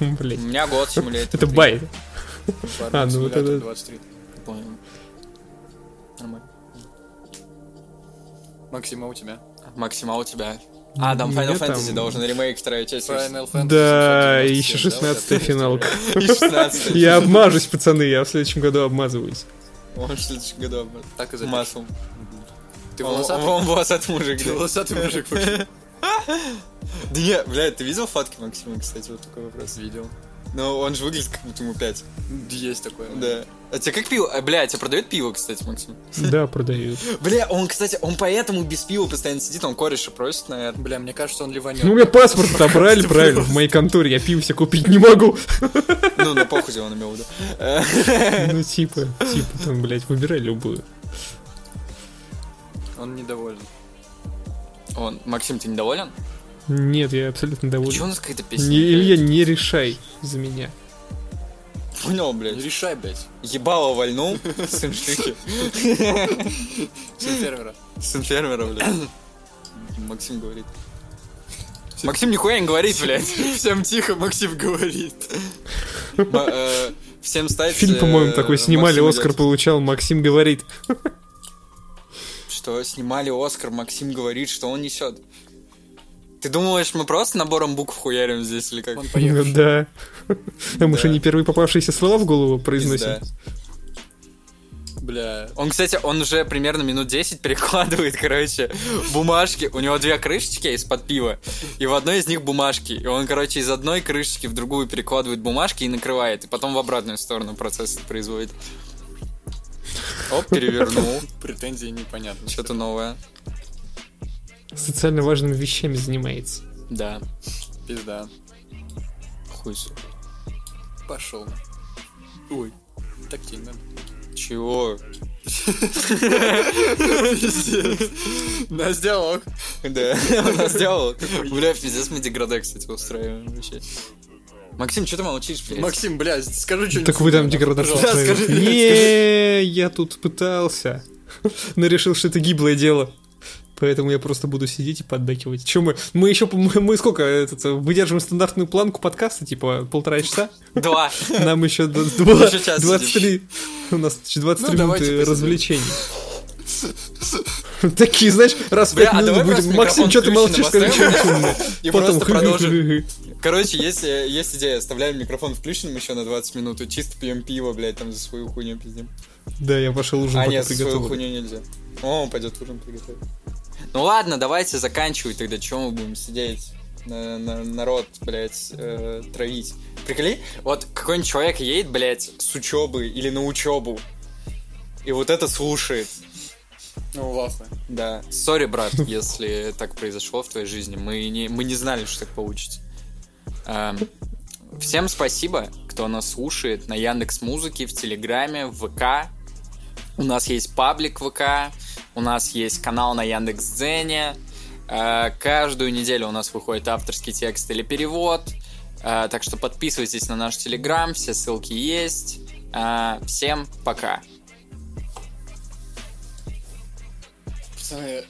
Speaker 2: У
Speaker 1: Блин.
Speaker 2: меня
Speaker 1: (laughs)
Speaker 2: год симулятор.
Speaker 1: Это
Speaker 2: три.
Speaker 1: байт.
Speaker 3: А,
Speaker 1: ну
Speaker 3: ну
Speaker 1: вот
Speaker 3: вот
Speaker 1: это-
Speaker 3: 23.
Speaker 2: Понял. Нормально.
Speaker 3: Максим, а у тебя?
Speaker 2: Максима у тебя. А, там
Speaker 1: Ну, меня
Speaker 2: Final
Speaker 1: там-
Speaker 2: Fantasy должен ремейк, вторая часть. (laughs) вышла.
Speaker 3: Final Fantasy
Speaker 1: Да,
Speaker 3: 797,
Speaker 1: еще
Speaker 3: да, вот это
Speaker 1: 16
Speaker 3: вот?
Speaker 1: финалка.
Speaker 2: И 16.
Speaker 1: Я обмажусь, пацаны, я в следующем году обмазываюсь.
Speaker 2: Он в следующем году об-
Speaker 3: Так и запишешь.
Speaker 2: маслом.
Speaker 3: Ты
Speaker 2: Он-
Speaker 3: волосатый?
Speaker 2: Он волосатый мужик.
Speaker 3: Ты
Speaker 2: да.
Speaker 3: волосатый мужик вообще.
Speaker 2: Да не, блядь, ты видел фотки Максима, кстати, вот такой вопрос.
Speaker 3: Видел.
Speaker 2: Но он же выглядит, как будто ему 5.
Speaker 3: Есть такое.
Speaker 2: Да. А тебе как пиво? А, Бля, тебе продают пиво, кстати, Максим?
Speaker 1: Да, продают.
Speaker 2: Бля, он, кстати, он поэтому без пива постоянно сидит, он кореша просит, наверное.
Speaker 3: Бля, мне кажется, он
Speaker 1: Ну, у
Speaker 3: ливанет.
Speaker 1: меня паспорт отобрали, правильно, в моей конторе, я пиво себе купить не могу. (laughs)
Speaker 2: Ну, на похуй он имел в виду. Э,
Speaker 1: Ну, типа, типа, там, блядь, выбирай любую.
Speaker 3: Он недоволен.
Speaker 2: Он, Максим, ты недоволен?
Speaker 1: Нет, я абсолютно
Speaker 2: Чего у
Speaker 1: доволен.
Speaker 2: нас какая-то песня?
Speaker 1: Не, Илья, не решай за меня.
Speaker 2: Понял, блядь.
Speaker 3: Не Ну, решай, блядь.
Speaker 1: (laughs)
Speaker 2: Ебало вальнул с иншнюки.
Speaker 3: Все первый раз.
Speaker 2: Сын фермера, блядь. Максим говорит. Максим нихуя не говорит, блядь.
Speaker 3: Всем тихо, Максим говорит.
Speaker 2: М- э, Всем ставить...
Speaker 1: Фильм, по-моему, такой снимали, Оскар получал, Максим говорит.
Speaker 2: Что снимали Оскар, Максим говорит, что он несет. Ты думаешь, мы просто набором букв хуярим здесь или как?
Speaker 3: Он
Speaker 1: Ну
Speaker 3: поехал.
Speaker 1: Да. (laughs) А мы
Speaker 2: Да.
Speaker 1: же не первые попавшиеся слова в голову произносим.
Speaker 2: Пизда.
Speaker 3: Бля.
Speaker 2: Он, кстати, он уже примерно минут 10 перекладывает, короче, бумажки. У него две крышечки из-под пива, и в одной из них бумажки. И он, короче, из одной крышечки в другую перекладывает бумажки и накрывает. И потом в обратную сторону процесс производит. Оп,
Speaker 3: (laughs)
Speaker 2: перевернул.
Speaker 3: Претензии непонятно.
Speaker 2: Что-то новое.
Speaker 1: Социально важными вещами занимается.
Speaker 2: Да.
Speaker 3: Пизда.
Speaker 2: Хуй с-
Speaker 3: Пошел. Ой. Так тебе надо.
Speaker 2: Чего?
Speaker 3: На диалог.
Speaker 2: Да, он нас сделал. Бля, пиздец, мы деграде, кстати, устраиваем вообще. Максим, что ты молчишь, блядь?
Speaker 3: Максим, бля, скажи что-нибудь.
Speaker 1: Так вы там деградацию
Speaker 3: пожалуйста.
Speaker 1: устраиваете.
Speaker 3: Да, скажи,
Speaker 1: Не, я тут пытался. (laughs) Но решил, что это гиблое дело. Поэтому я просто буду сидеть и поддакивать. Чем мы? Мы еще мы, мы сколько этот, выдерживаем стандартную планку подкаста, типа полтора часа.
Speaker 2: Два.
Speaker 1: Нам еще
Speaker 2: (laughs)
Speaker 1: до-
Speaker 2: Еще час
Speaker 1: 23. У нас еще 23
Speaker 3: Ну, давайте
Speaker 1: минуты
Speaker 3: посидим.
Speaker 1: развлечений. (laughs) Такие, знаешь, раз в
Speaker 2: Бля,
Speaker 1: пять
Speaker 2: а
Speaker 1: минут
Speaker 2: давай просто
Speaker 1: будем. Максим,
Speaker 2: микрофон
Speaker 1: что ты молчишь,
Speaker 2: включенным
Speaker 1: скажи, что шумно.
Speaker 2: (laughs) И
Speaker 1: Потом
Speaker 2: просто продолжим.
Speaker 1: хы-хы-хы-хы.
Speaker 2: Короче, если есть идея, оставляем микрофон включенным еще на 20 минут и чисто пьем пиво, блядь, там за свою хуйню пиздим.
Speaker 1: Да, я пошел ужин,
Speaker 2: а
Speaker 1: пока
Speaker 2: нет,
Speaker 1: ты
Speaker 2: за свою
Speaker 1: готова.
Speaker 2: хуйню нельзя. О, он пойдет ужин приготовить. Ну ладно, давайте заканчивать тогда, чем мы будем сидеть? На- на- народ, блядь, э, травить. Приколи, вот какой-нибудь человек едет, блядь, с учебы или на учебу. И вот это слушает.
Speaker 3: Ну, ладно.
Speaker 2: Да. Сори, брат, если так произошло в твоей жизни. Мы не, мы не знали, что так получится. Эм, всем спасибо, кто нас слушает на Яндекс Музыке, в Телеграме, в ВК. У нас есть паблик ВК, у нас есть канал на Яндекс Дзене. Э, каждую неделю у нас выходит авторский текст или перевод. А, так что подписывайтесь на наш Телеграм, все ссылки есть. А, всем пока.
Speaker 3: Пацаны,